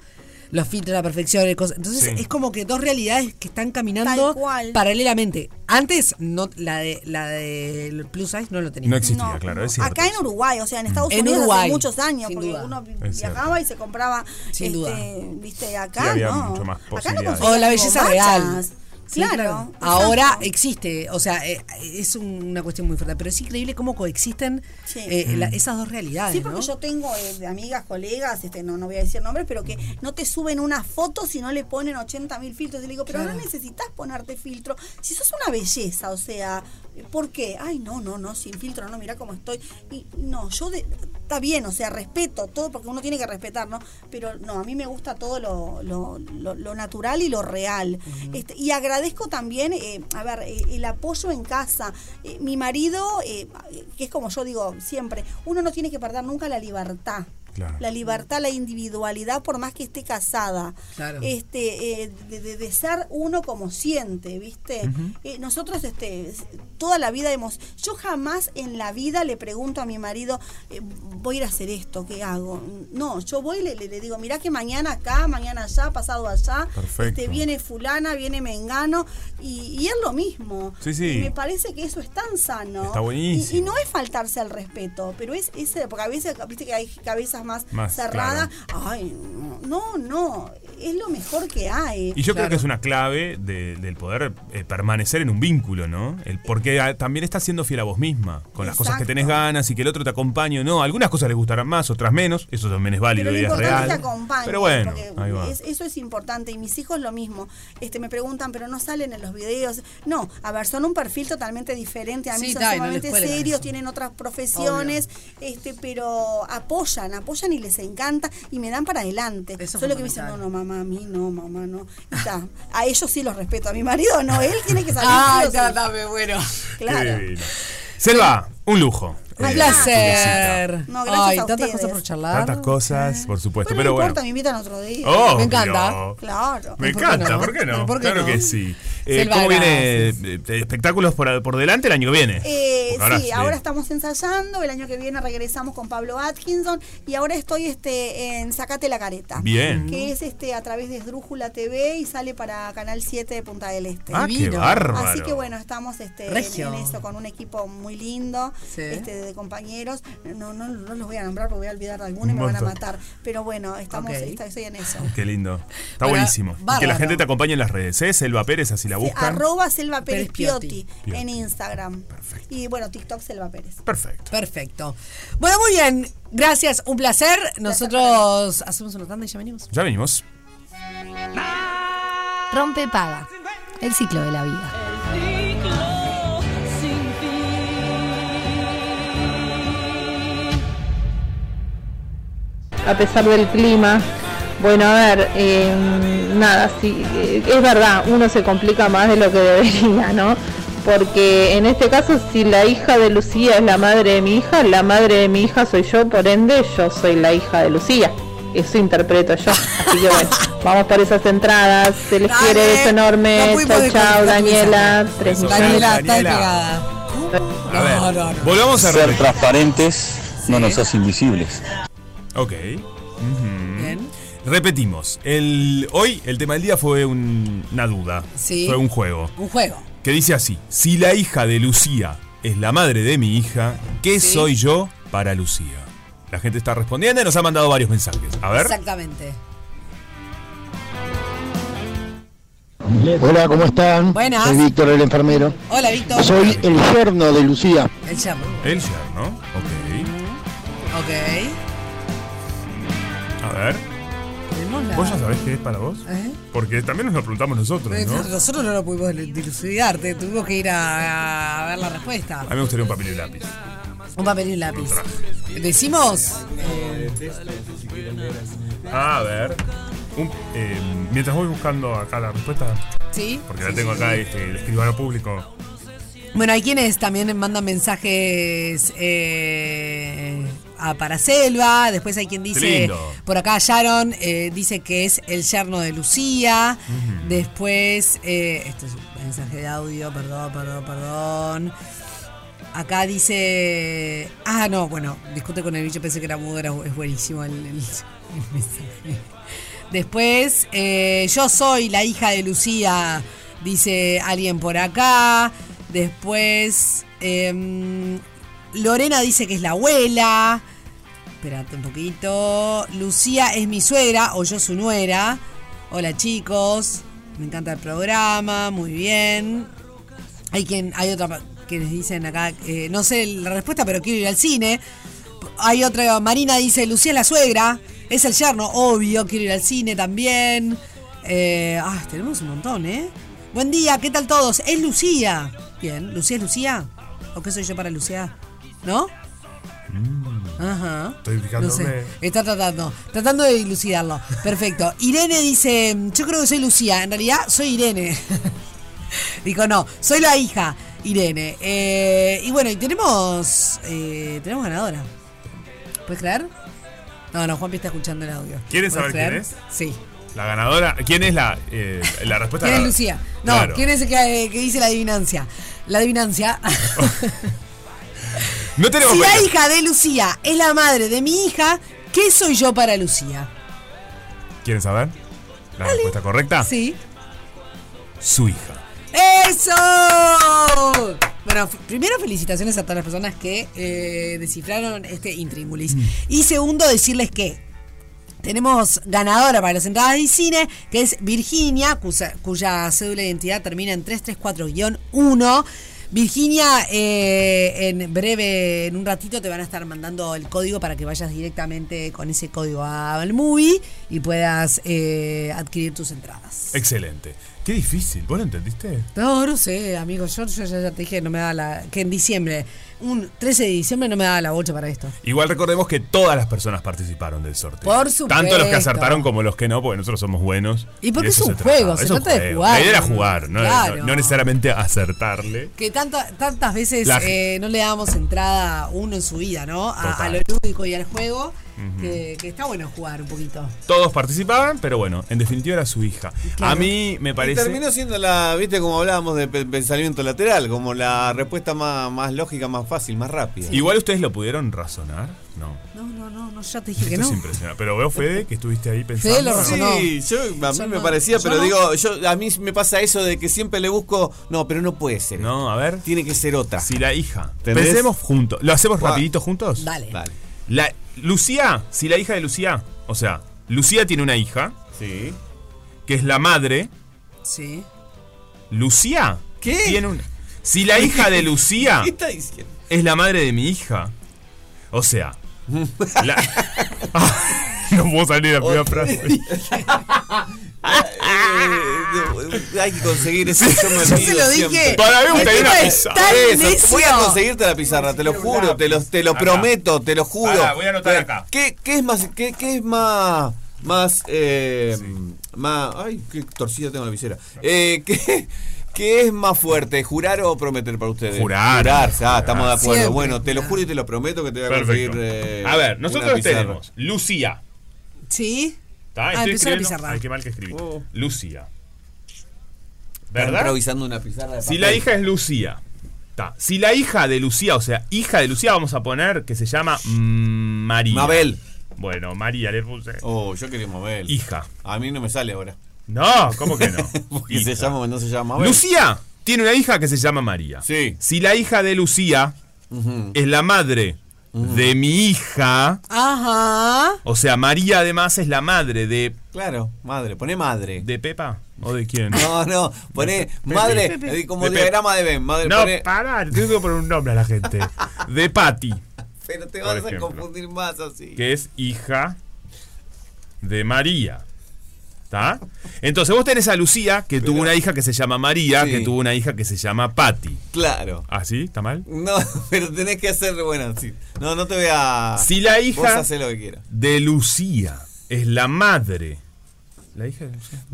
C: los filtros, la perfección, y cosas. Entonces
L: Sí.
C: es como que dos realidades que están
K: Tal
C: caminando
K: cual.
C: paralelamente. Antes no la de la del plus size no lo tenía.
D: No existía, claro, es cierto.
K: Acá en Uruguay, o sea, en Estados
C: En
K: Unidos
C: Uruguay,
K: hace muchos años, porque
C: duda.
K: uno vi-
D: Es cierto.
K: viajaba y se compraba,
C: Sin
K: este,
C: duda.
K: viste, acá,
D: Sí, había
K: ¿no?
D: mucho más
K: acá no
D: posibilidades.
K: conseguías
C: O la belleza
K: como
C: real.
K: machas.
C: Sí,
K: Claro.
C: Ahora existe, o sea, eh, es un- una cuestión muy fuerte, pero es increíble cómo coexisten eh, la-
K: Mm.
C: esas dos realidades.
K: Sí, porque
C: ¿no?
K: yo tengo eh, de amigas, colegas, este, no, no voy a decir nombres, pero que no te suben una foto si no le ponen 80 mil filtros. Y le digo, pero no
C: Claro.
K: necesitas ponerte filtro. Si sos una belleza, o sea, ¿por qué? Ay, no, no, no, sin filtro, no, mira cómo estoy. Y no, yo de- está bien, o sea, respeto todo, porque uno tiene que respetar, ¿no? Pero no, a mí me gusta todo lo, lo- lo- lo natural y lo real. Este, y agradezco también, eh, a ver, eh, el apoyo en casa. Eh, mi marido, eh, que es como yo digo siempre, uno no tiene que perder nunca la libertad.
D: Claro.
K: la libertad, la individualidad, por más que esté casada,
C: Claro.
K: este, eh, de, de- de ser uno como siente, ¿viste? Eh, nosotros este, s- toda la vida hemos, yo jamás en la vida le pregunto a mi marido, eh, voy a ir a hacer esto, ¿qué hago? No, yo voy y le, le- le digo, mirá que mañana acá, mañana allá, pasado allá,
D: Perfecto.
K: este, viene fulana, viene mengano, y, y es lo mismo.
D: Sí, sí.
K: Y me parece que eso es tan sano.
D: Está buenísimo.
K: Y- Y, no es faltarse al respeto, pero es ese, porque a veces, viste que hay cabezas más,
D: Más,
K: cerradas. Ay, no, no, no, es lo mejor que hay.
D: Y yo creo que es una clave de- del poder eh, permanecer en un vínculo, ¿no? El, porque ah, también estás siendo fiel a vos misma, con las cosas que
K: Exacto.
D: tenés ganas y que el otro te acompañe o no. Algunas cosas les gustarán más, otras menos. Eso también es válido
K: Pero
D: y
K: lo
D: es
K: importante es
D: real.
K: que acompañen,
D: Pero bueno,
K: porque
D: ahí va.
K: es- eso es importante. Y mis hijos lo mismo. Este, me preguntan, pero no salen en los videos. No, a ver, son un perfil totalmente diferente. A mí
C: Sí,
K: son
C: da, y no les
K: sumamente
C: cuelgan
K: serios,
C: eso.
K: tienen otras profesiones, este, pero apoyan, apoyan y les encanta y me dan para adelante. Solo que me dicen, no, no, mamá, a mí no, mamá, no. Y está. A ellos sí los respeto, a mi marido no, él tiene que salir.
C: Ah,
K: sí o sí.
C: ya, está, me muero.
K: Claro.
D: Qué divino. Selva, un lujo.
K: Un
D: Eh,
C: placer.
D: tu visita.
K: No, gracias
C: Ay,
K: a
C: tantas
K: ustedes.
C: cosas por charlar.
D: Tantas cosas, por supuesto.
K: Pero
D: Pero
K: no
D: bueno. Oh,
K: importa, me invitan otro día.
D: Obvio.
C: Me encanta.
K: Claro.
D: Me
C: ¿Por qué
D: encanta,
C: no?
D: ¿por qué no?
C: ¿Por qué
D: claro
C: no?
D: que sí. Eh,
C: Selva,
D: ¿Cómo viene eh, eh, espectáculos por, por delante el año que viene?
K: Eh,
D: Porque ahora,
K: sí,
D: eh,
K: ahora estamos ensayando, el año que viene regresamos con Pablo Atkinson y ahora estoy este en Sacate la careta.
D: Bien.
K: Que es este a través de Esdrújula TV y sale para Canal 7 de Punta del Este.
D: Ah, qué bárbaro.
K: Así que bueno, estamos este, en,
C: Regio.
K: en eso con un equipo muy lindo
C: Sí.
K: este, de compañeros. No, no, no los voy a nombrar porque voy a olvidar de alguno y
D: Un
K: me van a
D: montón.
K: matar. Pero bueno, estamos,
C: Ok.
K: está- estoy en eso.
D: Qué lindo. Está
C: Bueno,
D: buenísimo. Y que la
C: bárbaro.
D: gente te acompañe en las redes, ¿eh? Selva Pérez, así la
K: Sí,
D: buscan.
K: arroba Selva Pérez
C: Pérez Piotti.
K: Piotti en Instagram. Y bueno, TikTok Selva Pérez.
D: Perfecto.
C: Perfecto. Bueno, muy bien. Gracias, un placer. Nosotros hacemos una tanda y ya venimos.
D: Ya venimos.
A: Rompe paga. El ciclo de la vida.
I: a pesar del clima. Bueno, a ver, eh, nada, sí, eh, es verdad, uno se complica más de lo que debería, ¿no? Porque en este caso, si la hija de Lucía es la madre de mi hija, la madre de mi hija soy yo, por ende, yo soy la hija de Lucía. Eso interpreto yo. Así que bueno, vamos por esas entradas. Se les
C: Dale.
I: quiere, beso
C: No
I: enorme.
C: fuimos
I: chao,
C: de
I: chao,
C: colectivo,
I: Daniela. Tres
D: Beso.
I: millones.
C: Daniela, está ahí
D: Daniela.
C: pegada.
D: A ver,
C: No, no, no.
D: volvamos a
L: Ser
D: ver.
L: transparentes no nos hace invisibles.
D: Ok. Ujú.
C: Bien.
D: Repetimos. El, hoy el tema del día fue un- una duda.
C: Sí.
D: Fue un juego.
C: Un juego.
D: Que dice así: Si la hija de Lucía es la madre de mi hija, ¿qué soy yo para Lucía? La gente está respondiendo y nos ha mandado varios mensajes. A ver.
C: Exactamente.
M: Hola, ¿cómo están?
C: Buenas.
M: Soy Víctor, el enfermero.
C: Hola, Víctor.
M: Soy el yerno de Lucía.
C: El chamo.
D: El share, ¿no? Ok.
C: Ok.
D: A ver.
C: Tenemos la-
D: ¿Vos ya sabés qué es para vos?
C: Ah. ¿Eh?
D: Porque también nos lo preguntamos nosotros, ¿no?
C: Nosotros no lo pudimos dilucidar, te- tuvimos que ir a, a ver la respuesta.
D: A mí me gustaría un papel y lápiz.
C: Un papel y un lápiz. Decimos. eh,
D: A ver. Un- eh, mientras voy buscando acá la respuesta,
C: sí.
D: porque
C: Sí,
D: la tengo
C: sí,
D: acá,
C: sí.
D: este, el escribano público.
C: Bueno, hay quienes también mandan mensajes eh, a para Selva. Después hay quien
D: Qué
C: dice,
D: lindo.
C: por acá Sharon eh, dice que es el yerno de Lucía. Después, eh, esto es un mensaje de audio, perdón, perdón, perdón. Acá dice, ah, no, bueno, discute con el bicho, pensé que era mudo, era, es buenísimo el, el- el mensaje. Después, eh, yo soy la hija de Lucía, dice alguien por acá. Después, em, Lorena dice que es la abuela. Espérate un poquito. Lucía es mi suegra o yo su nuera. Hola chicos, me encanta el programa, muy bien. Hay quien, hay otra pa- que les dicen acá, eh, no sé la respuesta, pero quiero ir al cine. Hay otra, Marina dice, Lucía es la suegra, es el yerno, obvio, quiero ir al cine también. Eh, ah, tenemos un montón, ¿eh? Buen día, ¿qué tal todos? Es Lucía. Bien, ¿Lucía es Lucía? ¿O qué soy yo para Lucía? ¿No? Ajá.
D: Estoy
C: No
D: picándome.
C: sé, está tratando, tratando de dilucidarlo. Perfecto. Irene dice, "Mm, yo creo que soy Lucía, en realidad soy Irene. Digo, no, soy la hija, Irene. Eh, y bueno, y tenemos, eh, tenemos ganadora. ¿Puedes creer? No, no, Juanpi está escuchando el audio.
D: ¿Quieres
C: ¿Puedes
D: saber
C: creer?
D: quién es?
C: Sí.
D: La ganadora. ¿Quién es la, eh, la respuesta?
C: ¿Quién es Lucía? No,
D: Claro.
C: ¿quién es el que, eh, que dice la adivinancia? La adivinancia.
D: Oh, No tenemos
C: si la
D: pena.
C: hija de Lucía es la madre de mi hija, ¿qué soy yo para Lucía?
D: ¿Quieren saber? ¿La respuesta correcta?
C: Sí.
D: Su hija.
C: ¡Eso! Bueno, f- primero felicitaciones a todas las personas que eh, descifraron este intríngulis. Y segundo, decirles que tenemos ganadora para las entradas de cine, que es Virginia, cuya, cuya cédula de identidad termina en 334-1. Virginia, eh, en breve, en un ratito, te van a estar mandando el código para que vayas directamente con ese código al movie y puedas eh, adquirir tus entradas.
D: Excelente. Qué difícil. ¿Vos lo entendiste?
C: No, no sé, amigo. Yo, yo ya, ya te dije que no me da la. que en diciembre, un 13 de diciembre no me daba la bocha para esto.
D: Igual recordemos que todas las personas participaron del sorteo.
C: Por supuesto.
D: Tanto los que acertaron como los que no, porque nosotros somos buenos.
C: Y porque
D: de
C: es
D: eso
C: un
D: trataba.
C: juego, se
D: Es un
C: trata de
D: juego.
C: jugar.
D: La idea era jugar, no,
C: Claro.
D: no- no necesariamente acertarle.
C: Que tanto- tantas veces
D: La-
C: eh, no le damos entrada a uno en su vida, ¿no? A, a
D: Total.
C: lo lúdico y al juego.
D: Ujú.
C: que, que está bueno jugar un poquito.
D: Todos participaban, pero bueno, en definitiva era su hija.
C: Claro.
D: A mí me
E: Y
D: parece.
E: terminó siendo la, viste, como hablábamos de pe- pensamiento lateral, como la respuesta más, más lógica, más fácil, más rápida.
D: Igual ustedes lo pudieron razonar. No.
C: No, no, no, no ya te dije
D: Esto
C: que no.
D: es impresionante. Pero veo, Fede, que estuviste ahí pensando.
E: Sí, yo, a mí
D: Yo
E: me
D: no.
E: parecía,
D: Yo
E: pero
D: no.
E: digo, yo a mí me pasa eso de que siempre le busco, no, pero no puede ser.
D: No, a ver.
E: Tiene que ser otra.
D: Si la hija.
E: ¿Entendés?
D: Pensemos juntos. ¿Lo hacemos
E: Ah.
D: rapidito juntos?
C: Dale.
D: La, Lucía, si la hija de Lucía, o sea, Lucía tiene una hija.
E: Sí.
D: Que es la madre.
C: Sí.
D: Lucía.
E: ¿Qué?
D: Tiene una. Si la hija de Lucía
E: ¿Qué está diciendo?
D: es la madre de mi hija. O sea. la- no puedo salir la primera frase.
E: Eh, Hay que conseguir eso. yo me
D: Yo se
E: olvido
D: lo dije.
E: siempre.
D: Para mí usted El era tipo es pizarra. tan
E: Eso, Voy a
D: necio.
E: conseguirte la pizarra, te lo juro, te lo, te lo
D: Acá.
E: prometo, te lo juro.
D: Pará, voy a anotar
E: Ver,
D: acá.
E: ¿Qué, qué es más, qué, qué es más, más, eh, más, ay, qué torcida tengo la visera. Eh, ¿qué, qué es más fuerte, jurar o prometer para ustedes?
D: Jurar.
E: Jurar, ah, estamos de acuerdo.
D: Siempre
E: Bueno, te lo juro y te lo prometo que te voy a conseguir.
D: Perfecto.
E: eh,
D: a ver,
E: una
D: nosotros
E: pizarra.
D: tenemos Lucía.
C: Sí.
D: ¿Está?
C: Ah,
D: Estoy
C: empezó la
D: escribiendo-
C: pizarra.
D: Ay, qué mal que escribí.
E: Oh.
D: Lucía.
E: Están
D: ¿Verdad?
E: improvisando una pizarra de
D: Si
E: papel.
D: la hija es Lucía. Ta. Si la hija de Lucía, o sea, hija de Lucía, vamos a poner que se llama mm, María.
E: Mabel.
D: Bueno, María le puse.
E: Oh, yo quería Mabel.
D: Hija.
E: A mí no me sale ahora.
D: No, ¿cómo que no?
E: Porque se llama o no se llama Mabel.
D: Lucía tiene una hija que se llama María. Sí. Si la hija de Lucía es la madre de mi hija,
C: Ajá.
D: o sea, María además es la madre de.
E: Claro, madre. Poné madre.
D: ¿De Pepa? ¿O de quién?
E: No, no, poné madre, eh, como diagrama de Ben, madre,
D: No,
E: poné-
D: pará, le tengo que poner un nombre a la gente. De Patty,
E: Pero te
D: Por
E: vas a
D: ejemplo.
E: confundir más así.
D: que es hija de María. ¿Está? Entonces vos tenés a Lucía, que tuvo una hija que se llama María, que tuvo una hija que se llama Patty.
E: Claro.
D: ¿Ah, sí? ¿Está mal?
E: No, pero tenés que hacer, bueno, sí. No, no te voy a.
D: Si la hija-
E: Vos hacés lo que quieras.
D: De Lucía. Es la madre. ¿La hija de Lucía?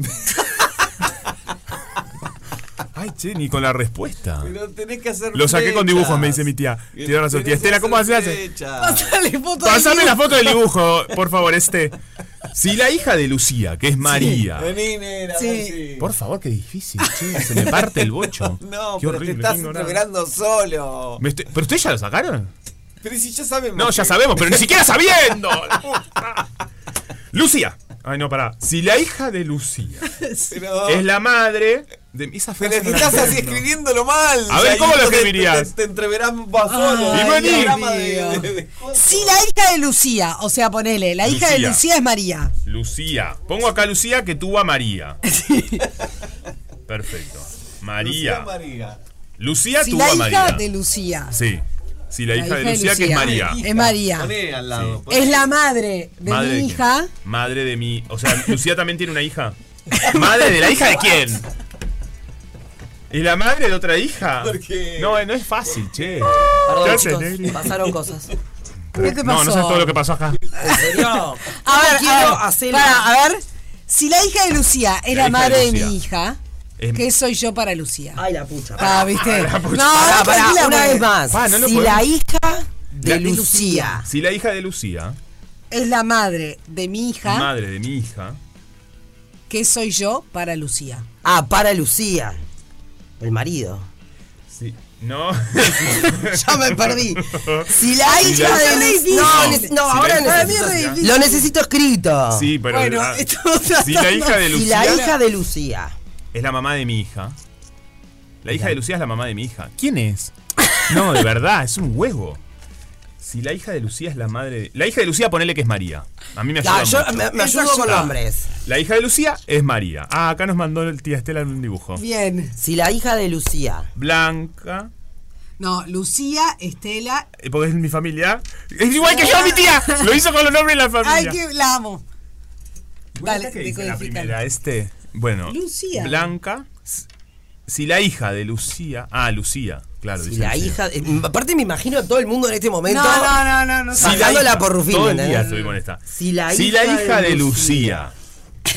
D: Ay, che, ni con la respuesta.
E: Pero tenés que hacer.
D: Lo saqué con
E: flechas.
D: dibujos, me dice mi tía. Tiene razón,
E: Tenés
D: tía
E: que
D: Estela, ¿cómo
E: hacer
D: se hace?
E: flechas.
C: foto del
D: Pasame la
C: dibujo.
D: foto del dibujo, por favor, este. Si la hija de Lucía, que es María.
E: Vení, nena, vení.
D: Por favor, qué difícil, che, se me parte el bocho.
E: No,
D: Qué
E: pero
D: horrible,
E: te estás
D: tengo nada.
E: logrando solo.
D: Me estoy- ¿Pero ustedes ya lo sacaron?
E: Pero si ya sabemos.
D: No, ya
E: que-
D: sabemos, pero ni siquiera sabiendo. la puta. Lucía. Ay, no, pará. Si la hija de Lucía
E: Pero-
D: es la madre de esa frase.
E: Pero
D: no la
E: estás Oh. así
D: entiendo.
E: escribiéndolo mal.
D: A ver, ¿cómo lo
E: Ahí te-
D: escribirías?
E: Te, te entreverás vos solo.
N: Ah,
D: Y
E: Ahí,
D: vení.
E: diagrama de- de- de-
C: Si la hija de Lucía, o sea, ponele, la hija de
D: Lucía.
C: Lucía es María.
D: Lucía. Pongo acá Lucía que tuvo a María. Perfecto. María.
E: María.
D: Lucía
C: si
D: tuvo
C: la
D: a
C: hija
D: María.
C: de Lucía.
D: Sí. Si la, hija, de Lucía, que es María.
C: Es
N: Ah,
C: María.
E: Poné al lado.
D: Sí.
C: Es la madre de
D: Madre de
C: mi
D: quién?
C: hija.
D: Madre de mi. O sea, Lucía también tiene una hija. ¿Madre de la hija de quién? ¿Y la madre de otra hija? No, eh, no es fácil, che.
N: Perdón,
D: ¿Qué haces,
N: chicos,
D: Negri?
N: pasaron cosas.
C: ¿Qué te
D: No,
C: pasó?
D: no sabes todo lo que pasó acá.
N: ¿En serio?
C: A ver,
N: quiero
C: a ver,
N: hacerlo.
C: para, a ver. Si la hija de Lucía es
D: La
C: la,
D: hija de
C: madre de,
D: Lucía.
C: mi hija,
D: Es-
C: ¿qué soy yo para Lucía?
N: Ay, la pucha.
C: Ah, ¿viste?
D: la pucha.
C: No,
D: Pará, pará,
C: no, tranquila,
N: una
C: porque-
N: vez más.
D: Pa, no lo
N: si
D: podemos-
N: la hija de
D: La-
N: Lucía
D: Si la hija de Lucía
C: es la madre de mi hija.
D: Madre de mi hija.
C: ¿Qué soy yo para Lucía?
N: Ah, para Lucía. El marido.
D: Sí. No.
N: Ya me perdí. Si la hija de Lucía. No, ne- no, ahora necesito. Lo necesito escrito.
D: Sí, pero. ah, si la hija de
N: Si
D: Lucía.
N: la hija de Lucía.
D: Es la mamá de mi hija. La hija de Lucía es la mamá de mi hija. ¿Quién es? No, de verdad, es un huevo. Si la hija de Lucía es la madre de... La hija de Lucía, ponele que es María. A mí me ayuda
N: Ah, yo
D: mucho.
N: me- me Eso ayudo con ayuda. nombres.
D: La hija de Lucía es María. Ah, acá nos mandó el tía Estela un dibujo.
C: Bien.
N: Si la hija de Lucía.
D: Blanca.
C: No, Lucía, Estela.
D: eh, Porque es mi familia. Es igual que yo, mi tía. Lo hizo con los nombres de la
C: Ay,
D: familia.
C: que la amo. Dale,
D: ¿Qué dice la
C: decodifica.
D: primera? Este. Bueno.
C: Lucía.
D: Blanca. s- Si la hija de Lucía. Ah, Lucía. Claro,
N: Si
D: dice
N: la
D: Lucía.
N: hija. eh, Aparte me imagino a todo el mundo en este momento.
C: No, no, no, no, no.
D: Si la
N: Sacándola
D: hija-
N: por Rufino.
D: Todo el día
N: ¿entendés?
D: estuvimos en esta.
N: Si la
D: Si
N: hija
D: la hija
N: de
D: de Lucía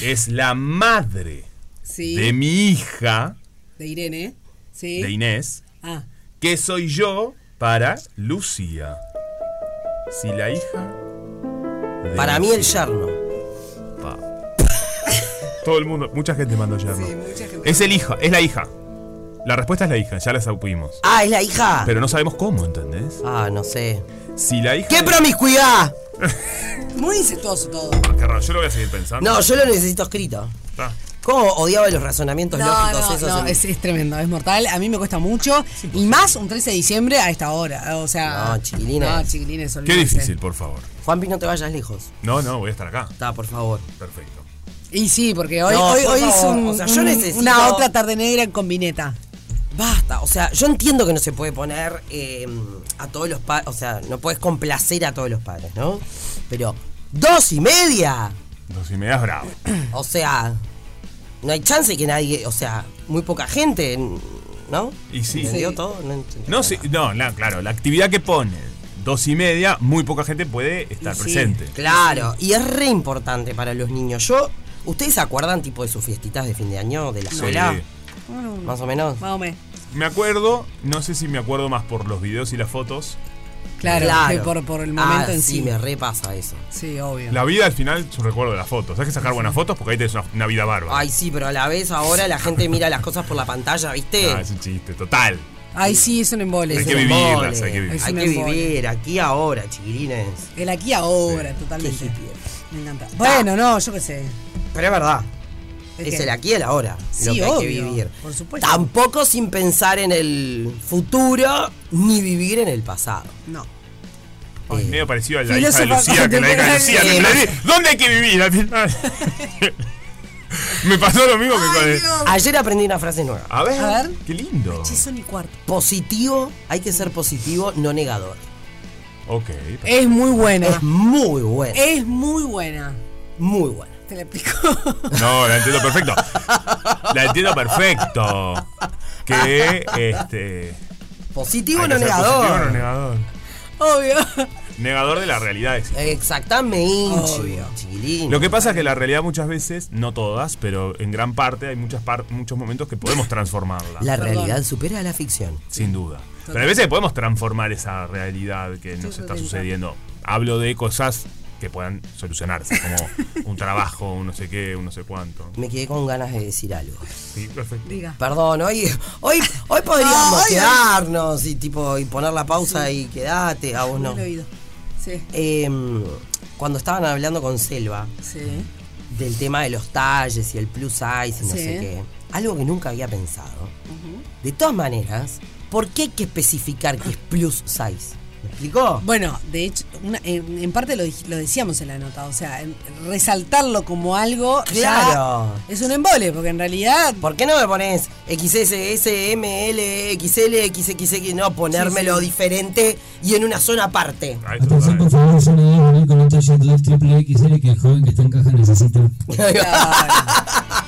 D: es la madre
C: Sí.
D: de mi hija,
C: De Irene. Sí.
D: de Inés,
C: Ah.
D: ¿qué soy yo para Lucía? Si la hija. de
N: Para mí el
D: Lucía.
N: yerno.
D: Pa. Todo el mundo, mucha gente mandó yerno. Es el hijo, es la hija. La respuesta es la hija, ya la supimos.
N: Ah, es la hija.
D: Pero no sabemos cómo, ¿entendés?
N: Ah, no sé.
D: Si la hija.
N: ¡Qué promiscuidad!
C: Muy incestuoso todo.
D: Ah, qué raro, yo lo voy a seguir pensando.
N: No, yo lo necesito escrito.
D: Está.
N: ¿Cómo odiaba los razonamientos lógicos
C: no,
N: esos?
C: no,
N: en-
C: es, es tremendo, es mortal. A mí me cuesta mucho. Y más un 13 de diciembre a esta hora. ¿eh? O sea.
N: No, chiquilines.
C: No, chiquilines.
D: Qué
C: olvídense.
D: difícil, por favor.
N: Juanpi, no te vayas lejos.
D: No, no, voy a estar acá.
N: Está, por favor.
D: Perfecto.
C: Y sí, porque hoy,
N: No,
C: hoy,
N: por
C: hoy es
N: favor,
C: un-
N: o sea, yo
C: un-
N: necesito-
C: una otra tarde negra en combineta.
N: Basta, o sea, yo entiendo que no se puede poner eh, a todos los padres, o sea, no puedes complacer a todos los padres, ¿no? Pero, dos y media.
D: Dos y media es bravo.
N: O sea, no hay chance que nadie, o sea, muy poca gente, ¿no?
D: Y sí.
N: ¿Entendió
D: Sí.
N: todo? No ent-
D: No, sí, no, la- claro, la actividad que pone, dos y media, muy poca gente puede estar
N: Sí,
D: presente.
N: Claro, y es re importante para los niños. Yo, ¿ustedes se acuerdan tipo de sus fiestitas de fin de año de la
D: Sí.
N: escuela? Más o menos.
C: Más o menos.
D: Me acuerdo, no sé si me acuerdo más por los videos y las fotos.
C: Claro, que por, por el momento
N: Ah,
C: en sí.
N: sí. me repasa eso.
C: Sí, obvio.
D: La vida al final, yo recuerdo de las fotos. Hay que sacar buenas fotos porque ahí tenés una, una vida bárbara.
N: Ay, sí, pero a la vez ahora la gente mira las cosas por la pantalla, ¿viste?
D: Ah, es un chiste, total.
C: Ay, sí, es un embole.
D: Hay
C: sí.
D: que vivirlas, hay que
N: Hay
D: vivirlas.
C: Es un
N: que
C: embole.
N: vivir aquí ahora, chiquilines.
C: El aquí ahora, totalmente.
N: Qué
C: Me encanta. Bueno, no, yo qué sé.
N: Pero es verdad.
C: ¿El
N: Es
C: qué?
N: el aquí y el ahora.
C: Sí,
N: lo que hay que
C: obvio,
N: vivir.
C: por supuesto.
N: Tampoco sin pensar en el futuro ni vivir en el pasado.
C: No.
D: Ay, medio parecido a la hija de
N: Filósofa
D: Lucía, que la hija de Lucía.
N: contemporánea.
D: que la hija- ¿Dónde hay que vivir al final? me pasó lo mismo que con el-
N: Ayer aprendí una frase nueva.
D: A ver,
N: A ver.
D: qué lindo.
C: ni cuarto.
N: Positivo, hay que ser positivo, no negador.
D: Ok.
C: Es muy buena.
N: Es muy buena.
C: Es muy buena.
N: Muy buena.
C: Te la explico.
D: No, la entiendo perfecto. La entiendo perfecto. Que este.
N: Positivo,
D: hay que
N: no
D: ser
N: negador.
D: positivo, no negador.
C: Obvio.
D: Negador de la realidad. existe.
N: Exactamente.
C: Obvio.
N: Chiquilín.
D: Lo que pasa es que la realidad muchas veces, no todas, pero en gran parte hay muchas par- muchos momentos que podemos transformarla.
N: La realidad supera a la ficción.
D: Sin duda. Pero a veces que podemos transformar esa realidad que nos está sucediendo. Hablo de cosas que puedan solucionarse, como un trabajo, un no sé qué, un no sé cuánto.
N: Me quedé con ganas de decir algo.
D: Sí, perfecto.
C: Diga.
N: Perdón, hoy, hoy, hoy podríamos
C: Ay, ay.
N: quedarnos y tipo y poner la pausa y quedate, a vos no.
C: El oído. Sí.
N: Em, cuando estaban hablando con Selva
C: Sí.
N: del tema de los talles y el plus size y no
C: Sí.
N: sé qué, algo que nunca había pensado. De todas maneras, ¿por qué hay que especificar que es plus size? ¿Me explicó?
C: Bueno, de hecho, una- en, en parte lo, dij- lo decíamos en la nota, o sea, en- resaltarlo como algo
N: Claro.
C: ya es un embole, porque en realidad
N: ¿Por qué no me pones XS, S, M, L, XL, XXX? No, ponérmelo diferente y en una zona aparte.
D: Ahí está,
G: Atención, por favor, zona de venir con un talle 2 triple XL que el joven que está en caja necesita.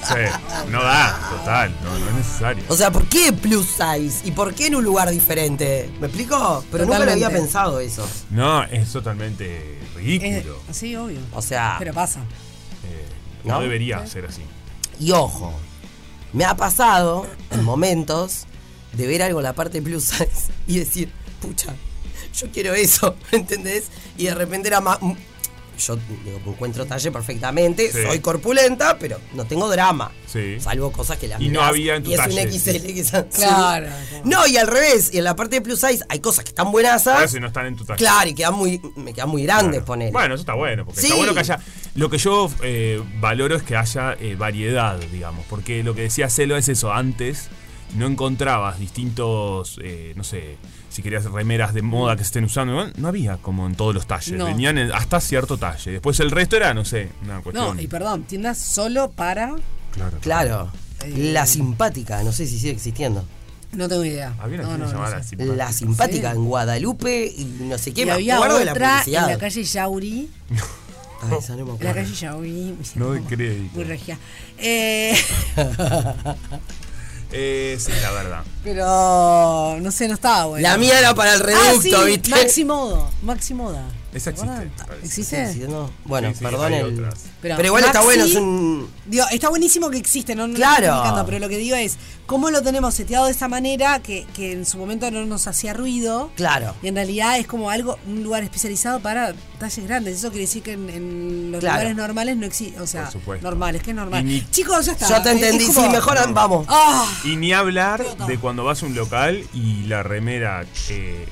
D: Sí, no da, total, no, no es necesario.
N: O sea, ¿por qué plus size? ¿Y por qué en un lugar diferente? ¿Me explico? Pero nunca lo
C: Totalmente.
N: había pensado eso.
D: No, es totalmente
C: es-
D: ridículo.
C: sí, obvio.
N: O sea,
C: Pero pasa.
D: Eh, no,
N: ¿No?
D: debería ser así.
N: y ojo, me ha pasado en momentos de ver algo en la parte plus size y decir, pucha, yo quiero eso, ¿entendés? Y de repente era más, mm, yo digo, encuentro talle perfectamente,
D: Sí.
N: soy corpulenta, pero no tengo drama.
D: Sí.
N: Salvo cosas que las
D: Y no
N: mirás
D: había en tu
N: y es
D: talle.
N: un XL quizás. sí.
D: Claro,
N: No, y al revés, y en la parte de plus size hay cosas que están buenasas.
D: Ahora si no están en tu talle.
N: Claro, y quedan muy, me quedan muy grandes, poner.
D: Bueno, eso está bueno, porque está
N: Sí.
D: bueno que haya. Lo que yo eh, valoro es que haya eh, variedad, digamos, porque lo que decía Celo es eso, antes no encontrabas distintos, eh, no sé, si querías remeras de moda que se estén usando, no- no había como en todos los talles,
C: No.
D: venían en- hasta cierto talle, después el resto era, no sé, una cuestión.
C: No, y perdón, tiendas solo para.
D: Claro.
N: Claro.
D: Eh.
N: La simpática, no sé si sigue existiendo.
C: No tengo idea.
D: Había una
C: No,
D: tienda
C: no,
D: llamada
C: no
D: La
C: sé.
D: Simpática.
N: La simpática en Guadalupe y no sé qué.
C: Y
N: me
C: había
N: acuerdo de la
C: otra en
N: publicidad.
C: la calle Yauri.
N: Ah, esa no me
C: La
N: acuerdo.
C: calle Yauri.
D: No de crédito.
C: Muy regia. Eh,
D: Eh, sí, la verdad.
C: pero no sé, no estaba bueno.
N: La mía era para el
C: Ah, sí,
N: reducto, ¿viste?
C: Maximodo. Maximoda.
D: Esa existe.
C: ¿Existe?
N: Sí, sí, no. Bueno,
D: Sí, sí,
N: perdón
D: hay
N: el-
D: otras.
N: Pero, igual está
C: Maxi-
N: bueno, es un.
C: Digo, está buenísimo que existe, no, no lo
N: Claro.
C: estoy criticando, pero lo que digo es, ¿cómo lo tenemos seteado de esa manera que, que en su momento no nos hacía ruido?
N: Claro.
C: Y en realidad es como algo, un lugar especializado para talles grandes. Eso quiere decir que en, en los
N: Claro.
C: lugares normales no existe, o sea,
D: Por supuesto.
C: normales, que es normal.
D: Y ni-
C: Chicos, ya está.
N: Yo te
C: Es- es
N: entendí,
C: como-
N: si mejoran, vamos.
C: Ah,
D: Y ni hablar de cuando vas a un local y la remera, eh,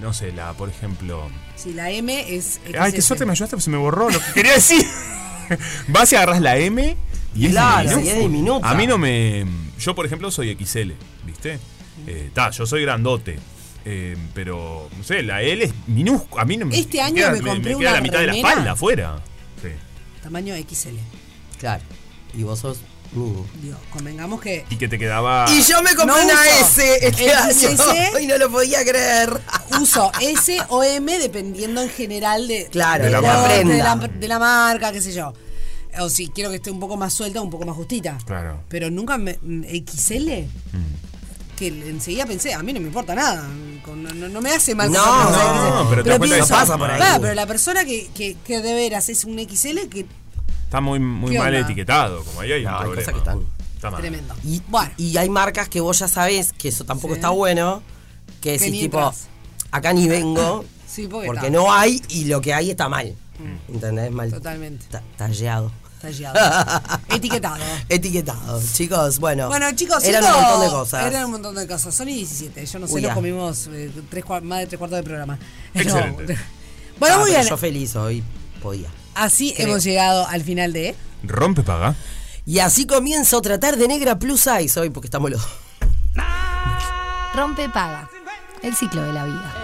D: no sé, la, por ejemplo.
C: sí, la M es...
D: Ay, qué suerte me ayudaste, pues se me borró lo que quería decir. Vas y agarras la M y es
N: Claro,
D: diminuta.
N: y es diminuta.
D: A mí no me. Yo, por ejemplo, soy XL, ¿viste? Eh, Ta, yo soy grandote. eh, pero, no sé, la L es minúscula. A mí no me.
C: Este año
D: queda-
C: me compré
D: queda
C: una
D: la mitad de la
C: remera.
D: espalda afuera. Sí.
C: Tamaño XL. Oh.
N: Claro. Y vos sos. uh.
C: Digo, convengamos que...
D: Y que te quedaba.
N: Y yo me compré
C: Ah. No
N: una
C: uso.
N: S este
C: El
N: año.
C: S.
N: Y no lo podía creer.
C: Uso S o M dependiendo en general de,
N: Claro,
D: de la
C: la,
D: marca.
C: de la-
N: prenda.
C: de la marca, qué sé yo. O si quiero que esté un poco más suelta, un poco más justita.
D: Claro.
C: Pero nunca me, mm, XL,
D: mm,
C: que enseguida pensé, a mí no me importa nada. con- No, no- no me hace mal.
N: No,
C: con una
N: no,
C: cosa XL.
D: pero te das cuenta que
C: pienso,
D: pasa por ahí.
C: claro, pero la persona que, que, que de veras es un XL, que
D: Está muy, muy
C: ¿Qué
D: mal
C: onda?
D: etiquetado. Como ahí hay
N: No,
D: un
N: hay
D: problema.
N: cosas que están-
D: Está mal.
C: tremendo.
N: Y,
C: Bueno.
N: y hay marcas que vos ya sabés que eso tampoco está bueno. Que decís,
C: ni
N: tipo,
C: entras.
N: acá ni vengo.
C: Sí, porque,
N: Porque
C: está
N: no hay y lo que hay está mal.
D: Mm.
N: ¿Entendés? Mal.
C: Totalmente.
N: ta- Talleado.
C: tallado. Etiquetado.
N: Etiquetado. Chicos, bueno.
C: Bueno, chicos,
N: Eran
C: esto-
N: un montón de cosas.
C: Eran un montón de cosas. Son y 17. Yo no sé,
N: Uy,
C: nos
N: ya.
C: comimos eh, tres cua- más de tres cuartos de programa. No.
D: Excelente.
C: Bueno,
N: Ah,
C: muy
N: pero
C: bien.
N: Yo feliz hoy podía.
C: Así
N: creo.
C: hemos llegado al final de.
D: Rompe paga.
N: Y así comienza otra tarde negra plus size hoy porque estamos los.
A: Rompe paga. El ciclo de la vida.